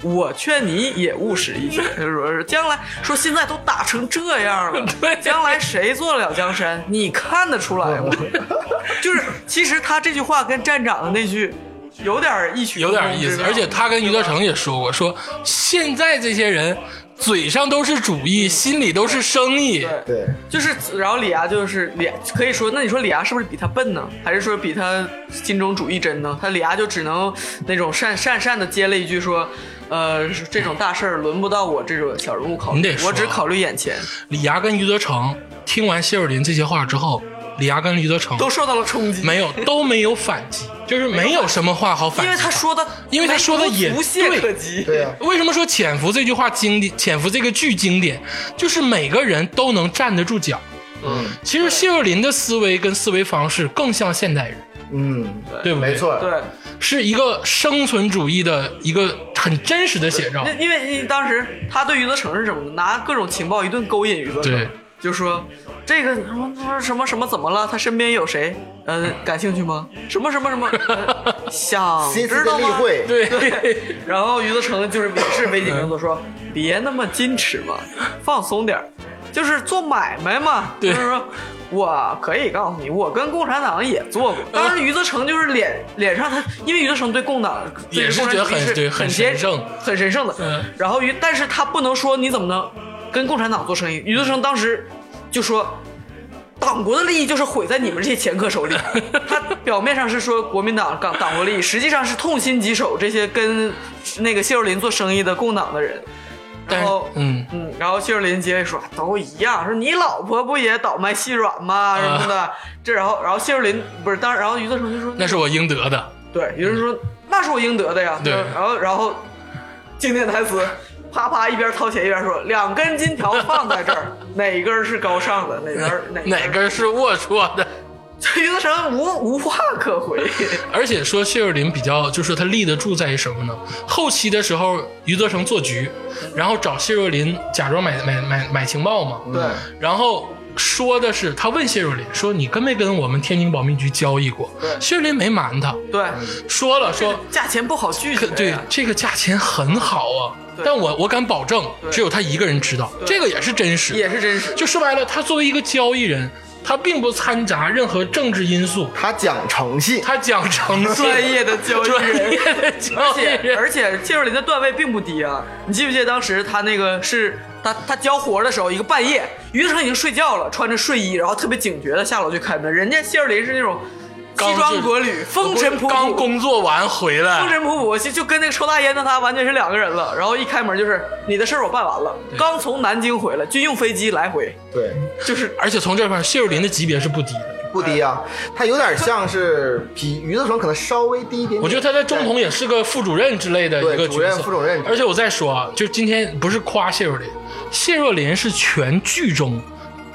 Speaker 2: 我劝你也务实一些，他说是将来说现在都打成这样了，
Speaker 1: 对
Speaker 2: 将来谁做得了江山？你看得出来吗？ 就是其实他这句话跟站长的那句有点异曲
Speaker 1: 有
Speaker 2: 同工
Speaker 1: 点意
Speaker 2: 之
Speaker 1: 思。
Speaker 2: 妙
Speaker 1: 而且他跟余则成也说过，说现在这些人嘴上都是主义，心里都是生意，
Speaker 2: 对
Speaker 4: 对，
Speaker 2: 就是，然后李涯就是李，可以说，那你说李涯是不是比他笨呢？还是说比他心中主义真呢？他李涯就只能那种讪讪讪的接了一句说，呃，这种大事儿轮不到我这种小人物考
Speaker 1: 你
Speaker 2: 虑
Speaker 1: 得，说
Speaker 2: 我只考虑眼前。
Speaker 1: 李涯跟余则成听完谢若琳这些话之后，李涯跟余则成
Speaker 2: 都受到了冲击，
Speaker 1: 没有都没有反击，就是没有什么话好反
Speaker 2: 因
Speaker 1: 击。
Speaker 2: 为他说的，
Speaker 1: 因为他说的也
Speaker 2: 无懈
Speaker 1: 对
Speaker 2: 可击。
Speaker 4: 对啊，
Speaker 1: 为什么说《潜伏》这句话经典？《潜伏》这个剧经典，就是每个人都能站得住脚。
Speaker 2: 嗯，
Speaker 1: 其实谢若琳的思维跟思维方式更像现代人，
Speaker 4: 嗯，
Speaker 1: 对不对？
Speaker 4: 没，错，
Speaker 2: 对，
Speaker 1: 是一个生存主义的一个很真实的写照
Speaker 2: 那。因为因为当时他对余则成是什么呢？拿各种情报一顿勾引余则
Speaker 1: 对
Speaker 2: 成，就说这个什么什么什么怎么了？他身边有谁？嗯、感兴趣吗？什么什么什么？呃想
Speaker 4: 新
Speaker 2: 知
Speaker 4: 思的
Speaker 2: 道
Speaker 4: 例
Speaker 2: 吗？
Speaker 4: 会，
Speaker 1: 对，
Speaker 2: 然后余则成就是也是违警工作说，别那么矜持嘛，放松点儿，就是做买卖嘛，就
Speaker 1: 对
Speaker 2: 是说。我可以告诉你，我跟共产党也做过。
Speaker 1: 嗯
Speaker 2: 当时余则成就是脸脸上他，因为余则成对共党对
Speaker 1: 也是
Speaker 2: 共产
Speaker 1: 觉得
Speaker 2: 主义
Speaker 1: 很
Speaker 2: 是
Speaker 1: 对
Speaker 2: 很
Speaker 1: 很
Speaker 2: 接
Speaker 1: 神圣
Speaker 2: 很神圣的。
Speaker 1: 嗯
Speaker 2: 然后余，但是他不能说你怎么能跟共产党做生意。余则成当时就说，党国的利益就是毁在你们这些掮客手里。他表面上是说国民党党党国利益，实际上是痛心疾首这些跟那个谢若琳做生意的共党的人。
Speaker 1: 但
Speaker 2: 然
Speaker 1: 是
Speaker 2: 后，
Speaker 1: 嗯
Speaker 2: 嗯，然后谢若琳接着说都一样，说你老婆不也倒卖细软吗？什么的。这然后，然后谢若琳不是当，然后余则成就说
Speaker 1: 啊那是我应得的。
Speaker 2: 对，有人说那是我应得的呀。
Speaker 1: 对
Speaker 2: 然后然后经典台词，啪啪一边掏钱一边说，两根金条放在这儿，哪根是高尚的，哪根儿哪
Speaker 1: 哪
Speaker 2: 根儿？
Speaker 1: 根是龌龊的？
Speaker 2: 余则成无无话可回。
Speaker 1: 而且说谢若琳比较，就是她立得住在于什么呢？后期的时候，余则成做局，然后找谢若琳假装买买买买情报嘛，
Speaker 2: 对，
Speaker 1: 然后说的是他问谢若琳说你跟没跟我们天津保密局交易过？
Speaker 2: 对
Speaker 1: 谢若琳没瞒他，
Speaker 2: 对，
Speaker 1: 说了说
Speaker 2: 价钱不好拒绝
Speaker 1: 可
Speaker 2: 呀。
Speaker 1: 对这个价钱很好啊，
Speaker 2: 啊对
Speaker 1: 但我我敢保证
Speaker 2: 对
Speaker 1: 只有他一个人知道，
Speaker 2: 对
Speaker 1: 这个也是真实，
Speaker 2: 也是真实。
Speaker 1: 就说白了，他作为一个交易人，他并不掺杂任何政治因素，
Speaker 4: 他讲诚信，
Speaker 1: 他讲 诚信，
Speaker 2: 专业的交易
Speaker 1: 专
Speaker 2: 人
Speaker 1: 业。的
Speaker 2: 而
Speaker 1: 交易
Speaker 2: 且
Speaker 1: 人，
Speaker 2: 而且，谢若琳的段位并不低啊！你记不记得当时他那个是他他交活的时候，一个半夜，余则成已经睡觉了，穿着睡衣，然后特别警觉的下楼去开门。人家谢若琳是那种
Speaker 1: 刚
Speaker 2: 西装革履、风尘仆
Speaker 1: 刚
Speaker 2: 仆、
Speaker 1: 工作完回
Speaker 2: 风
Speaker 1: 来，
Speaker 2: 尘仆仆，就就跟那个抽大烟的他完全是两个人了。然后一开门就是你的事儿我办完了，刚从南京回来，军用飞机来回，
Speaker 4: 对，
Speaker 2: 就是
Speaker 1: 而且从这块儿谢若琳的级别是不低的，
Speaker 4: 不低啊，他有点像是比余则成可能稍微低一点点。
Speaker 1: 我觉得他在中统也是个副主任之类的
Speaker 4: 对
Speaker 1: 一个
Speaker 4: 主
Speaker 1: 角
Speaker 4: 任
Speaker 1: 色，
Speaker 4: 副主任
Speaker 1: 而且我再说啊，就今天不是夸谢若琳，谢若琳是全剧中。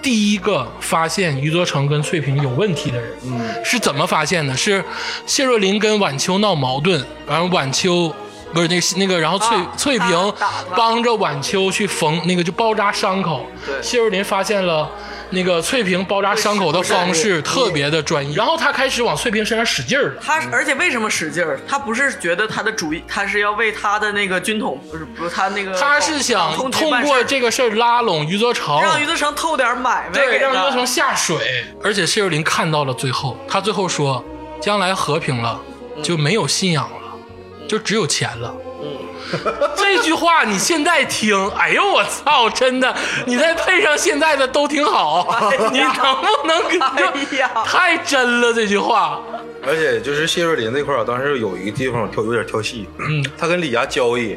Speaker 1: 第一个发现余则成跟翠萍有问题的人，嗯，是怎么发现的？是谢若琳跟晚秋闹矛盾，然后晚秋不是那个那个，然后翠、
Speaker 2: 啊
Speaker 1: 翠萍
Speaker 2: 打打了
Speaker 1: 帮着晚秋去缝那个就包扎伤口，
Speaker 2: 对
Speaker 1: 谢若琳发现了那个翠萍包扎伤口的方式特别的专业，然后她开始往翠萍身上使劲儿了。
Speaker 2: 他，而且为什么使劲儿？他不是觉得他的主意，他是要为他的那个军统，不是不是他那个，
Speaker 1: 他是想
Speaker 2: 通缉
Speaker 1: 通
Speaker 2: 办事
Speaker 1: 过
Speaker 2: 儿
Speaker 1: 这个事儿拉拢余则成，
Speaker 2: 让余则成透点买卖
Speaker 1: 对，
Speaker 2: 给他
Speaker 1: 让余则成下水。而且谢若琳看到了最后，她最后说，将来和平了就没有信仰了，就只有钱了。这句话你现在听，哎呦我操，真的，你再配上现在的都挺好，你能不能给
Speaker 2: 哎呀
Speaker 1: 太真了这句话，
Speaker 3: 而且就是谢瑞麟那块儿，当时有一个地方挑有点挑戏，他跟李涯交易，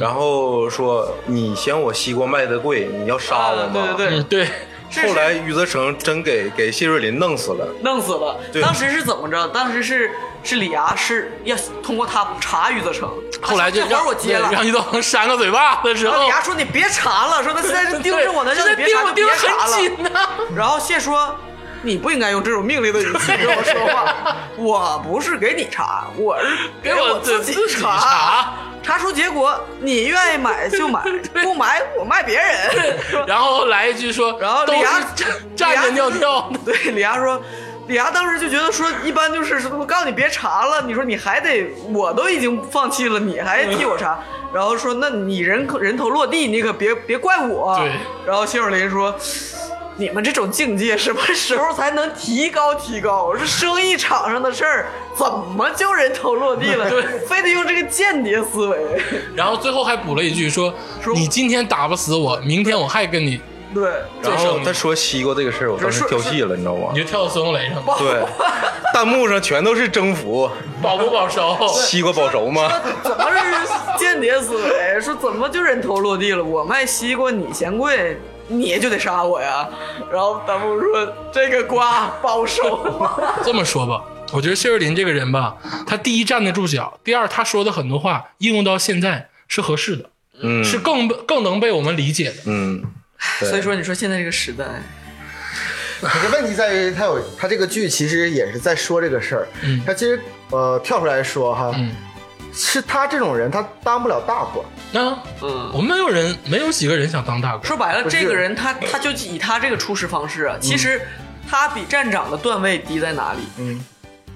Speaker 3: 然后说你嫌我西瓜卖的贵，你要杀我
Speaker 2: 啊，
Speaker 3: 吗？
Speaker 2: 对对对
Speaker 1: 嗯，，对，
Speaker 2: 是
Speaker 3: 后来余则成真给给谢瑞麟弄死了，
Speaker 2: 弄死了。
Speaker 3: 对
Speaker 2: 当时是怎么着？当时是是李涯是要通过他查余则成，
Speaker 1: 后来就
Speaker 2: 这活
Speaker 1: 让
Speaker 2: 儿我接了。
Speaker 1: 让于德鹏扇个嘴巴的时
Speaker 2: 然后
Speaker 1: 候
Speaker 2: 李，涯说：“你别查了，说他现在是盯着我呢，
Speaker 1: 对
Speaker 2: 让你别
Speaker 1: 现在
Speaker 2: 查就
Speaker 1: 盯
Speaker 2: 别
Speaker 1: 我盯
Speaker 2: 查
Speaker 1: 得
Speaker 2: 了
Speaker 1: 很。紧呢、”
Speaker 2: 然后谢说：“你不应该用这种命令的语气跟我说话，我不是给你查，我是
Speaker 1: 给我
Speaker 2: 我自
Speaker 1: 自己
Speaker 2: 查。
Speaker 1: 查
Speaker 2: 查出结果，你愿意买就 买，不买我卖别 人。是吧
Speaker 1: 然后来一句说，
Speaker 2: 然后
Speaker 1: 都
Speaker 2: 李
Speaker 1: 是
Speaker 2: 涯
Speaker 1: 站站着尿尿的，
Speaker 2: 对，李涯说，李涯当时就觉得说，一般就是说我告诉你别查了，你说你还得，我都已经放弃了，你还替我查，然后说那你人人头落地，你可别别怪我。
Speaker 1: 对，
Speaker 2: 然后谢若琳说。你们这种境界什么时候才能提高提高？我说生意场上的事儿，怎么就人头落地 了？
Speaker 1: 对
Speaker 2: 非得用这个间谍思维。
Speaker 1: 然后最后还补了一句说，你今天打不死我，明天我还跟你，
Speaker 2: 对，
Speaker 3: 然
Speaker 1: 这
Speaker 3: 后
Speaker 1: 是
Speaker 3: 他说西瓜这个事儿，我当时挑戏了，你知道吗
Speaker 1: 你？就跳孙红雷上，
Speaker 3: 对，弹幕上全都是征服，
Speaker 1: 保不保 熟？
Speaker 3: 西瓜保熟吗？
Speaker 2: 怎么是间谍思维？说怎么就人头落地了？我卖西瓜你嫌贵，你就得杀我呀？然后弹幕说这个瓜保收 吗？
Speaker 1: 这么说吧，我觉得谢瑞麟这个人吧，他第一站得住脚，第二他说的很多话应用到现在是合适的，
Speaker 3: 嗯
Speaker 1: 是更更能被我们理解的。
Speaker 3: 嗯，对
Speaker 2: 所以说，你说现在这个时代，
Speaker 4: 可是问题在于，他有他这个剧其实也是在说这个事儿。
Speaker 1: 嗯
Speaker 4: 他其实呃跳出来说哈，
Speaker 1: 嗯，
Speaker 4: 是他这种人，他当不了大官。
Speaker 1: 那
Speaker 2: 嗯，
Speaker 1: 我们没有人，没有几个人想当大官。
Speaker 2: 说白了，
Speaker 4: 不是
Speaker 2: 这个人他他就以他这个处事方式啊，其实
Speaker 1: 嗯
Speaker 2: 他比站长的段位低在哪里？
Speaker 4: 嗯，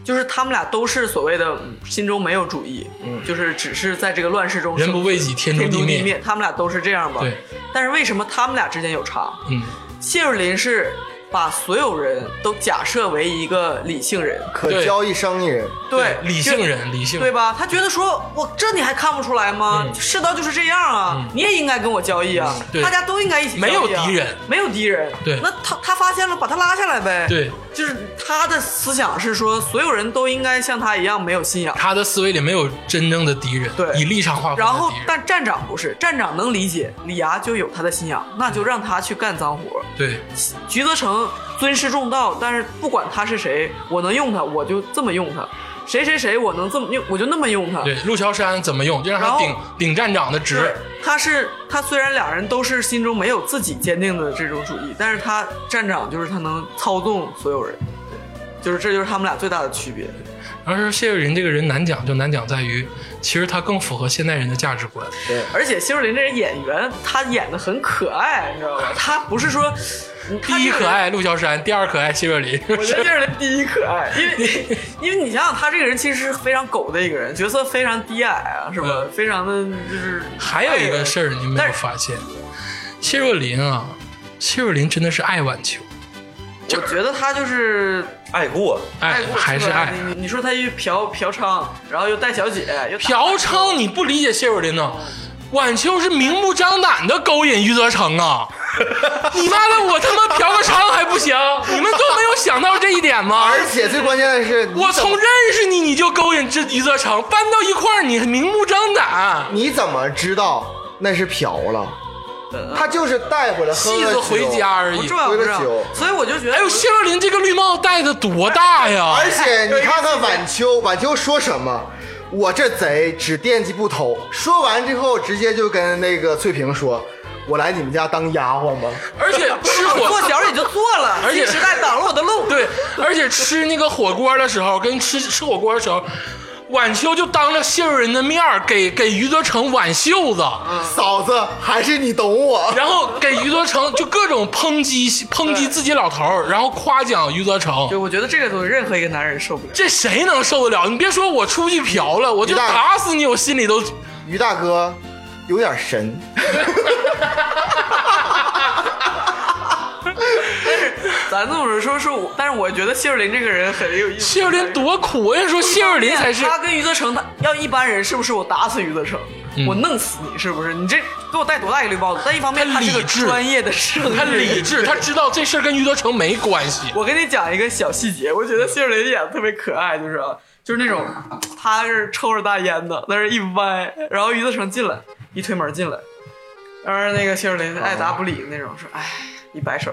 Speaker 2: 就是他们俩都是所谓的嗯心中没有主义，就是只是在这个乱世中
Speaker 1: 嗯人不
Speaker 2: 生
Speaker 1: 为己，天诛
Speaker 2: 天诛
Speaker 1: 灭。
Speaker 2: 地灭，他们俩都是这样吧？
Speaker 1: 对。
Speaker 2: 但是为什么他们俩之间有差？
Speaker 1: 嗯，
Speaker 2: 谢若琳是把所有人都假设为一个理性人，
Speaker 4: 可
Speaker 1: 对
Speaker 4: 交易生意人，
Speaker 2: 对
Speaker 1: 理
Speaker 2: 就
Speaker 1: 性人，理性
Speaker 2: 对
Speaker 1: 人。
Speaker 2: 吧？他觉得说，我这你还看不出来吗？
Speaker 1: 嗯
Speaker 2: 世道就是这样啊，你也应该跟我交易啊，
Speaker 1: 对
Speaker 2: 大家都应该一起交易
Speaker 1: 没
Speaker 2: 啊、
Speaker 1: 有敌人
Speaker 2: 没有敌人。
Speaker 1: 对
Speaker 2: 那他他发现了，把他拉下来呗。，
Speaker 1: 对，
Speaker 2: 就是他的思想是说，所有人都应该像他一样没有信仰。
Speaker 1: 他的思维里没有真正的敌人，
Speaker 2: 对
Speaker 1: 以立场划分的
Speaker 2: 然后
Speaker 1: 敌，人
Speaker 2: 但站长不是，站长能理解李涯就有他的信仰，那就让他去干脏活。
Speaker 1: 对
Speaker 2: 徐则成尊师重道，但是不管他是谁，我能用他，我就这么用他；谁谁谁，我能这么用，我就那么用他。
Speaker 1: 对，陆桥山怎么用，就让他顶
Speaker 2: 然后
Speaker 1: 顶站长的
Speaker 2: 是
Speaker 1: 职。，
Speaker 2: 他是他虽然俩人都是心中没有自己坚定的这种主义，但是他站长就是他能操纵所有人，就是这就是他们俩最大的区别。
Speaker 1: 然后说谢瑞麟这个人难讲，就难讲在于，其实他更符合现代人的价值观。
Speaker 2: 而且谢若琳这人演员，他演的很可爱，你知道吧？他不是说
Speaker 1: 第一可。爱陆桥山，第二可爱谢瑞麟，
Speaker 2: 我觉得这是第一可爱， 因为因为你想想，他这个人其实是非常狗的一个人，角色非常低矮啊，是吧？
Speaker 1: 嗯
Speaker 2: 非常的就是
Speaker 1: 还有一个事儿
Speaker 2: 哎
Speaker 1: 你没有发现，谢若琳啊，谢若琳真的是爱晚秋，
Speaker 2: 我觉得他就是
Speaker 3: 爱过，
Speaker 1: 爱
Speaker 2: 过
Speaker 1: 哎
Speaker 2: 啊
Speaker 1: 还是
Speaker 2: 去了
Speaker 1: 爱。
Speaker 2: 你你你说他又嫖嫖娼，然后又带小姐，又打
Speaker 1: 嫖娼你不理解谢若琳呢？晚秋是明目张胆的勾引余则成啊！你妈的，我他妈嫖个娼还不行？你们都没有想到这一点吗？
Speaker 4: 而且最关键的是，你
Speaker 1: 我
Speaker 4: 怎么
Speaker 1: 从认识你你就勾引这余则成，搬到一块儿你明目张胆，
Speaker 4: 你怎么知道那是嫖了？他就是带回来喝
Speaker 1: 戏
Speaker 4: 了
Speaker 1: 呃子
Speaker 4: 酒
Speaker 1: 回家，而
Speaker 2: 不
Speaker 1: 已
Speaker 2: 重。要不重要
Speaker 4: 喝了酒，嗯
Speaker 2: 所以我就觉得，
Speaker 1: 哎呦，谢若琳这个绿帽戴的多大呀！
Speaker 4: 而且你看看晚秋，晚秋说什么？我这贼只惦记不偷。说完之后，直接就跟那个翠萍说：“我来你们家当丫鬟吧。
Speaker 1: 而且吃
Speaker 2: 我
Speaker 1: 火
Speaker 2: 做小也就做了，
Speaker 1: 而且
Speaker 2: 新时代挡了我的路，
Speaker 1: 对，而且吃那个火锅的时候，跟吃吃火锅的时候，晚秋就当着谢瑞麟的面儿给给余则成挽袖子，
Speaker 4: 嫂子，还是你懂我。
Speaker 1: 然后给余则成就各种抨击抨击自己老头儿，然后夸奖余则成。
Speaker 2: 就我觉得这个东西任何一个男人受不了。
Speaker 1: 这谁能受得了？你别说我出去嫖了，我就
Speaker 4: 于大爷
Speaker 1: 打死你，我心里都。
Speaker 4: 于大哥有点神，
Speaker 2: 咱这么说说是我，但是我觉得谢若琳这个人很有意思。
Speaker 1: 谢瑞麟多苦，我跟你说，谢瑞麟才是
Speaker 2: 他跟余则成，他要一般人是不是我打死余则成？
Speaker 1: 嗯
Speaker 2: 我弄死你是不是？你这给我戴多大一绿帽子？但一方面
Speaker 1: 他
Speaker 2: 他是个
Speaker 1: 理智
Speaker 2: 专业的生人，
Speaker 1: 他理智，他知道这事儿跟于德成没关系。
Speaker 2: 我跟你讲一个小细节，我觉得谢瑞麟演的特别可爱，就是啊就是那种，他是抽着大烟的，在那儿一歪，然后于自成进来，一推门进来，然后那个谢瑞麟爱答不理那种，说哎，一摆手，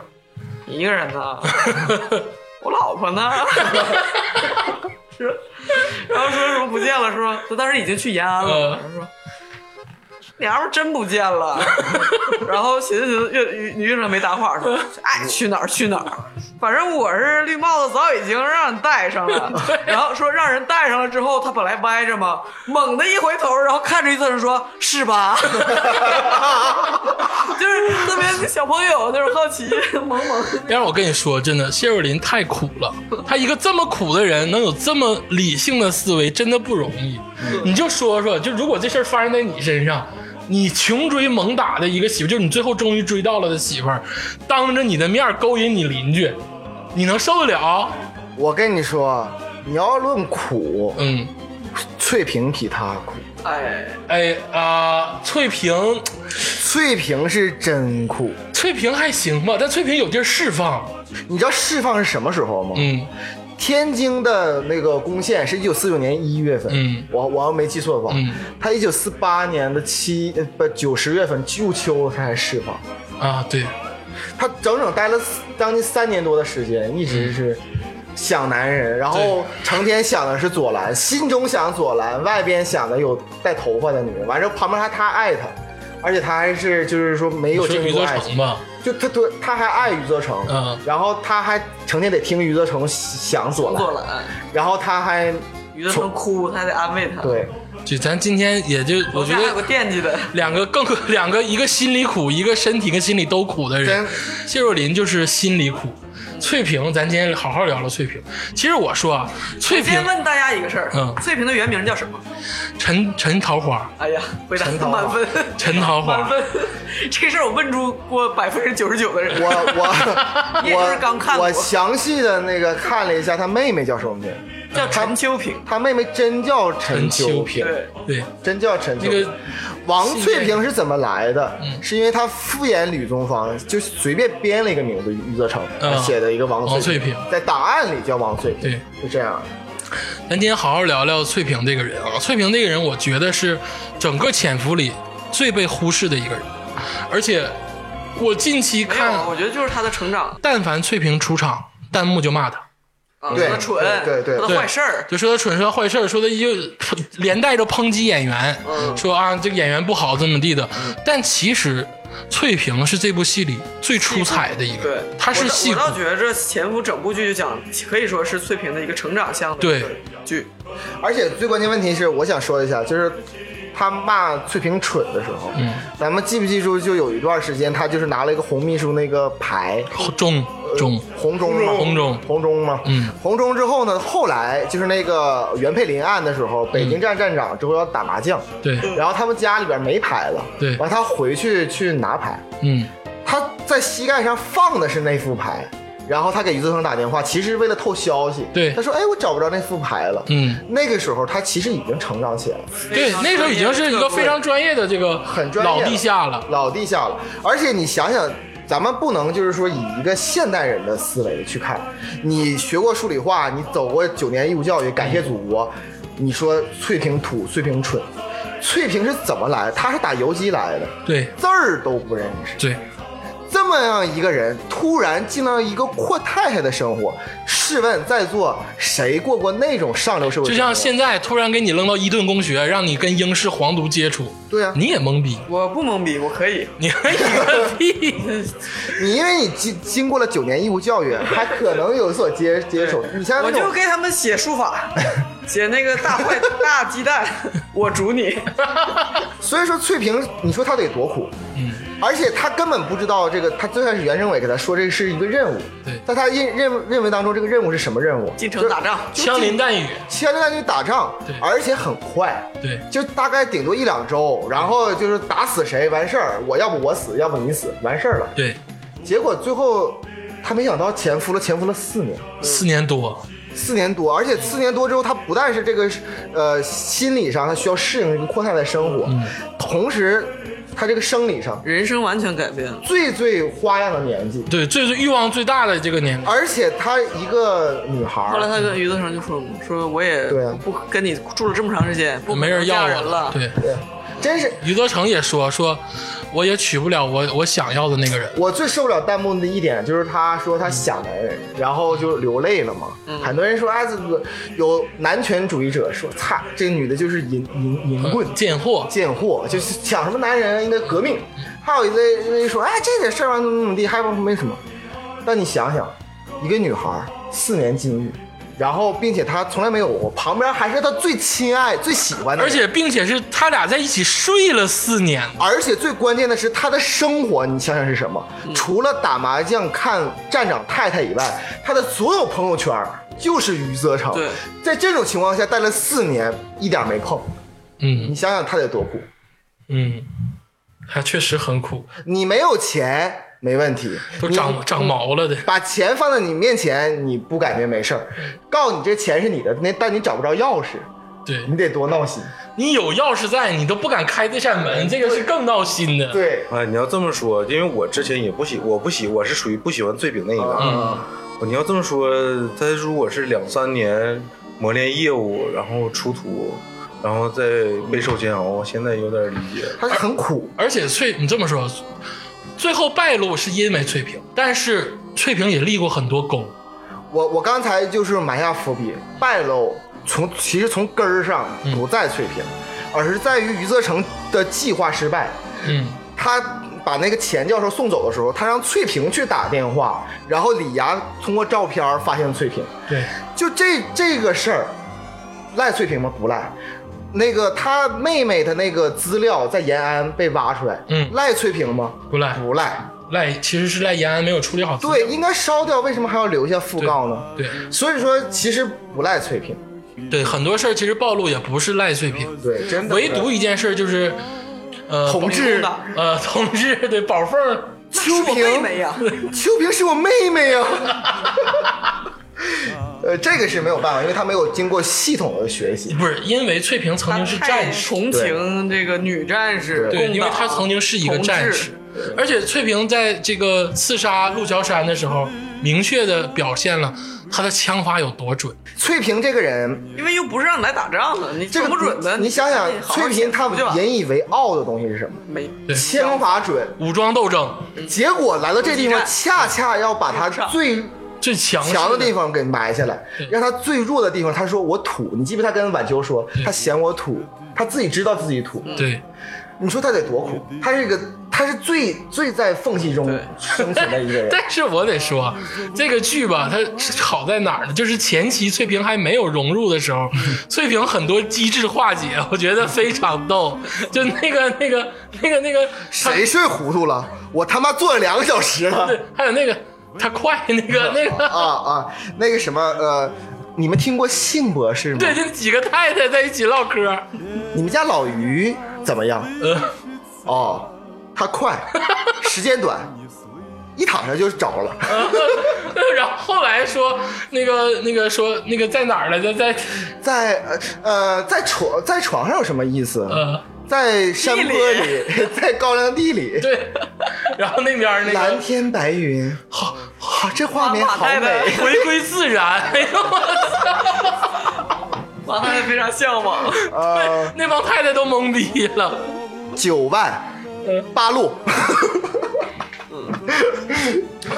Speaker 2: 你一个人呢？我老婆呢？ 是，然后说什么不见了，说他当时已经去延安了，
Speaker 1: 嗯
Speaker 2: 然后说。娘们儿真不 见了， 然后寻思寻思，岳岳岳成没搭话，说：“哎，去哪儿去哪儿，反正我是绿帽子，早已经让人戴上 了。然后说让人戴上了之后，他本来歪着嘛，猛地一回头，然后看着一个人说：是吧？ 就是特别小朋友，就是好奇萌萌。
Speaker 1: 但是我跟你说，真的，谢若麟太苦了。他一个这么苦的人，能有这么理性的思维，真的不容易。你就说说，就如果这事儿发生在你身上，你穷追猛打的一个媳妇，就是你最后终于追到了的媳妇儿，当着你的面勾引你邻居，你能受得了？
Speaker 4: 我跟你说，你要论苦，
Speaker 1: 嗯，
Speaker 4: 翠萍比他苦。
Speaker 2: 哎，
Speaker 1: 哎啊、翠萍，
Speaker 4: 翠萍是真苦，
Speaker 1: 翠萍还行吧，但翠萍有地儿释放。
Speaker 4: 你知道释放是什么时候吗？
Speaker 1: 嗯
Speaker 4: 天津的那个攻陷是一九四九年一月份，
Speaker 1: 嗯
Speaker 4: 我我要没记错的话，
Speaker 1: 嗯
Speaker 4: 他一九四八年的七呃不九十月份入秋他才释放，
Speaker 1: 啊，对，
Speaker 4: 他整整待了四将近三年多的时间，一直是
Speaker 1: 嗯
Speaker 4: 想男人，然后成天想的是左蓝，心中想左蓝，外边想的有带头发的女人，完之后旁边还他爱他，而且他还是就是说没有
Speaker 1: 说
Speaker 4: 经
Speaker 1: 余
Speaker 4: 历过
Speaker 1: 则
Speaker 4: 爱情
Speaker 1: 成。吧，
Speaker 4: 就他对他还爱余则成，
Speaker 1: 嗯
Speaker 4: 然后他还成天得听余则成想左
Speaker 2: 坐
Speaker 4: 蓝，
Speaker 2: 了，啊
Speaker 4: 然后他还
Speaker 2: 于德成哭，他还得安慰他。，
Speaker 4: 对，
Speaker 1: 就咱今天也就我觉
Speaker 2: 还有
Speaker 1: 得
Speaker 2: 个惦记的，
Speaker 1: 两个更 两个，一个心里苦，一个身体跟心理都苦的人
Speaker 4: 真。
Speaker 1: 谢若麟就是心里苦，翠萍，咱今天好好聊聊翠萍。其实我说啊，翠萍
Speaker 2: 先问大家一个事儿，
Speaker 1: 嗯
Speaker 2: 翠萍的原名叫什么？
Speaker 1: 陈陈桃花，
Speaker 2: 哎呀，回答
Speaker 4: 陈桃花
Speaker 2: 满分，
Speaker 1: 陈桃花
Speaker 2: 满分。这事儿我问出过百分之九十九的人。
Speaker 4: 我
Speaker 2: 你也是刚看
Speaker 4: 我
Speaker 2: 过
Speaker 4: 我详细的那个看了一下，他妹妹叫什么名？
Speaker 2: 叫陈秋萍，
Speaker 4: 他妹妹真叫陈
Speaker 1: 陈
Speaker 4: 秋
Speaker 1: 秋
Speaker 4: 萍，
Speaker 1: 萍
Speaker 2: 对，
Speaker 1: 对，
Speaker 4: 真叫陈秋
Speaker 1: 那
Speaker 4: 萍。
Speaker 1: 个嗯
Speaker 4: 王翠萍是怎么来的？是因为她敷衍吕宗芳，就随便编了一个名字，余则成、
Speaker 1: 嗯
Speaker 4: 写的一个王
Speaker 1: 王
Speaker 4: 翠
Speaker 1: 翠萍
Speaker 4: 在档案里叫王翠萍，
Speaker 1: 对，
Speaker 4: 就这样。
Speaker 1: 咱今天好好聊聊翠萍这个人啊。翠萍这个人，我觉得是整个潜伏里最被忽视的一个人，而且我近期
Speaker 2: 没有
Speaker 1: 看
Speaker 2: 啊，，我觉得就是她的成长，
Speaker 1: 但凡翠萍出场，弹幕就骂她。
Speaker 2: 啊，她
Speaker 4: 对
Speaker 2: 的蠢，
Speaker 4: 对对对
Speaker 2: 她的
Speaker 1: 对
Speaker 2: 坏事儿，
Speaker 1: 就说他蠢，说他坏事儿，说他一个连带着抨击演员，说啊这个演员不好怎么地的。但其实翠萍是这部戏里最出彩的一个
Speaker 2: 对
Speaker 1: 人，，她是
Speaker 2: 我倒
Speaker 1: 戏
Speaker 2: 我
Speaker 1: 骨，
Speaker 2: 倒觉得这前夫整部剧就讲，可以说是翠萍的一个成长向的
Speaker 1: 对
Speaker 2: 一个剧，
Speaker 4: 而且最关键问题是，我想说一下，就是他骂翠萍蠢的时候，嗯，咱们记不记住？就有一段时间，他就是拿了一个红秘书那个牌，
Speaker 1: 中中，
Speaker 4: 红中嘛，
Speaker 1: 红中
Speaker 4: 红中嘛，
Speaker 1: 嗯，
Speaker 4: 红中之后呢，后来就是那个袁佩林案的时
Speaker 1: 嗯
Speaker 4: 候，北京站站长之后要打麻将，
Speaker 1: 对，
Speaker 4: 然后他们家里边没牌了，
Speaker 1: 嗯对
Speaker 4: 完他回去去拿牌，
Speaker 1: 嗯，
Speaker 4: 他在膝盖上放的是那副牌，然后他给余则成打电话，其实为了透消息，
Speaker 1: 对
Speaker 4: 他说，哎，我找不着那副牌了，
Speaker 1: 嗯，
Speaker 4: 那个时候他其实已经成长起来了。
Speaker 1: 对，那时候已经是一个非常专业的这个
Speaker 4: 很专业
Speaker 1: 老地下了，
Speaker 4: 老地下了。而且你想想，咱们不能就是说以一个现代人的思维去看，你学过数理化，你走过九年义务教育，感谢祖国。你说翠萍土，翠萍蠢，翠萍是怎么来的？她是打游击来的，
Speaker 1: 对
Speaker 4: 字儿都不认识。
Speaker 1: 对，
Speaker 4: 这么样一个人，突然进到一个阔太太的生活，试问在座谁过过那种上流社会
Speaker 1: 就
Speaker 4: 生活？
Speaker 1: 像现在突然给你扔到伊顿公学，让你跟英式皇族接触，
Speaker 4: 对啊
Speaker 1: 你也懵逼，
Speaker 2: 我不懵逼，我可以，
Speaker 1: 你还以个屁！
Speaker 4: 你因为你经经过了九年义务教育，还可能有所接接触。你像那
Speaker 2: 我
Speaker 4: 种
Speaker 2: 就给他们写书法，写那个大坏大鸡蛋，我煮你，
Speaker 4: 所以说翠萍，你说她得多苦，嗯，而且她根本不知道这个，她最开始袁政委给她说这是一个任务，
Speaker 1: 对
Speaker 4: 在她认认认为当中，这个任务是什么任务？
Speaker 2: 进城打仗，
Speaker 1: 枪林弹雨，
Speaker 4: 牵着她去打仗
Speaker 1: 对，
Speaker 4: 而且很快，
Speaker 1: 对
Speaker 4: 就大概顶多一两周，然后就是打死谁完事儿，我要不我死，要不你死，完事儿了。
Speaker 1: 对，
Speaker 4: 结果最后他没想到潜伏了，潜伏了四年，
Speaker 1: 四年多，
Speaker 4: 四年多，而且四年多之后，他不但是这个呃心理上他需要适应一个扩散的生活，
Speaker 1: 嗯
Speaker 4: 同时他这个生理上
Speaker 2: 人生完全改变了。
Speaker 4: 最最花样的年纪，
Speaker 1: 对，最最欲望最大的这个年龄，
Speaker 4: 而且她一个女孩
Speaker 2: 后来
Speaker 4: 儿，
Speaker 2: 他跟余德成就说过，说我也
Speaker 4: 对啊
Speaker 2: 不跟你住了这么长时间，不
Speaker 1: 没人要
Speaker 2: 嫁
Speaker 1: 我
Speaker 2: 人了。，
Speaker 1: 对，
Speaker 4: 对，真是
Speaker 1: 余则成也说说，我也娶不了我我想要的那个人。
Speaker 4: 我最受不了弹幕的一点就是他说他想男人，然后就流泪了嘛。很多人说啊，这个有男权主义者说，擦，这女的就是淫淫淫棍、
Speaker 1: 呃贱货，
Speaker 4: 贱货，就是想什么男人应该革命。还有一类人说，哎，这点事儿完怎么怎么地，还不没什么。但你想想，一个女孩儿四年禁欲，然后并且她从来没有过，旁边还是她最亲爱、最喜欢的
Speaker 1: 而
Speaker 4: 人，
Speaker 1: 且并且是他俩在一起睡了四年，
Speaker 4: 而且最关键的是，他的生活，你想想是什么？除了打麻将、看站长太太以外，他的所有朋友圈就是余则成。
Speaker 2: 对，
Speaker 4: 在这种情况下待了四年，一点没碰。
Speaker 1: 嗯
Speaker 4: 你想想他得多苦！
Speaker 1: 嗯，还确实很苦，
Speaker 4: 你没有钱没问题，
Speaker 1: 都长长毛了的。
Speaker 4: 把钱放在你面前，你不感觉没事儿。告诉你这钱是你的，那但你找不着钥匙，
Speaker 1: 对
Speaker 4: 你得多闹心。
Speaker 1: 你有钥匙在，你都不敢开这扇门，这个是更闹心的。
Speaker 4: 对，
Speaker 3: 哎，你要这么说，因为我之前也不喜，我不喜，我是属于不喜欢醉饼那一个。
Speaker 1: 嗯
Speaker 3: 你要这么说，他如果是两三年磨练业务，然后出图，然后再备受煎熬，我现在有点理解。
Speaker 4: 他是很苦。
Speaker 1: 而且翠，你这么说，最后败露是因为翠萍，但是翠萍也立过很多功。
Speaker 4: 我我刚才就是埋下伏笔，败露从其实从根儿上
Speaker 1: 嗯
Speaker 4: 不在翠萍，而是在于余则成的计划失败。
Speaker 1: 嗯，
Speaker 4: 他把那个钱教授送走的时候，他让翠萍去打电话，然后李涯通过照片发现翠萍。
Speaker 1: 对，
Speaker 4: 就这这个事儿，赖翠萍吗？不赖。那个他妹妹的那个资料在延安被挖出来，
Speaker 1: 嗯
Speaker 4: 赖翠萍吗？
Speaker 1: 不赖
Speaker 4: 不赖。
Speaker 1: 赖其实是赖延安没有处理好自己。
Speaker 4: 对，应该烧掉，为什么还要留下讣告呢？
Speaker 1: 对
Speaker 4: 所以说其实不赖翠萍，
Speaker 1: 对，很多事儿其实暴露也不是赖翠萍，
Speaker 4: 对，真的不赖。
Speaker 1: 唯独一件事儿就是，呃，
Speaker 4: 同志
Speaker 1: 宝呃，同志对宝凤儿，
Speaker 4: 秋
Speaker 2: 我妹妹啊
Speaker 4: 萍，
Speaker 2: 呀，
Speaker 4: 秋萍是我妹妹呀、 呃，这个是没有办法，因为她没有经过系统的学习。
Speaker 1: 不是因为翠萍曾
Speaker 2: 他
Speaker 1: 经是
Speaker 2: 太
Speaker 1: 战士。
Speaker 2: 同情这个女战士，
Speaker 1: 对，
Speaker 2: 共
Speaker 1: 因为
Speaker 2: 党
Speaker 1: 他曾经是一个战士，而且翠萍在这个刺杀陆桥山的时候，明确的表现了他的枪法有多准。
Speaker 4: 翠萍这个人，
Speaker 2: 因为又不是让你来打仗的，你
Speaker 4: 这个
Speaker 2: 怎么准的？
Speaker 4: 你想想，
Speaker 2: 好好
Speaker 4: 翠萍
Speaker 2: 写
Speaker 4: 她
Speaker 2: 不就完了
Speaker 4: 引以为傲的东西是什么？
Speaker 2: 没
Speaker 1: 对，
Speaker 4: 枪法准，
Speaker 1: 武装斗争
Speaker 4: 结果来到这地方，
Speaker 2: 嗯激战
Speaker 4: 恰恰要把她最
Speaker 1: 最强
Speaker 4: 强的
Speaker 1: 的
Speaker 4: 地方给埋下来，让她最弱的地方，她说我土。你记不？她跟晚秋说，她嫌我土，她自己知道自己土。
Speaker 1: 对，
Speaker 4: 你说她得多苦？她是一个，她是最最在缝隙中
Speaker 2: 对
Speaker 4: 生存的一个 人。
Speaker 1: 但是我得说，这个剧吧，它好在哪儿呢？就是前期翠萍还没有融入的时候，翠萍很多机智化解，我觉得非常逗。就那个、那个、那个、那个，她
Speaker 4: 谁睡糊涂了？我他妈坐了两个小时了
Speaker 1: 对，还有那个他快那个那个。
Speaker 4: 啊啊！那个什么呃，你们听过性博士吗？
Speaker 1: 对，就几个太太在一起唠嗑，
Speaker 4: 你们家老于怎么样？
Speaker 1: 呃，
Speaker 4: 哦，他快，时间短，一躺下就着了。
Speaker 1: 然后后来说那个那个说那个在哪儿来着，在
Speaker 4: 在呃呃，在床在床上有什么意思？
Speaker 1: 呃
Speaker 4: 在山坡里， 在高粱地里，
Speaker 1: 对，然后那边那
Speaker 4: 蓝
Speaker 1: 个
Speaker 4: 天白云，好，好，这画面
Speaker 2: 马
Speaker 4: 好
Speaker 2: 太太
Speaker 4: 美。
Speaker 1: 回归自然，哎呦我
Speaker 2: 马太太非常向往，
Speaker 4: 呃
Speaker 1: 操，，那帮太太都懵逼了。
Speaker 4: 九万八路。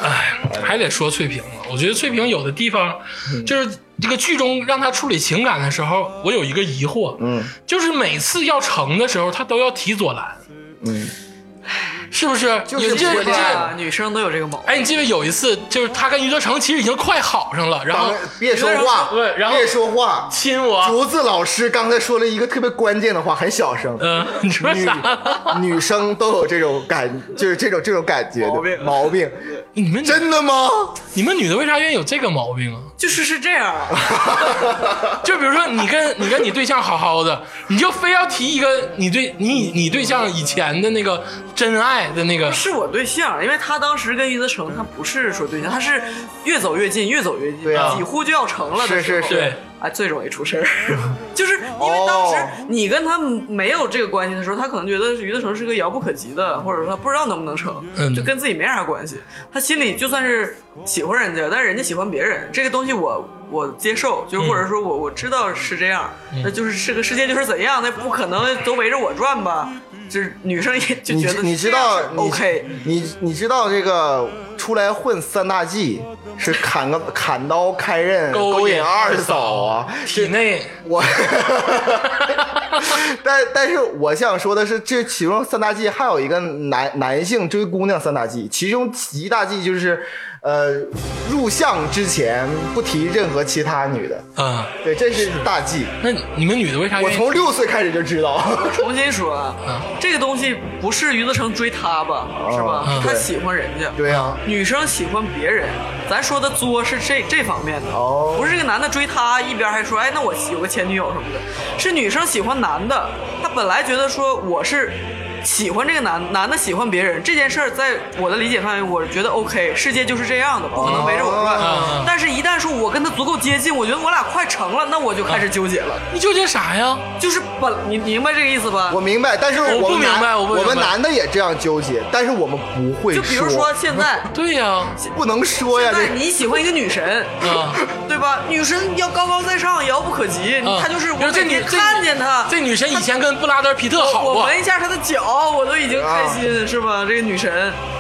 Speaker 1: 哎，还得说翠萍了，我觉得翠萍有的地方
Speaker 4: 嗯
Speaker 1: 就是这个剧中让她处理情感的时候，我有一个疑惑，嗯，就是每次要成的时候，她都要提左蓝，
Speaker 4: 嗯，
Speaker 1: 是不是？
Speaker 4: 就是
Speaker 1: 你这
Speaker 4: 不
Speaker 1: 你这
Speaker 4: 赖
Speaker 2: 啊，女生都有这个毛病。
Speaker 1: 哎，你记得有一次，就是他跟余则成其实已经快好上了，然后
Speaker 4: 当 别说话，
Speaker 1: 对，然后
Speaker 4: 别说话。
Speaker 1: 亲我，
Speaker 4: 竹子老师刚才说了一个特别关键的话，很小声。
Speaker 1: 嗯，你说
Speaker 4: 女
Speaker 1: 啥？
Speaker 4: 女生都有这种感，就是这种这种感觉的
Speaker 2: 毛病
Speaker 4: 毛病
Speaker 1: 你们
Speaker 4: 真的吗？
Speaker 1: 你们女的为啥愿意有这个毛病啊？
Speaker 2: 就是是这样，
Speaker 1: 就比如说你跟你跟你对象 好好的，你就非要提一个你对你你对象以前的那个真爱，爱的那个
Speaker 2: 是我对象，因为他当时跟余则成他不是说对象，他是越走越近，越走越近，
Speaker 4: 对啊
Speaker 2: 几乎就要成了的
Speaker 4: 是
Speaker 2: 时候。
Speaker 4: 是是
Speaker 1: 对
Speaker 2: 啊，最容易出 事儿，就是因为当时
Speaker 4: 哦
Speaker 2: 你跟他没有这个关系的时候，他可能觉得余则成是个遥不可及的，或者说他不知道能不能成，
Speaker 1: 嗯
Speaker 2: 就跟自己没啥关系。他心里就算是喜欢人家，但是人家喜欢别人，这个东西我我接受，就是或者说我我知道是这样，那就是这个世界就是怎样，那不可能都围着我转吧。就是女生也 就
Speaker 4: 你
Speaker 2: 觉
Speaker 4: 知
Speaker 2: 得
Speaker 4: 你
Speaker 2: 这
Speaker 4: 知
Speaker 2: 样
Speaker 4: 道
Speaker 2: 是
Speaker 4: 你
Speaker 2: OK，
Speaker 4: 你你知道这个出来混三大忌是砍个砍刀开刃、勾引二嫂啊，
Speaker 1: 体内
Speaker 4: 我， 但但是我想说的是，这其中三大忌还有一个男男性追姑娘三大忌，其中一大忌就是，呃，入相之前不提任何其他女的，
Speaker 1: 啊、
Speaker 4: 对，这是大忌。
Speaker 1: 那你们女的为啥
Speaker 4: 我
Speaker 1: 愿意？
Speaker 4: 从六岁开始就知嗯道，
Speaker 2: 重新说啊，这个东西不是余则成追她吧，是吧？
Speaker 4: 嗯
Speaker 2: 是他
Speaker 4: 对
Speaker 2: 喜欢人家，
Speaker 4: 对呀、
Speaker 2: 女生喜欢别人，咱说的作是这这方面的，
Speaker 4: 哦
Speaker 2: 不是这个男的追她，一边还说，哎，那我有个前女友什么的，是女生喜欢男的，她本来觉得说我是喜欢这个男男的喜欢别人这件事儿，在我的理解范围，我觉得 OK，世界就是这样的，不可能围着我转。
Speaker 4: 啊
Speaker 1: 哦
Speaker 2: 但是，一旦说我跟他足够接近，我觉得我俩快成了，那我就开始纠结了，
Speaker 1: 你纠结啥呀？
Speaker 2: 就是本你你明白这个意思吧？
Speaker 4: 我明白，但是
Speaker 1: 我不
Speaker 4: 们男
Speaker 1: 明白我
Speaker 4: 我
Speaker 1: 不明白
Speaker 4: 们男的也这样纠结，但是我们不会
Speaker 2: 就比如说现在。
Speaker 1: 对呀、
Speaker 4: 不能说呀，
Speaker 2: 现在
Speaker 4: 这
Speaker 2: 你喜欢一个女神，
Speaker 1: 啊
Speaker 2: 对吧？女神要高高在上，遥不可及。
Speaker 1: 啊
Speaker 2: 她就是我
Speaker 1: 这
Speaker 2: 每
Speaker 1: 女
Speaker 2: 天看见她，
Speaker 1: 这女神以前跟布拉德皮特好啊
Speaker 2: 我
Speaker 1: 过，
Speaker 2: 闻一下她的脚，我都已经开心，是吧？这个女神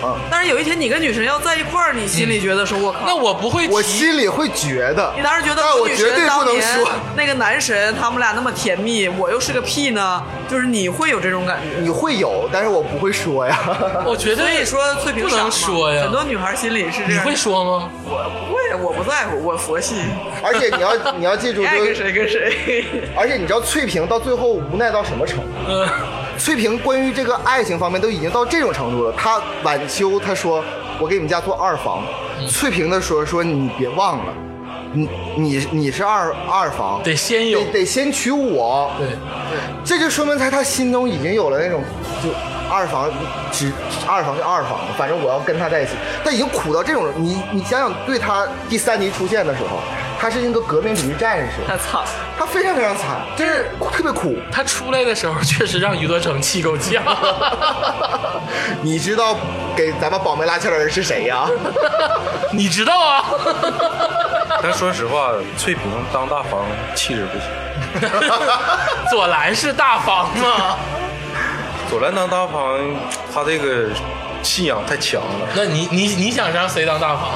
Speaker 4: 啊。
Speaker 2: 但是有一天你跟女神要在一块儿，你心里觉得说，我
Speaker 1: 嗯那
Speaker 2: 靠。
Speaker 1: 我不会
Speaker 4: 我
Speaker 1: 提。
Speaker 4: 心里会觉得
Speaker 2: 你，当时觉得
Speaker 4: 但我
Speaker 2: 女
Speaker 4: 绝对
Speaker 2: 神
Speaker 4: 不
Speaker 2: 当
Speaker 4: 能
Speaker 2: 年
Speaker 4: 说，
Speaker 2: 那个男神他们俩那么甜蜜，我又是个屁呢，就是你会有这种感觉。
Speaker 4: 你会有，但是我不会说呀。
Speaker 1: 我觉得
Speaker 2: 所以说翠萍
Speaker 1: 不
Speaker 2: 傻
Speaker 1: 能
Speaker 2: 嘛
Speaker 1: 说呀
Speaker 2: 很多女孩心里是这
Speaker 1: 你
Speaker 2: 样。
Speaker 1: 会说吗？
Speaker 2: 我不会，我不在乎，我佛系，
Speaker 4: 而且你要你要 记住，
Speaker 2: 你
Speaker 1: 哎
Speaker 2: 爱
Speaker 4: 就
Speaker 2: 跟
Speaker 4: 是
Speaker 2: 谁跟谁。
Speaker 4: 而且你知道翠萍到最后无奈到什么程度？
Speaker 1: 嗯、
Speaker 4: 翠萍关于这个爱情方面都已经到这种程度了。她晚秋她说：“我给你们家做二房。”
Speaker 1: 嗯
Speaker 4: 翠萍的说：“说你别忘了，你你你是二二房，
Speaker 1: 得先有
Speaker 4: 得。得先娶我。”
Speaker 1: 对，
Speaker 4: 这就说明在他心中已经有了那种就二房只二房就二房，反正我要跟他在一起。他已经苦到这种，你你想想，对他第三集出现的时候，他是一个革命主义战士，
Speaker 2: 太惨了。
Speaker 4: 他非常非常惨，就是特别苦。
Speaker 1: 他出来的时候确实让余德成气够呛。
Speaker 4: 你知道给咱们保媒拉纤人是谁呀、
Speaker 1: 你知道啊？
Speaker 3: 但说实话，翠萍当大房气质不行，
Speaker 1: 左蓝是大方嘛？
Speaker 3: 左蓝当大房，她这个信仰太强了。
Speaker 1: 那你你你想让谁当大房？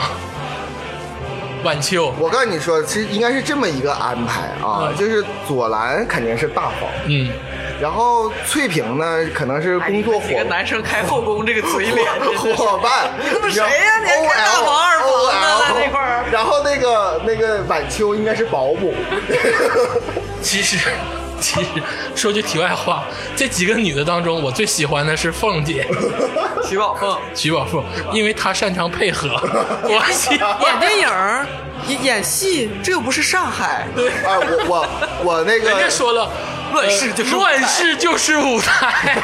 Speaker 1: 晚秋，
Speaker 4: 我告诉你说，其实应该是这么一个安排啊，
Speaker 1: 嗯
Speaker 4: 就是左蓝肯定是大方，
Speaker 1: 嗯，
Speaker 4: 然后翠萍呢可能是工作伙
Speaker 2: 几个男生开后宫这个嘴脸， 真是
Speaker 4: 伙 伴，
Speaker 2: 是谁呀你还看大王二王呢在那块儿
Speaker 4: 然后那个那个晚秋应该是保姆，
Speaker 1: 其实其实说句题外话，这几个女的当中，我最喜欢的是凤姐。
Speaker 2: 徐宝嗯凤
Speaker 1: 徐宝凤，因为她擅长配合，我喜
Speaker 2: 演
Speaker 1: 欢。
Speaker 2: 电影、演演戏，这又不是上海，
Speaker 4: 哎，我我我那个
Speaker 1: 人，家说了，呃
Speaker 2: 乱世就是舞台
Speaker 1: 乱世就是舞 台。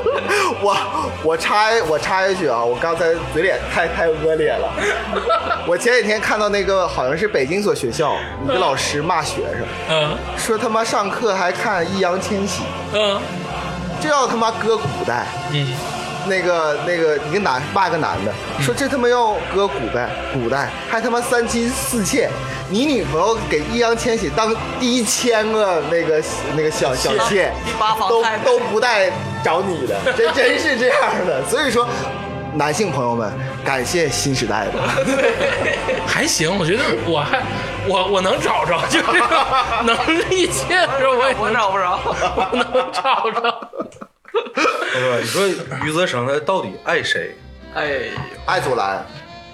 Speaker 4: 我我插一我插一句啊，我刚才嘴脸太太恶劣了。我前几天看到那个好像是北京所学校一个老师骂学生，
Speaker 1: 嗯
Speaker 4: 说他妈上课还看易烊千玺，
Speaker 1: 嗯
Speaker 4: 这要他妈搁古代。
Speaker 1: 嗯，
Speaker 4: 那个那个一个男骂个男的，说这他妈要搁古代，古代还他妈三妻四妾，你女朋友给易烊千玺当第一千个那个那个小小妾，
Speaker 2: 第八房
Speaker 4: 都
Speaker 2: 太太
Speaker 4: 都不带找你 的，这真是这样的。所以说，男性朋友们，感谢新时代的，
Speaker 1: 还行，我觉得我还我我能找着，就是 能力 见着我也
Speaker 2: 我
Speaker 1: 能
Speaker 2: 找不着。
Speaker 1: 我能找着。
Speaker 3: 对吧？你说余则成他到底爱谁？
Speaker 2: 哎，
Speaker 4: 爱祖蓝，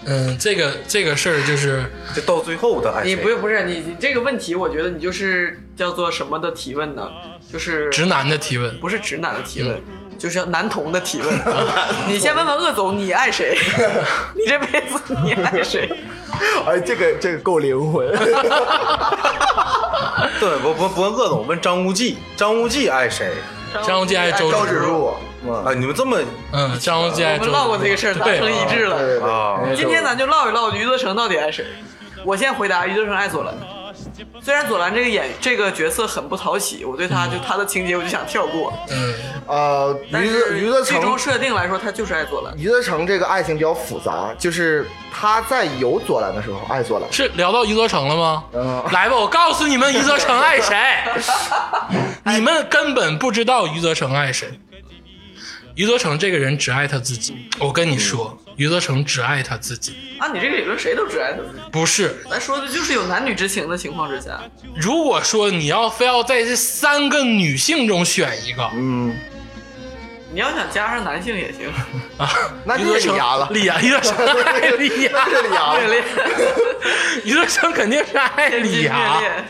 Speaker 1: 嗯，这个这个事儿就是
Speaker 3: 这到最后他爱谁？
Speaker 2: 你不是不是你你这个问题，我觉得你就是叫做什么的提问呢？就是
Speaker 1: 直男的提问。
Speaker 2: 不是直男的提问，就是男童的提问。你先问问鄂总，你爱谁？你这辈子你爱谁？
Speaker 4: 哎，这个这个够灵 魂，
Speaker 3: 对，不不不问鄂总，问张无忌，张无忌爱谁？
Speaker 1: 张无忌爱周
Speaker 4: 高指
Speaker 1: 芷
Speaker 4: 柱，嗯
Speaker 3: 啊，你们这么
Speaker 1: 嗯，张无忌爱
Speaker 2: 我
Speaker 1: 周杰伦
Speaker 2: 们唠过这个事儿，达
Speaker 1: 对
Speaker 2: 成一致
Speaker 4: 对对
Speaker 2: 了。
Speaker 4: 对
Speaker 3: 啊
Speaker 2: 今天咱就唠一唠余则成到底爱谁。我先回答，余则成爱左蓝。虽然左蓝这个演这个角色很不讨喜，我对他就他的情节我就想跳过。
Speaker 1: 嗯
Speaker 4: 呃，
Speaker 2: 但
Speaker 4: 余则
Speaker 2: 是
Speaker 4: 余则
Speaker 2: 最
Speaker 4: 成
Speaker 2: 终设定来说，他就是爱左蓝。
Speaker 4: 余则成这个爱情比较复杂，就是他在有左蓝的时候爱左蓝，
Speaker 1: 是聊到余则成了吗？
Speaker 4: 嗯
Speaker 1: 来吧，我告诉你们，余则成爱 谁？你们根本不知道余则成爱谁。余则成这个人只爱他自己。我跟你说，余则成只爱他自己。
Speaker 2: 按啊你这个理论，谁都只爱他自己。
Speaker 1: 不是，
Speaker 2: 咱说的就是有男女之情的情况之下，
Speaker 1: 如果说你要非要在这三个女性中选一个
Speaker 4: 嗯，
Speaker 2: 你要想加上男性也行。
Speaker 1: 啊，
Speaker 4: 那
Speaker 1: 余
Speaker 4: 就
Speaker 1: 则
Speaker 4: 是
Speaker 1: 成
Speaker 4: 李涯了，
Speaker 1: 李涯，余则成爱李
Speaker 4: 那
Speaker 1: 涯，
Speaker 4: 是李涯
Speaker 2: 虐
Speaker 4: 了，
Speaker 2: 恋，
Speaker 1: 余则成肯定是爱
Speaker 2: 天津
Speaker 1: 李
Speaker 2: 虐
Speaker 1: 涯。
Speaker 4: 啊
Speaker 2: 恋，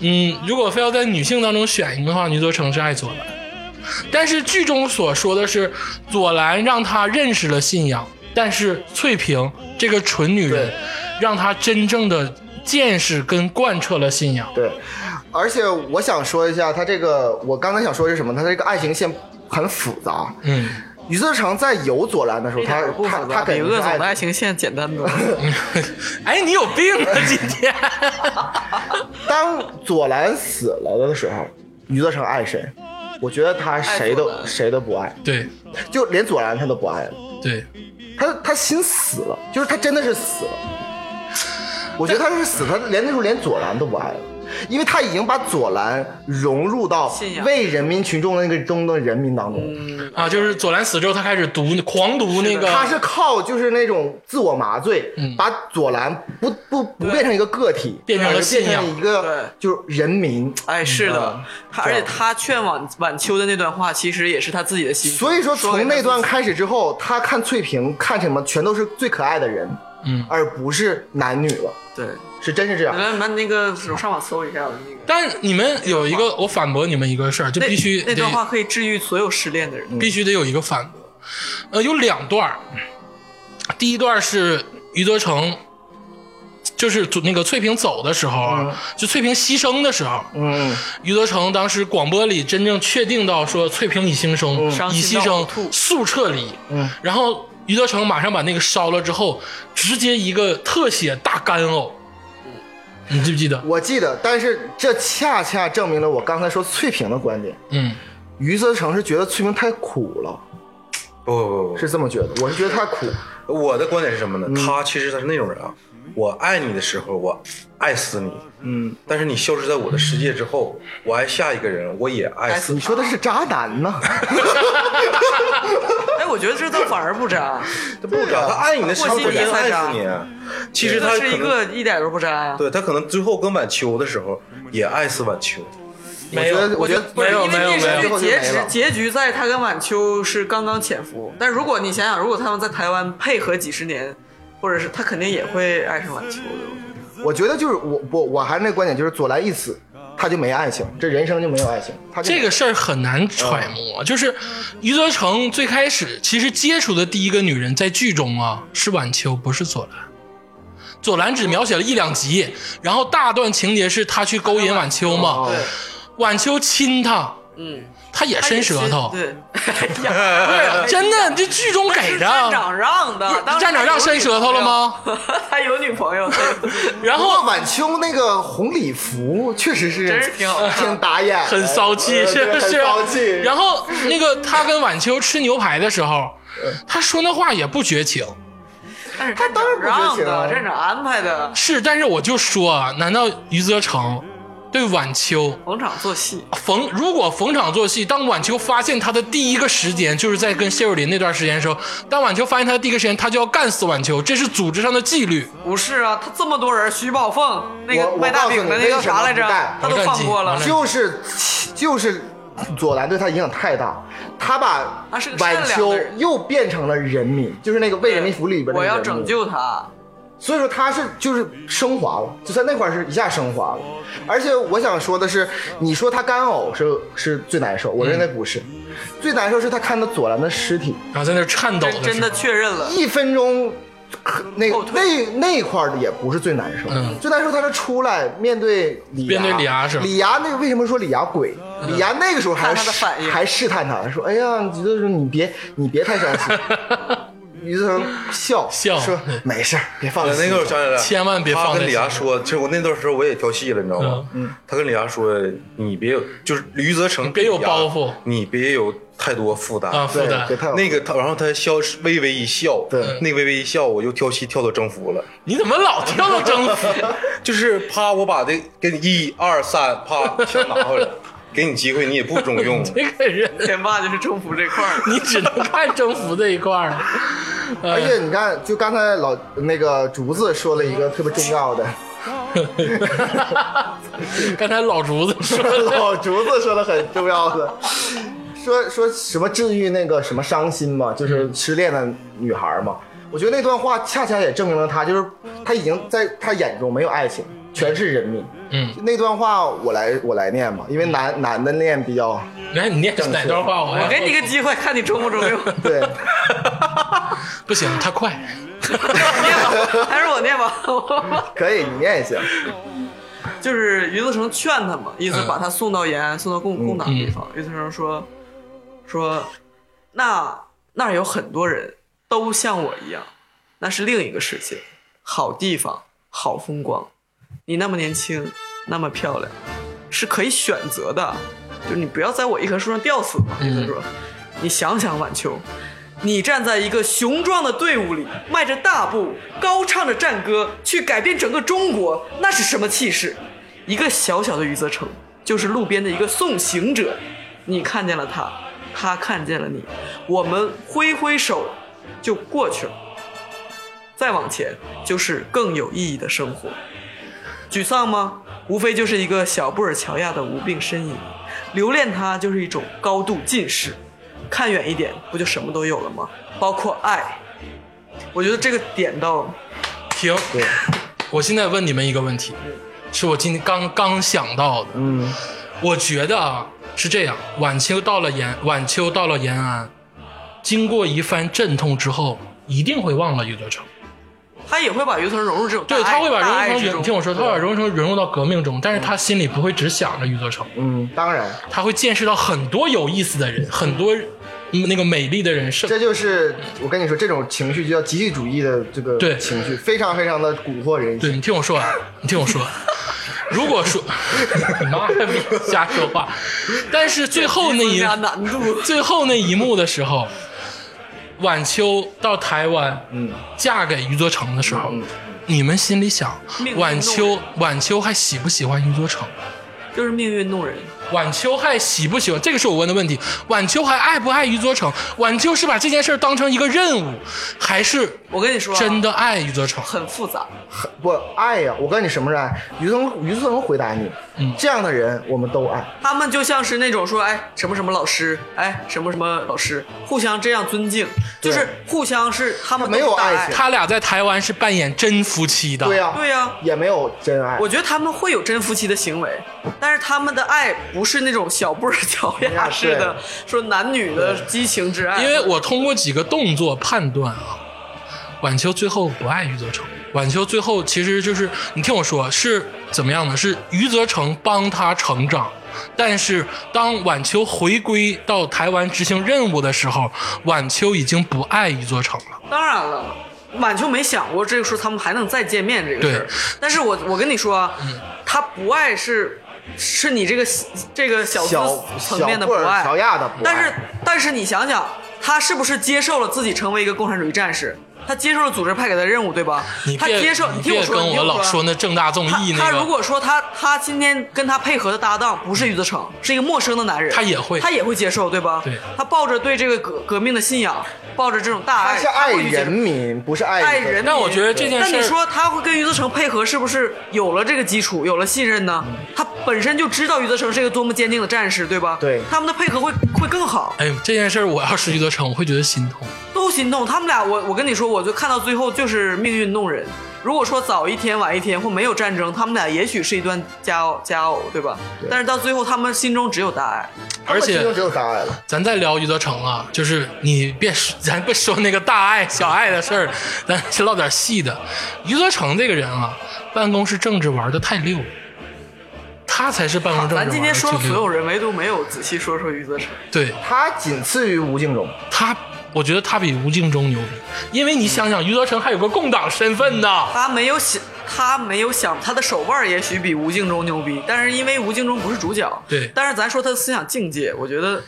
Speaker 1: 嗯，如果非要在女性当中选一个的话，余则成是爱左蓝。但是剧中所说的是，左蓝让他认识了信仰，但是翠萍这个蠢女人
Speaker 4: 对，
Speaker 1: 让他真正的见识跟贯彻了信仰。
Speaker 4: 对，而且我想说一下，他这个我刚才想说是什么？他这个爱情线很复杂。
Speaker 1: 嗯，
Speaker 4: 余则成在有左蓝的时候，
Speaker 2: 一点
Speaker 4: 他
Speaker 2: 儿不
Speaker 4: 他
Speaker 2: 复
Speaker 4: 他
Speaker 2: 杂，
Speaker 4: 肯
Speaker 2: 比
Speaker 4: 定是
Speaker 2: 鄂
Speaker 4: 爱
Speaker 2: 总的爱情线简 单多了。
Speaker 1: 哎，你有病啊！今天
Speaker 4: 当左蓝死了的时候，余则成爱谁？我觉得他谁
Speaker 2: 爱左
Speaker 4: 都
Speaker 2: 蓝
Speaker 4: 谁都不爱，
Speaker 1: 对
Speaker 4: 就连左蓝他都不爱了。
Speaker 1: 对，
Speaker 4: 他他心死了，就是他真的是死了。我觉得他是死，他连那时候连左蓝都不爱了，因为他已经把左蓝融入到
Speaker 2: 信仰
Speaker 4: 为人民群众的那个中的人民当中。
Speaker 1: 啊，就是左蓝死之后，他开始读狂读那个，
Speaker 4: 他是靠就是那种自我麻醉，把左蓝不不不变成一个个体，
Speaker 1: 嗯变成了
Speaker 4: 而是变
Speaker 1: 信仰
Speaker 4: 成一个就是人民。
Speaker 2: 哎，是的
Speaker 4: 嗯，
Speaker 2: 他而且他劝晚晚秋的那段话，其实也是他自己的心声。
Speaker 4: 所以说，从那段
Speaker 2: 说
Speaker 4: 开始之后，他看翠萍看什么，全都是最可爱的人，
Speaker 1: 嗯，
Speaker 4: 而不是男女了，
Speaker 2: 给他自己对，
Speaker 4: 是真是这样
Speaker 2: 你。们你们那个我上网搜一下我的那个，
Speaker 1: 但你们有一个，我反驳你们一个事儿，就
Speaker 2: 那
Speaker 1: 必须得
Speaker 2: 那段话可以治愈所有失恋的人。
Speaker 1: 必须得有一个反驳。呃，有两段儿第一段是余则成，就是主那个翠萍走的时候啊，就翠萍牺牲的时候，
Speaker 4: 嗯，
Speaker 1: 余则成当时广播里真正确定到说翠萍已牺牲，
Speaker 2: 伤
Speaker 1: 已
Speaker 2: 心
Speaker 1: 牺
Speaker 2: 到
Speaker 1: 牲
Speaker 2: 呕吐
Speaker 1: 速撤离。
Speaker 4: 嗯，
Speaker 1: 然后余则成马上把那个烧了之后，直接一个特写大干呕。你记不记得？
Speaker 4: 我记得，但是这恰恰证明了我刚才说翠萍的观点。
Speaker 1: 嗯，
Speaker 4: 余则成是觉得翠萍太苦了，
Speaker 3: 不不不不
Speaker 4: 是这么觉得。我是觉得太苦，
Speaker 3: 不，我的观点是什么
Speaker 1: 嗯
Speaker 3: 呢？他其实他是那种人啊，我爱你的时候我爱死你，
Speaker 4: 嗯，
Speaker 3: 但是你消失在我的世界之后，我爱下一个人，我也爱死
Speaker 4: 你说的是渣男呢？
Speaker 2: 哎，我觉得这倒反而不渣，啊
Speaker 3: 他不渣，他爱你的时候
Speaker 2: 过
Speaker 3: 他
Speaker 2: 心
Speaker 3: 真
Speaker 2: 也
Speaker 3: 爱
Speaker 2: 算渣
Speaker 3: 死你。啊其实
Speaker 2: 这
Speaker 3: 他
Speaker 2: 是
Speaker 3: 可
Speaker 2: 一
Speaker 3: 能，
Speaker 2: 个一点都不渣啊呀。
Speaker 3: 对他可能最后跟晚秋的时候也爱死晚秋。
Speaker 1: 嗯没有
Speaker 4: 我觉得，
Speaker 2: 我不
Speaker 4: 觉
Speaker 2: 是
Speaker 4: 得
Speaker 1: 没有
Speaker 2: 因为电视
Speaker 4: 没有没
Speaker 2: 剧
Speaker 4: 有
Speaker 2: 结
Speaker 4: 没
Speaker 2: 局
Speaker 4: 有
Speaker 2: 结局在他跟晚秋是刚刚潜伏，但如果你想想，如果他们在台湾配合几十年，或者是他肯定也会爱上晚秋的。
Speaker 4: 我觉得就是我我我还是那观点，就是左蓝一死，他就没爱情，这人生就没有爱情。他就
Speaker 1: 这个事儿很难揣
Speaker 4: 嗯
Speaker 1: 摩，就是余则成最开始其实接触的第一个女人，在剧中啊是晚秋，不是左蓝。左蓝只描写了一两集，然后大段情节是他去勾引晚秋嘛，
Speaker 4: 哦
Speaker 1: 晚秋亲他，
Speaker 2: 嗯，
Speaker 1: 他也伸舌头，
Speaker 2: 对， 哎
Speaker 1: 真的，这剧中给
Speaker 2: 是站
Speaker 1: 的。
Speaker 2: 长让的，当时
Speaker 1: 站长让伸舌头了吗？
Speaker 2: 他有女朋友，
Speaker 1: 然
Speaker 4: 不过
Speaker 1: 后
Speaker 4: 晚秋那个红礼服确实是
Speaker 2: 真是挺好看
Speaker 4: 挺打眼的，
Speaker 1: 很骚气，
Speaker 4: 呃
Speaker 1: 是
Speaker 4: 对
Speaker 1: 不是
Speaker 4: 很骚气。？
Speaker 1: 然后那个他跟晚秋吃牛排的时候，
Speaker 4: 嗯
Speaker 1: 他说那话也不绝情。
Speaker 2: 但是他当然让
Speaker 1: 啊
Speaker 2: 的，站长安排的，
Speaker 1: 是，但是我就说啊，难道余则成对晚秋
Speaker 2: 逢场作戏，
Speaker 1: 逢如果逢场作戏，当晚秋发现他的第一个时间就是在跟谢若琳那段时间的时候，当晚秋发现他的第一个时间，他就要干死晚秋，这是组织上的纪律。
Speaker 2: 不是啊？他这么多人，徐宝凤那
Speaker 4: 嗯我
Speaker 2: 个
Speaker 4: 我
Speaker 2: 卖大饼的那个
Speaker 4: 告诉你
Speaker 2: 啥来着
Speaker 4: 为什么，不干
Speaker 2: 他都放过了
Speaker 1: 王。占
Speaker 4: 就是就是左蓝对他影响太大，他把
Speaker 2: 他是个善
Speaker 4: 晚
Speaker 2: 良的
Speaker 4: 秋
Speaker 2: 人
Speaker 4: 又变成了人民，就是那个为人民服务里边的
Speaker 2: 我要
Speaker 4: 人
Speaker 2: 拯，
Speaker 4: 民
Speaker 2: 救他，
Speaker 4: 所以说他是就是升华了，就在那块儿是一下升华了。而且我想说的是，你说他干呕是是最难受，我认为不是，
Speaker 2: 嗯
Speaker 4: 最难受是他看到左蓝的尸体，
Speaker 1: 然后在那儿颤抖
Speaker 2: 这
Speaker 1: 的时候
Speaker 2: 真的确认了。
Speaker 4: 一分钟。那
Speaker 2: 后
Speaker 4: 个
Speaker 2: 退
Speaker 4: 那那块儿的也不是最难受，
Speaker 1: 嗯
Speaker 4: 最难受他是出来面对李涯
Speaker 1: 面对李涯是吧嗯
Speaker 4: 李涯那个为什么说李涯鬼？李涯那个时候还
Speaker 2: 看他的
Speaker 4: 试
Speaker 2: 反应
Speaker 4: 还试探他说：“哎呀，你就是你别你别太伤心。”于自成笑
Speaker 1: 笑
Speaker 4: 说：“没事儿，别放
Speaker 3: 那
Speaker 4: 心。”
Speaker 3: 个我想起来了，
Speaker 1: 千万别放
Speaker 3: 他
Speaker 1: 在
Speaker 3: 跟
Speaker 1: 心
Speaker 3: 李
Speaker 1: 上
Speaker 3: 涯说，其实我那段时候我也调戏了，你知道吗？嗯，他跟李涯说，你别有，就是余则成，
Speaker 1: 别有包袱
Speaker 3: 你别有太多负担。
Speaker 1: 啊，负
Speaker 4: 对
Speaker 1: 担，
Speaker 4: 别太
Speaker 3: 那个他，然后他笑，微微一笑，
Speaker 4: 对
Speaker 2: 嗯
Speaker 3: 那个微微一笑，我就跳戏跳到征服了，
Speaker 1: 你怎么老跳到征服？
Speaker 3: 就是啪，我把这给你一二三，啪，全拿回来，给你机会，你也不中用。
Speaker 1: 这个人，
Speaker 2: 天霸就是征服这块 儿，
Speaker 1: 你只能看征服这一块儿了。
Speaker 4: 而且你看，就刚才老那个竹子说了一个特别重要的，
Speaker 1: 刚才老竹子说 了，
Speaker 4: 老竹子说的很重要的，说说什么治愈那个什么伤心嘛，
Speaker 1: 嗯
Speaker 4: 就是失恋的女孩嘛。我觉得那段话恰恰也证明了他，就是他已经在他眼中没有爱情，全是人命。
Speaker 1: 嗯，
Speaker 4: 那段话我来我来念吧，因为男男的念比较
Speaker 1: 来，你念哪段话？我
Speaker 2: 我
Speaker 1: 要
Speaker 2: 给你个机会，看你中不中 用。
Speaker 4: 对，
Speaker 1: 不行，他快。
Speaker 2: 念吧，还是我念吧。
Speaker 4: 可以你念一下，
Speaker 2: 就是余则成劝他嘛，意思
Speaker 1: 嗯
Speaker 2: 把他送到延安，送到共共党的地方。余则成说说，那那儿有很多人都像我一样，那是另一个世界，好地方，好风光。你那么年轻，那么漂亮，是可以选择的，就是你不要在我一棵树上吊死嘛。余则说，你想想晚秋。你站在一个雄壮的队伍里，迈着大步，高唱着战歌，去改变整个中国，那是什么气势？一个小小的余则成，就是路边的一个送行者，你看见了他，他看见了你，我们挥挥手就过去了。再往前就是更有意义的生活。沮丧吗？无非就是一个小布尔乔亚的无病呻吟。留恋它就是一种高度近视，看远一点不就什么都有了吗？包括爱。我觉得这个点到
Speaker 1: 停。我现在问你们一个问题，是我今天刚刚想到的。
Speaker 4: 嗯，
Speaker 1: 我觉得啊是这样，晚秋到了延晚秋到了延安，经过一番阵痛之后，一定会忘了余则成。
Speaker 2: 他也会把余则成融入这种
Speaker 1: 对，
Speaker 2: 大爱
Speaker 1: 他会把
Speaker 2: 大爱
Speaker 1: 荣
Speaker 2: 之
Speaker 1: 成，
Speaker 2: 中嗯
Speaker 1: 你听我说，他会把荣成融入到革命中，但是他心里不会只想着余则成，
Speaker 4: 嗯，当然，
Speaker 1: 他会见识到很多有意思的人，很多嗯那个美丽的人是。
Speaker 4: 这就是我跟你说，这种情绪就叫集体主义的这个
Speaker 1: 对
Speaker 4: 情绪，非常非常的蛊惑人
Speaker 1: 对
Speaker 4: 心。
Speaker 1: 你听我说啊，你听我说，如果说你妈还别瞎说话，但是最后那
Speaker 2: 增
Speaker 1: 一
Speaker 2: 加难度。
Speaker 1: 最后那一幕的时候，晚秋到台湾，嗯，嫁给余则成的时候，你们心里想
Speaker 2: 嗯命运弄，人
Speaker 1: 晚秋晚秋还喜不喜欢余则成？
Speaker 2: 就是命运弄人，
Speaker 1: 晚秋还喜不喜欢？这个是我问的问题。晚秋还爱不爱余则成？晚秋是把这件事儿当成一个任务，还是
Speaker 2: 我跟你说啊、
Speaker 1: 真的爱余则成？
Speaker 2: 很复杂。
Speaker 4: 不爱呀、我告诉你什么是爱。于总于总回答你，这样的人我们都爱。
Speaker 2: 他们就像是那种说，哎，什么什么老师，哎，什么什么老师，互相这样尊敬，就是互相是他们
Speaker 4: 没有
Speaker 2: 都大
Speaker 4: 爱
Speaker 2: 爱
Speaker 4: 情
Speaker 1: 他俩在台湾是扮演真夫妻的。
Speaker 4: 对呀、
Speaker 2: 对啊呀、
Speaker 4: 也没有真爱。
Speaker 2: 我觉得他们会有真夫妻的行为，但是他们的爱不是那种小布尔乔亚式的说男女的激情之爱，
Speaker 1: 因为我通过几个动作判断啊，晚秋最后不爱余则成。晚秋最后其实就是，你听我说是怎么样呢？是余则成帮他成长，但是当晚秋回归到台湾执行任务的时候，晚秋已经不爱余则成了。
Speaker 2: 当然了。晚秋没想过这个时候他们还能再见面这个事儿
Speaker 1: 对，
Speaker 2: 但是我我跟你说啊，他不爱是是你这个这个小资
Speaker 4: 小
Speaker 2: 层面的
Speaker 4: 小布
Speaker 2: 不
Speaker 4: 尔
Speaker 2: 爱，
Speaker 4: 乔亚的不爱
Speaker 2: 但是但是你想想，他是不是接受了自己成为一个共产主义战士？他接受了组织派给的任务，对吧？
Speaker 1: 你
Speaker 2: 他
Speaker 1: 别
Speaker 2: 接受，
Speaker 1: 你
Speaker 2: 听我
Speaker 1: 别
Speaker 2: 说，
Speaker 1: 跟
Speaker 2: 你听
Speaker 1: 我
Speaker 2: 我
Speaker 1: 老
Speaker 2: 说
Speaker 1: 说那正大综艺
Speaker 2: 他
Speaker 1: 那
Speaker 2: 他如
Speaker 1: 个，
Speaker 2: 果说他他今天跟他配合的搭档不是余则成，是一个陌生的男人，
Speaker 1: 他也会
Speaker 2: 他也会接受，对吧？
Speaker 1: 对
Speaker 2: 他抱着对这个革革命的信仰，抱着这种大
Speaker 4: 他
Speaker 2: 爱，
Speaker 4: 是爱
Speaker 2: 他会去接受
Speaker 4: 人民，不是
Speaker 2: 爱
Speaker 4: 爱一个
Speaker 2: 人民。
Speaker 1: 但我觉得这件
Speaker 2: 但
Speaker 1: 事
Speaker 2: 你
Speaker 1: 儿，
Speaker 2: 说他会跟余则成配合，是不是有了这个基础，有了信任呢？他本身就知道余则成是一个多么坚定的战士，对吧？
Speaker 4: 对
Speaker 2: 他们的配合会会更好，
Speaker 1: 哎呦，这件事儿我要是余则成，我会觉得心痛。
Speaker 2: 都心动。他们俩，我我跟你说，我就看到最后就是命运弄人。如果说早一天晚一天或没有战争，他们俩也许是一段佳偶佳偶，对吧？但是到最后，他们心中只有大爱。
Speaker 1: 而且
Speaker 4: 他们心中只有大爱了。
Speaker 1: 咱再聊余则成啊，就是你别说，咱不说那个大爱小爱的事儿，咱是唠点细的。余则成这个人啊，办公室政治玩的太溜了，他才是办公证人。
Speaker 2: 咱今天说了所有人，唯独没有仔细说说余则成。
Speaker 1: 对
Speaker 4: 他仅次于吴敬中，
Speaker 1: 他，我觉得他比吴敬中牛逼，因为你想想，余则成还有个共党身份呢。
Speaker 2: 他没有想，他没有想，他的手腕也许比吴敬中牛逼，但是因为吴敬中不是主角，
Speaker 1: 对
Speaker 2: 但是咱说他的思想境界，我觉得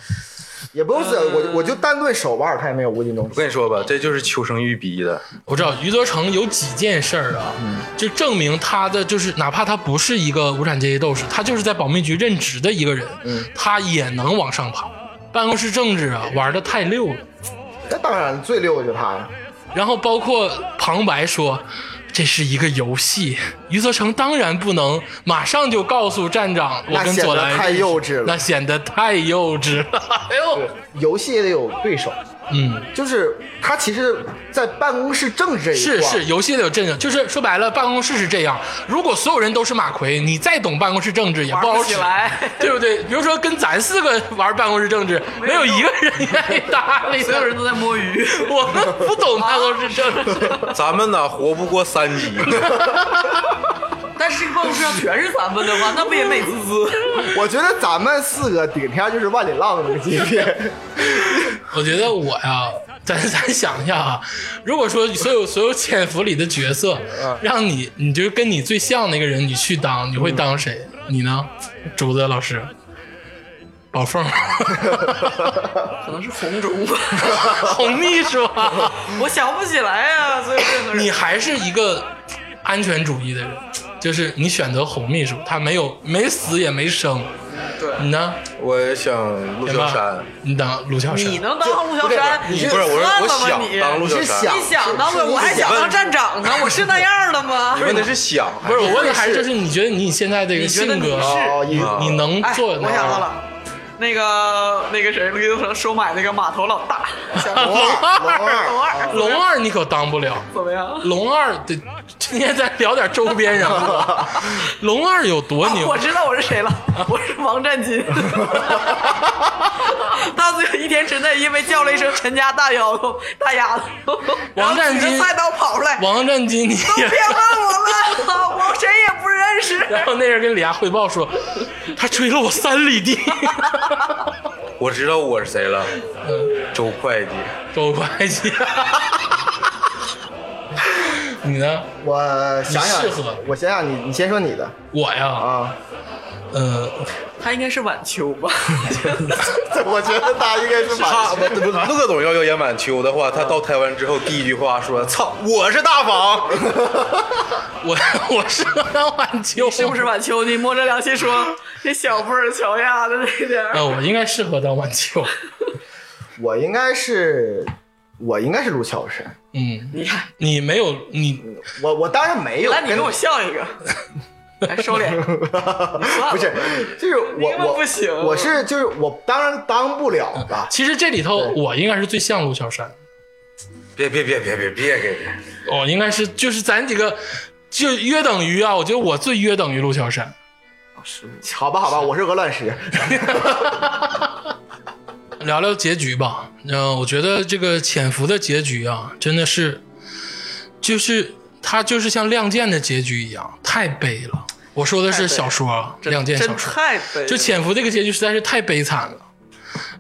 Speaker 4: 也不用死，我就我就单论手腕，他也没有吴敬中
Speaker 3: 我。跟你说吧，这就是求生欲逼的。
Speaker 1: 我知道余则成有几件事儿啊，
Speaker 4: 嗯
Speaker 1: 就证明他的就是哪怕他不是一个无产阶级斗士，他就是在保密局任职的一个人，
Speaker 4: 嗯
Speaker 1: 他也能往上爬。办公室政治啊，玩的太溜了。
Speaker 4: 那当然最溜的就是他呀。
Speaker 1: 然后包括旁白说，这是一个游戏，余则成当然不能马上就告诉站长我
Speaker 4: 那
Speaker 1: 跟
Speaker 4: 显
Speaker 1: 左
Speaker 4: 得
Speaker 1: 蓝
Speaker 4: 太幼稚了
Speaker 1: 那显得太幼稚 了。哎呦，
Speaker 4: 游戏也得有对手，
Speaker 1: 嗯，
Speaker 4: 就是他其实，在办公室政治这一
Speaker 1: 是
Speaker 4: 块儿
Speaker 1: 是，游戏里有阵仗，就是说白了，办公室是这样。如果所有人都是马奎，你再懂办公室政治也
Speaker 2: 玩
Speaker 1: 不好
Speaker 2: 起
Speaker 1: 使，
Speaker 2: 来。
Speaker 1: 对不对？比如说跟咱四个玩办公室政治，没有一个人愿意搭理，
Speaker 2: 所有人，都在摸鱼，
Speaker 1: 我们不懂办公室政治。
Speaker 3: 咱们呢，活不过三级。
Speaker 2: 但是这个办公室要全是咱们的话，那不也美滋滋？
Speaker 4: 我觉得咱们四个顶天就是万里浪那个级别，
Speaker 1: 我觉得我呀，咱 咱想一下啊，如果说所有所有潜伏里的角色，让你你就跟你最像那个人，你去当，你会当谁？你呢，竹子老 师？宝凤，
Speaker 2: 可能是红中吧，
Speaker 1: 红秘书啊，
Speaker 2: 我想不起来呀、所以这个人
Speaker 1: 你还是一个安全主义的人，就是你选择红秘书，他没有没死也没生，
Speaker 2: 对，
Speaker 1: 你呢？
Speaker 3: 我想陆
Speaker 1: 田
Speaker 3: 小
Speaker 1: 爸
Speaker 3: 山，，
Speaker 1: 你当陆小山，
Speaker 2: 你能当上陆小山？
Speaker 4: 不是
Speaker 2: 你
Speaker 3: 不是我
Speaker 2: 算
Speaker 3: 是我
Speaker 2: 了吧
Speaker 3: 想
Speaker 2: 你
Speaker 3: 当陆小
Speaker 4: 是
Speaker 3: 山，
Speaker 4: 想
Speaker 2: 你想当
Speaker 4: 是
Speaker 2: 了，我还想当站长呢，我是那样的吗
Speaker 3: 你？问的是想还
Speaker 1: 不是我问的还是
Speaker 4: 是
Speaker 1: 就是你觉得你现在这个
Speaker 2: 你觉
Speaker 1: 性
Speaker 2: 得你
Speaker 1: 格，
Speaker 2: 是
Speaker 4: 哦，一
Speaker 3: 啊
Speaker 1: 你能
Speaker 2: 哎，
Speaker 1: 做
Speaker 2: 我
Speaker 1: 到
Speaker 2: 想
Speaker 1: 吗
Speaker 2: 到了，那个那个谁，刘德成收买那个码头老大，哎想
Speaker 4: 龙 二，
Speaker 2: 龙
Speaker 4: 龙二，
Speaker 2: 二，
Speaker 1: 龙二啊你可当不了，
Speaker 2: 怎么样？
Speaker 1: 龙二得今天咱聊点周边人物。 龙二有多
Speaker 2: 啊
Speaker 1: 牛
Speaker 2: 我？知道我是谁了，我是王占金。 他最后一天之内，因为叫了一声“陈家大丫头”，大丫头，然后
Speaker 1: 王占金
Speaker 2: 举着菜刀跑出来，
Speaker 1: 王占金你
Speaker 2: 别
Speaker 1: 也。
Speaker 2: 问我了，我谁也不认识。
Speaker 1: 然后那人跟李涯汇报说，他追了我三里地。
Speaker 3: 我知道我是谁了，
Speaker 2: 嗯
Speaker 3: 周会计。
Speaker 1: 周会计，你呢？
Speaker 4: 我想想
Speaker 1: 你适合，
Speaker 4: 我想想你，你先说你的
Speaker 1: 我呀，
Speaker 4: 啊，
Speaker 1: 呃，
Speaker 2: 他应该是晚秋吧？
Speaker 4: 我觉得他应该是
Speaker 3: 他
Speaker 4: 把
Speaker 3: 不不，乐总要要演晚秋的话，他到台湾之后第一句话说：“操，我是大房。
Speaker 1: 我 我适合当晚秋，
Speaker 2: 是不是？晚秋？你摸着良心说，这小布尔乔亚的那点儿
Speaker 1: 呃，我应该适合当晚秋。
Speaker 4: 我应该是，我应该是陆桥山，
Speaker 1: 嗯，
Speaker 2: 你看，
Speaker 1: 你没有你
Speaker 4: 我我当然没有
Speaker 2: 来，你
Speaker 4: 跟
Speaker 2: 给我笑一 个，来收敛，你算了
Speaker 4: 不是，就是
Speaker 2: 你根本
Speaker 4: 我我
Speaker 2: 不行
Speaker 4: 我是就是我当然当不了 吧，
Speaker 1: 其实这里头，我应该是最像陆小山，”
Speaker 3: 别别别别别别给
Speaker 1: 我应该是就是咱几个就约等于啊，我觉得我最约等于陆小山。
Speaker 4: 好吧好吧，我是鹅卵石，
Speaker 1: 聊聊结局吧，嗯，我觉得这个潜伏的结局啊，真的是，就是它就是像《亮剑》的结局一样，太悲了。我说的是小说啊，《亮剑》
Speaker 2: 真
Speaker 1: 小说，
Speaker 2: 太悲。
Speaker 1: 就潜伏这个结局实在是太悲惨了，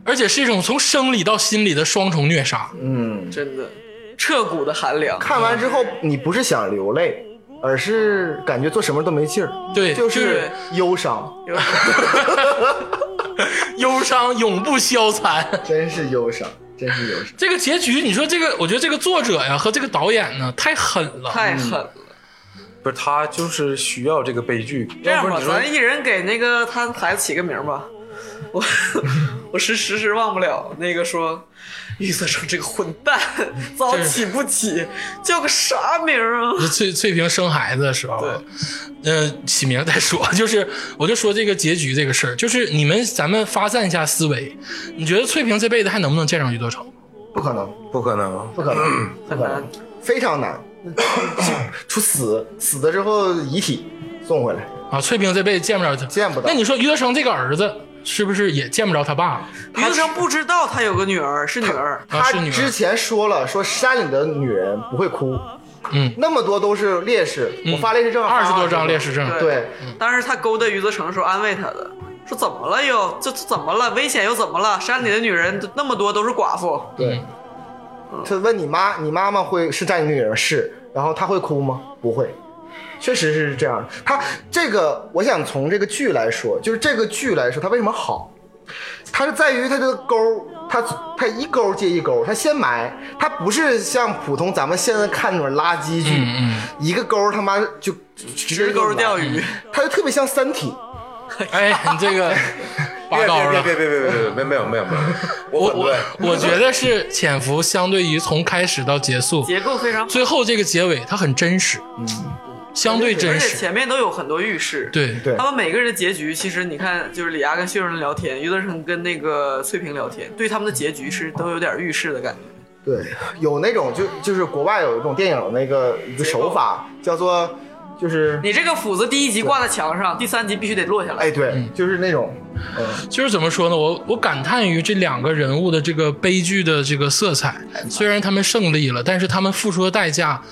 Speaker 1: 而且是一种从生理到心理的双重虐杀。
Speaker 4: 嗯，
Speaker 2: 真的彻骨的 寒凉。
Speaker 4: 看完之后你不是想流泪，而是感觉做什么都没劲儿，
Speaker 1: 对，
Speaker 4: 就
Speaker 1: 就是
Speaker 4: 忧伤，
Speaker 2: 有
Speaker 1: 忧伤永不消残。
Speaker 4: 真是忧伤，真是忧伤。
Speaker 1: 这个结局，你说这个，我觉得这个作者呀和这个导演呢太狠了，
Speaker 2: 太
Speaker 1: 嗯
Speaker 2: 狠了。！”
Speaker 3: 不是他就是需要这个悲剧，
Speaker 2: 这
Speaker 3: 要
Speaker 2: 样
Speaker 3: 不
Speaker 2: 吧，
Speaker 3: 然你说
Speaker 2: 咱一人给那个他孩子起个名儿吧。我 我时时时忘不了那个说，玉色成这个混蛋，
Speaker 1: 嗯
Speaker 2: 早起不起，叫个啥名儿啊？
Speaker 1: 翠翠萍生孩子的时候，嗯、起名再说， 就是我就说这个结局这个事儿，就是你们咱们发散一下思维，你觉得翠萍这辈子还能不能见上余德成？
Speaker 4: 不可能，
Speaker 3: 不可能，
Speaker 4: 不可能，
Speaker 1: 嗯
Speaker 4: 不可能，非 常难，处死死了之后遗体送回来，
Speaker 1: 啊，翠萍这辈子见不着他，
Speaker 4: 见不到
Speaker 1: 那你说余德成这个儿子是不是也见不着他爸了？
Speaker 2: 余则成不知道他有个女儿是女儿，
Speaker 1: 啊，
Speaker 4: 他
Speaker 1: 是女
Speaker 4: 之
Speaker 1: 儿。
Speaker 4: 前说了，说山里的女人不会哭，
Speaker 1: 嗯
Speaker 4: 那么多都是烈士，我发烈士证
Speaker 1: 二十
Speaker 4: 发
Speaker 1: 多张烈士证，
Speaker 4: 对，
Speaker 2: 嗯当时他勾搭余则成的时候安慰他的，说怎么了又这这怎么了？危险又怎么了？山里的女人都那么多都是寡妇，
Speaker 4: 对，他问你妈，你妈妈会是占你女人是，然后她会哭吗？不会，确实是这样的。她这个，我想从这个剧来说，就是这个剧来说，它为什么好？它是在于它这个钩儿，它它一钩儿接一钩儿，它先埋，它不是像普通咱们现在看那种垃圾剧，
Speaker 1: 嗯
Speaker 4: 一个钩儿他妈就直接
Speaker 2: 直
Speaker 4: 就
Speaker 2: 钩
Speaker 4: 埋
Speaker 2: 钓，鱼。
Speaker 4: 它就特别像《三体》。
Speaker 1: 嗯，哎，你这个拔
Speaker 3: 别
Speaker 1: 高了。
Speaker 3: 别别别别别别没有没有 没有，我
Speaker 1: 我
Speaker 3: 反
Speaker 1: 我
Speaker 3: 对。
Speaker 1: 我觉得是潜伏，相对于从开始到结束，
Speaker 2: 结构非常好，
Speaker 1: 最后这个结尾它很真实，嗯，相对
Speaker 2: 而
Speaker 1: 真
Speaker 2: 且
Speaker 1: 实，
Speaker 2: 前面都有很多预示。
Speaker 1: 对
Speaker 4: 对
Speaker 2: 他们每个人的结局，其实你看，就是李涯跟薛仁聊天，余则成跟那个翠萍聊天，对他们的结局是都有点预示的感觉。
Speaker 4: 对，有那种就就是国外有一种电影那个一个手法叫做就是
Speaker 2: 你这个斧子第一集挂在墙上，第三集必须得落下 来。
Speaker 4: 哎对，
Speaker 1: 嗯
Speaker 4: 就是那种
Speaker 1: 就是怎么说呢？我我感叹于这两个人物的这个悲剧的这个色彩，虽然他们胜利了，但是他们付出的代价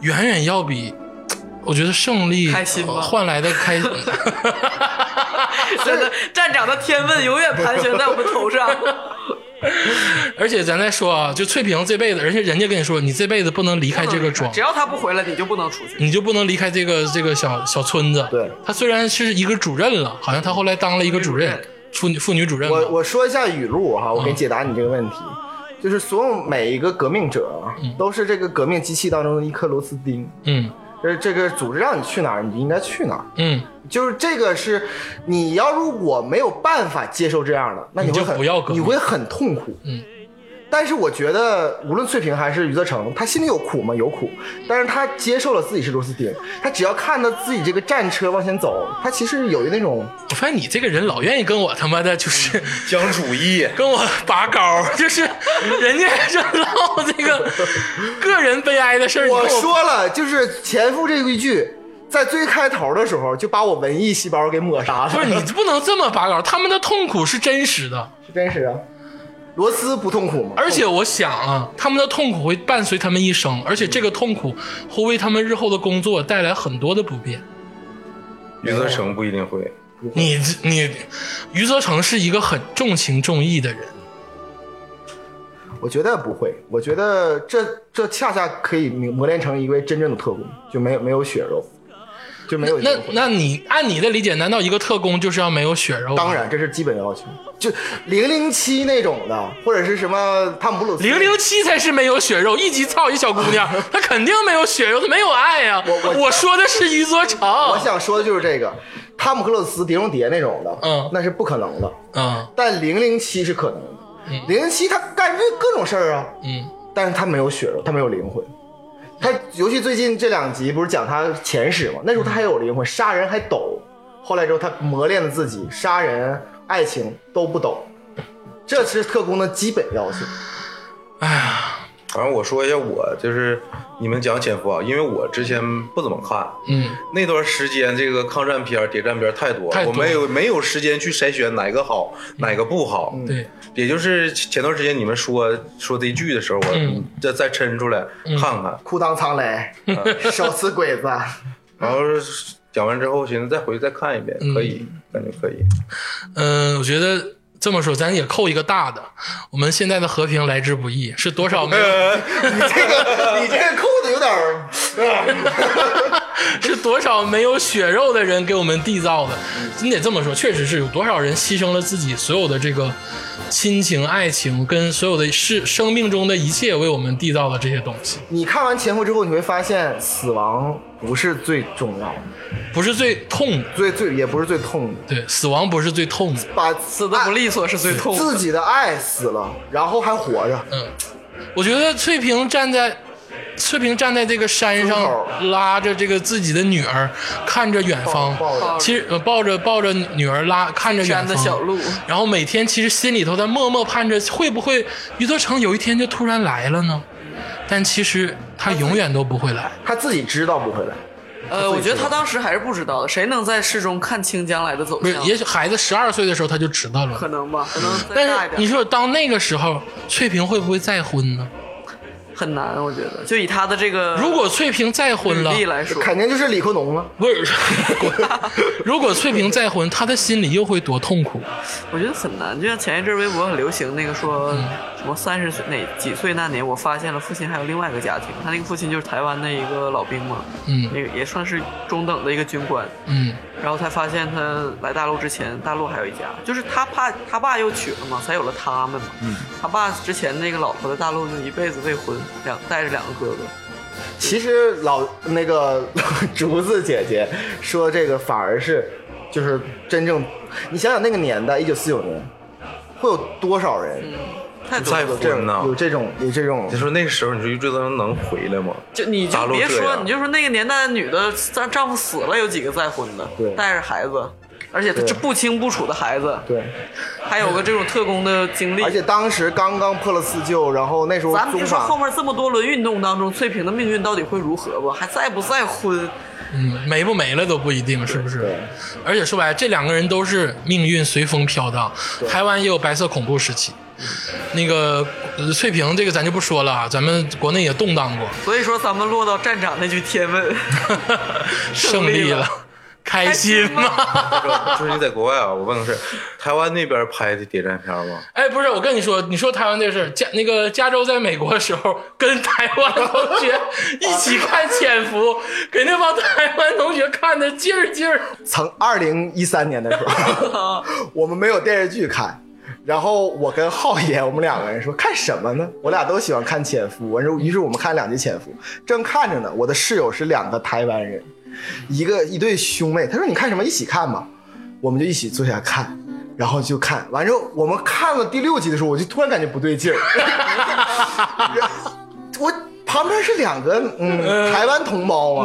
Speaker 1: 远远要比，我觉得胜利
Speaker 2: 开心吗
Speaker 1: 呃换来的开，
Speaker 2: 真的，站长的天问永远盘旋在我们头 上。
Speaker 1: 而且咱再说啊，就翠萍这辈子，而且人家跟你说，你这辈子不能离开这个嗯庄
Speaker 2: 只。要他不回来，你就不能出去。
Speaker 1: 你就不能离开这个这个小小村子。
Speaker 4: 对，
Speaker 1: 他虽然是一个主任了，好像他后来当了一个主任，妇女妇女主任吧。
Speaker 4: 我我说一下语录哈，
Speaker 1: 嗯
Speaker 4: 我给解答你这个问题，就是所有每一个革命者都是这个革命机器当中的一颗螺丝钉，
Speaker 1: 嗯
Speaker 4: 就是这个组织让你去哪儿，你就应该去哪儿。
Speaker 1: 嗯，
Speaker 4: 就是这个是，你要如果没有办法接受这样的，那你
Speaker 1: 你
Speaker 4: 会
Speaker 1: 就
Speaker 4: 很
Speaker 1: 不要革命
Speaker 4: 你会很痛苦。
Speaker 1: 嗯。
Speaker 4: 但是我觉得，无论翠萍还是余则成，他心里有苦吗？有苦，但是他接受了自己是螺丝钉，他只要看到自己这个战车往前走，他其实有那种
Speaker 1: 我发现你这个人老愿意跟我他妈的
Speaker 2: 嗯
Speaker 1: 就是。
Speaker 3: 讲主义，
Speaker 1: 跟我拔高，就是 人家是唠这个 个人悲哀的事儿。你跟
Speaker 4: 我说了，就是前夫这一句，在最开头的时候就把我文艺细胞给抹杀了。
Speaker 1: 不是你不能这么拔高，他们的痛苦是真实的，
Speaker 4: 是真实啊，罗斯不痛苦吗？
Speaker 1: 而且我想啊，他们的痛苦会伴随他们一生，而且这个痛苦会为他们日后的工作带来很多的不便。
Speaker 3: 余则成不一定会。
Speaker 1: 你你，余则成是一个很重情重义的人，
Speaker 4: 我觉得不会，我觉得这这恰恰可以磨练成一位真正的特工，就没有没有血肉，就没有
Speaker 1: 那
Speaker 4: 灵魂
Speaker 1: 那你按你的理解，难道一个特工就是要没有血肉？
Speaker 4: 当，然，这是基本要求，就零零七那种的，或者是什么汤姆布鲁斯
Speaker 1: 零零七才是没有血肉，一级操一小姑 娘，她肯定没有血肉，她没有爱呀、
Speaker 4: 我我
Speaker 1: 说的是余则
Speaker 4: 我
Speaker 1: 成，
Speaker 4: 想说的就是这个，汤姆克鲁斯、狄龙蝶那种的，
Speaker 1: 嗯
Speaker 4: 那是不可能的。
Speaker 1: 嗯
Speaker 4: 但零零七是可能的，零零七他干这各种事儿啊，
Speaker 1: 嗯
Speaker 4: 但是他没有血肉，他没有灵魂。他尤其最近这两集不是讲他前世嘛，那时候他还有灵魂，杀人还抖，后来之后他磨练了自己，杀人、爱情都不抖，这是特工的基本要求。
Speaker 1: 哎
Speaker 3: 反正我说一下我就是你们讲潜伏啊，因为我之前不怎么看，
Speaker 1: 嗯，
Speaker 3: 那段时间这个抗战片儿、谍战片儿太多，
Speaker 1: 太
Speaker 3: 了，
Speaker 1: 多
Speaker 3: 我
Speaker 1: 了嗯
Speaker 3: 没有没有时间去筛选哪个好，哪个不好。
Speaker 1: 对，
Speaker 3: 也就是前段时间你们说说这剧的时候，我
Speaker 1: 嗯
Speaker 3: 再再抻出来看看，
Speaker 4: 裤裆藏雷，手撕鬼子，
Speaker 3: 然后讲完之后寻思再回去再看一遍，可以，感觉可以。
Speaker 1: 嗯、我觉得。这么说，咱也扣一个大的。我们现在的和平来之不易，是多少没 有
Speaker 4: 你这个你这个扣的有点儿，啊
Speaker 1: 是多少没有血肉的人给我们缔造的。你得这么说，确实是有多少人牺牲了自己所有的这个亲情、爱情跟所有的是生命中的一切，为我们缔造了这些东西，
Speaker 4: 你看完前夫之后，你会发现死亡不是最重要的，
Speaker 1: 不是最痛的。
Speaker 4: 最最也不是最痛的，
Speaker 1: 对，死亡不是最痛的。
Speaker 4: 把
Speaker 2: 死的不利索是最痛苦的。
Speaker 4: 自己的爱死了，然后还活着。
Speaker 1: 嗯我觉得翠萍站在。翠萍站在这个山
Speaker 4: 村口
Speaker 1: 上，拉着这个自己的女儿，看着远方
Speaker 4: 抱
Speaker 2: 抱，着
Speaker 1: 其实呃抱着抱着女儿拉，看着远
Speaker 2: 山
Speaker 1: 方
Speaker 2: 的小路，
Speaker 1: 然后每天其实心里头在默默盼着，会不会余则成有一天就突然来了呢？但其实他永远都不会来。
Speaker 4: 他自己知道不会来，
Speaker 2: 呃，我觉得他当时还是不知道的。谁能在市中看清将来的走
Speaker 1: 不是，
Speaker 2: 向？
Speaker 1: 也许孩子十二岁的时候他就知道
Speaker 2: 可
Speaker 1: 了。
Speaker 2: 能吧，可能再
Speaker 1: 但
Speaker 2: 大一
Speaker 1: 是你
Speaker 2: 点。
Speaker 1: 说，当那个时候，翠萍会不会再婚呢？
Speaker 2: 很难，我觉得，就以他的这个
Speaker 1: 如果嗯翠萍再婚
Speaker 2: 履
Speaker 1: 了，
Speaker 2: 历来说，
Speaker 4: 肯定就是李克农了。
Speaker 1: 不是，滚如果翠萍再婚，她的心里又会多痛苦？
Speaker 2: 我觉得很难。就像前一阵微博很流行那个说
Speaker 1: 嗯
Speaker 2: 什么三十岁哪几岁那年，我发现了父亲还有另外一个家庭，他那个父亲就是台湾的一个老兵嘛，
Speaker 1: 嗯
Speaker 2: 那个也算是中等的一个军官，
Speaker 1: 嗯
Speaker 2: 然后才发现他来大陆之前，大陆还有一家，就是他爸他爸又娶了嘛，才有了他们嘛。嗯，他爸之前那个老婆在大陆就一辈子未婚，两带着两个哥哥。
Speaker 4: 其实老那个 竹子姐姐说这个反而是，就是真正，你想想那个年代，一九四九年，会有多少人
Speaker 2: 嗯太多
Speaker 3: 在
Speaker 2: 了，
Speaker 3: 乎
Speaker 4: 有这
Speaker 3: 天哪
Speaker 4: 种有这种有这种
Speaker 3: 你？说那时候，你说余志增能回来吗？
Speaker 2: 就你就
Speaker 3: 大陆
Speaker 2: 别
Speaker 3: 这
Speaker 2: 说，
Speaker 3: 样
Speaker 2: 你就说那个年代的女的，丈丈夫死了，有几个再婚的
Speaker 4: 对，
Speaker 2: 带着孩子，而且他这
Speaker 4: 对
Speaker 2: 不清不楚的孩子，
Speaker 4: 对，
Speaker 2: 还有个这种特工的经历
Speaker 4: 而。且当时刚刚破了四旧，然后那时候
Speaker 2: 咱们
Speaker 4: 中
Speaker 2: 别说后
Speaker 4: 法
Speaker 2: 面这么多轮运动当中，翠萍的命运到底会如何吧？还再不再婚？
Speaker 1: 嗯，没不没了都不一定，是不是
Speaker 4: 对？
Speaker 1: 而且说白了，这两个人都是命运随风飘荡。台湾也有白色恐怖时期，那个呃翠萍这个咱就不说了啊，咱们国内也动荡 过，
Speaker 2: 所以说咱们落到站长那句天问，
Speaker 1: 胜利了，开心吗？
Speaker 3: 就是你在国外啊，我问个事儿，台湾那边拍的谍战片吗？
Speaker 1: 哎，不是，我跟你说，你说台湾这事儿，加那个加州在美国的时候，跟台湾同学一
Speaker 4: 啊
Speaker 1: 起看《潜伏》，给那帮台湾同学看的劲儿劲儿。
Speaker 4: 曾二零一三年的时候，我们没有电视剧看。然后我跟浩爷，我们两个人说看什么呢？我俩都喜欢看《潜伏》，完之后，于是我们看两集《潜伏》，正看着呢，我的室友是两个台湾人，一个一对兄妹，他说你看什么一起看吧，我们就一起坐下看，然后就看完之后，我们看了第六集的时候，我就突然感觉不对劲儿， 然后我旁边是两个嗯台湾同胞嘛，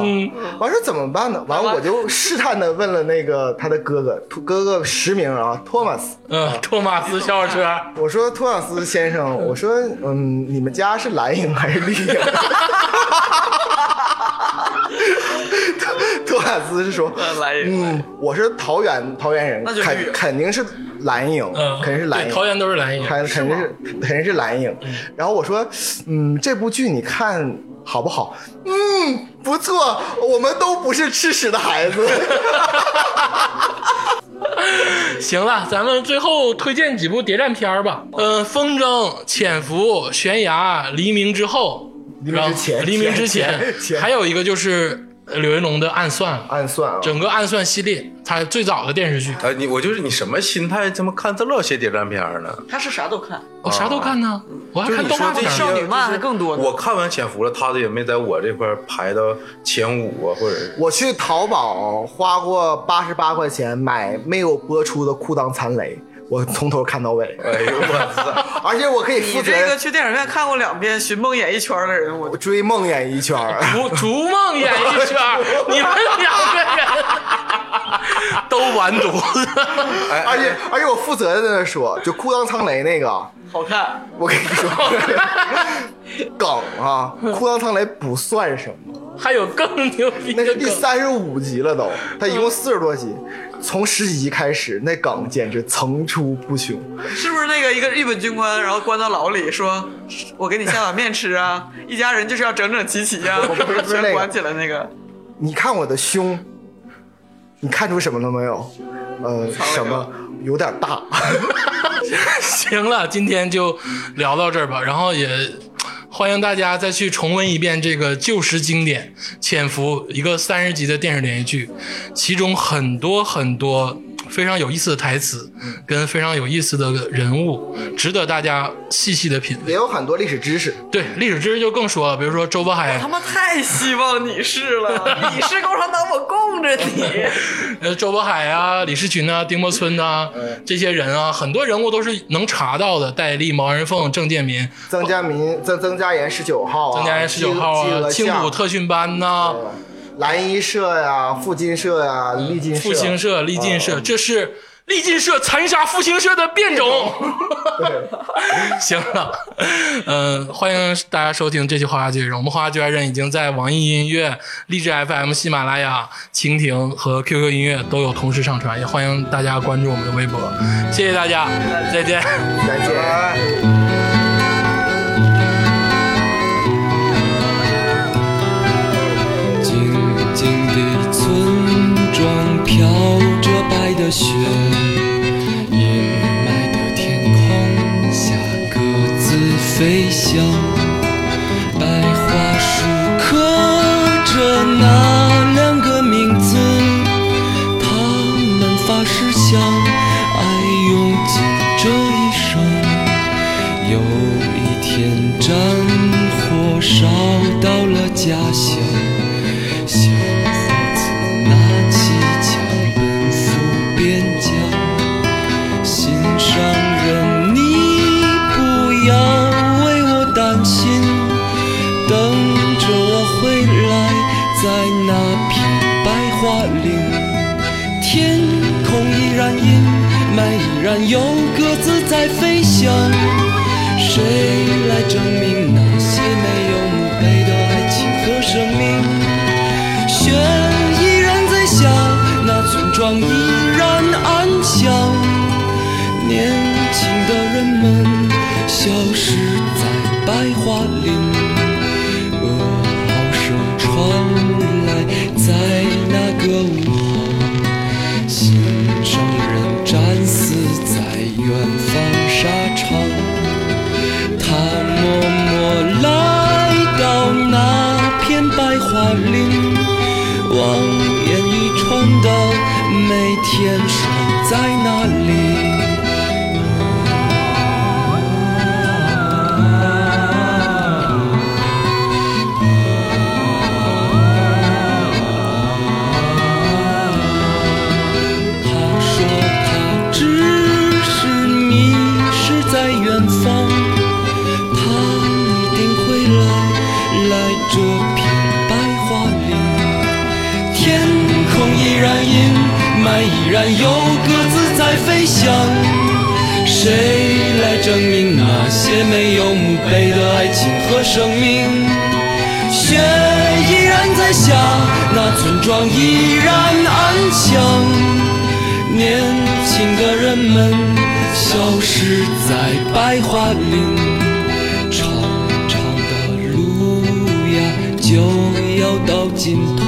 Speaker 4: 完事儿怎么办呢？完我就试探的问了那个他的哥哥，哥哥实名啊，托马斯，
Speaker 1: 嗯，托马斯笑
Speaker 4: 啊
Speaker 1: 车，
Speaker 4: 我说托马斯先生，我说嗯，你们家是蓝营还是绿营？ 托托马斯是说
Speaker 2: 呃蓝营蓝
Speaker 4: 嗯，我是桃园桃园人
Speaker 2: 那就，绿
Speaker 4: 肯
Speaker 2: 营
Speaker 4: 肯定是蓝营
Speaker 1: 嗯，，
Speaker 4: 肯定是蓝
Speaker 1: 对
Speaker 4: 营，
Speaker 1: 桃园都是蓝营。
Speaker 4: 肯肯定是肯定是蓝影。然后我说，嗯，这部剧你看好不好？嗯，不错，我们都不是吃屎的孩子。
Speaker 1: 行了，咱们最后推荐几部谍战片儿吧。嗯、风筝、潜伏、悬崖、黎明之后，
Speaker 4: 黎明之前
Speaker 1: 然后黎明之前
Speaker 4: 前，前
Speaker 1: 还有一个就是呃柳云龙的《暗算》了，
Speaker 4: 暗算啊，
Speaker 1: 整个《暗算》系列，它最早的电视剧，
Speaker 3: 哎，你我就是你什么心态，他妈看这老些谍战片呢？
Speaker 2: 他是啥都看，
Speaker 1: 我啥都看呢，我还看动画
Speaker 3: 就是你
Speaker 1: 片
Speaker 3: 说
Speaker 1: 儿。
Speaker 2: 少女漫还更多呢。
Speaker 3: 我看完《潜伏》了，他的也没在我这块排到前五啊，或者是
Speaker 4: 我去淘宝花过八十八块钱买没有播出的《裤裆残雷》，我从头看到尾，
Speaker 3: 哎呦我操！
Speaker 4: 而且我可以负
Speaker 2: 你
Speaker 4: 责
Speaker 2: 这个去电影院看过两遍《寻梦演艺圈》的人，我
Speaker 4: 追梦演艺圈儿。
Speaker 1: 逐逐梦演艺圈儿，你们两个人都完犊子，
Speaker 3: 哎，
Speaker 4: 而且而且我负责任的说，就裤裆苍雷那个，
Speaker 2: 好看。
Speaker 4: 我跟你说， 梗啊，裤裆苍雷不算什么，
Speaker 1: 还有更牛 逼的
Speaker 4: 那是第
Speaker 1: 梗。
Speaker 4: 三十五集 了都，它一共四十多集，从十几集开始，那梗简直层出不穷。
Speaker 2: 是不是那个一个日本军官，然后关到牢里，说：“我给你下碗面吃啊，一家人就是要整整齐齐啊，
Speaker 4: 不是不是 那
Speaker 2: 全
Speaker 4: 个
Speaker 2: 关起来那个。
Speaker 4: 你看我的胸，你看出什么了没有？呃，什么有点大，
Speaker 1: 行了，今天就聊到这儿吧，然后也欢迎大家再去重温一遍这个旧时经典《潜伏》，一个三十集的电视连续剧，其中很多很多非常有意思的台词，跟非常有意思的人物，值得大家细细的品
Speaker 4: 也
Speaker 1: 味。
Speaker 4: 有很多历史知识。
Speaker 1: 对历史知识就更说了，比如说周伯海啊
Speaker 2: 他，妈太希望你是 了，你是共产党，我供着你。
Speaker 1: 呃，周伯海啊、李士群啊、丁默村呐、这些人啊，很多人物都是能查到的，戴笠、毛人凤、郑建民、
Speaker 4: 曾家民曾曾家岩十九号啊，
Speaker 1: 曾家人十九号
Speaker 4: 基
Speaker 1: 啊、
Speaker 4: 勒
Speaker 1: 青浦
Speaker 4: 巷
Speaker 1: 特训班呐、
Speaker 4: 呃蓝衣社呀、复金社呀、丽金社、啊
Speaker 1: 复兴社、力进社，这是力进社残杀复兴社的变种。 行了，嗯、欢迎大家收听这期《花花剧人》，我们《花花剧爱人》已经在网易音乐、荔枝 FM、喜马拉雅、蜻蜓和 QQ 音乐都有同时上传，也欢迎大家关注我们的微博。谢谢大家，再见。
Speaker 4: 再见。
Speaker 3: 拜
Speaker 5: 雪，阴霾的天空下各自飞翔。白桦树刻着那两个名字，他们发誓相爱，用尽这一生。有一天，战火烧到了家乡，小伙子拿起枪奔赴边疆。心上人，你不要为我担心，等着我回来，在那片白桦林，天空依然阴霾，依然有鸽子在飞翔。谁来证明那些没有墓碑的爱情和生命？雪依然在下，那村庄依然安详。年轻的人们消失在白桦林，噩耗声传来，在那个午后，心上人战死在远方沙场。他默默来到那片白桦林，望眼欲穿的每天守在那里。他说他只是迷失在远方，他一定会来来这片白桦林。天空依然阴霾，依然有鸽子在飞翔。谁来证明那些没有墓碑的爱情和生命？雪依然在下，那村庄依然安详。年轻的人们消失在白桦林，长长的路呀就要到尽头。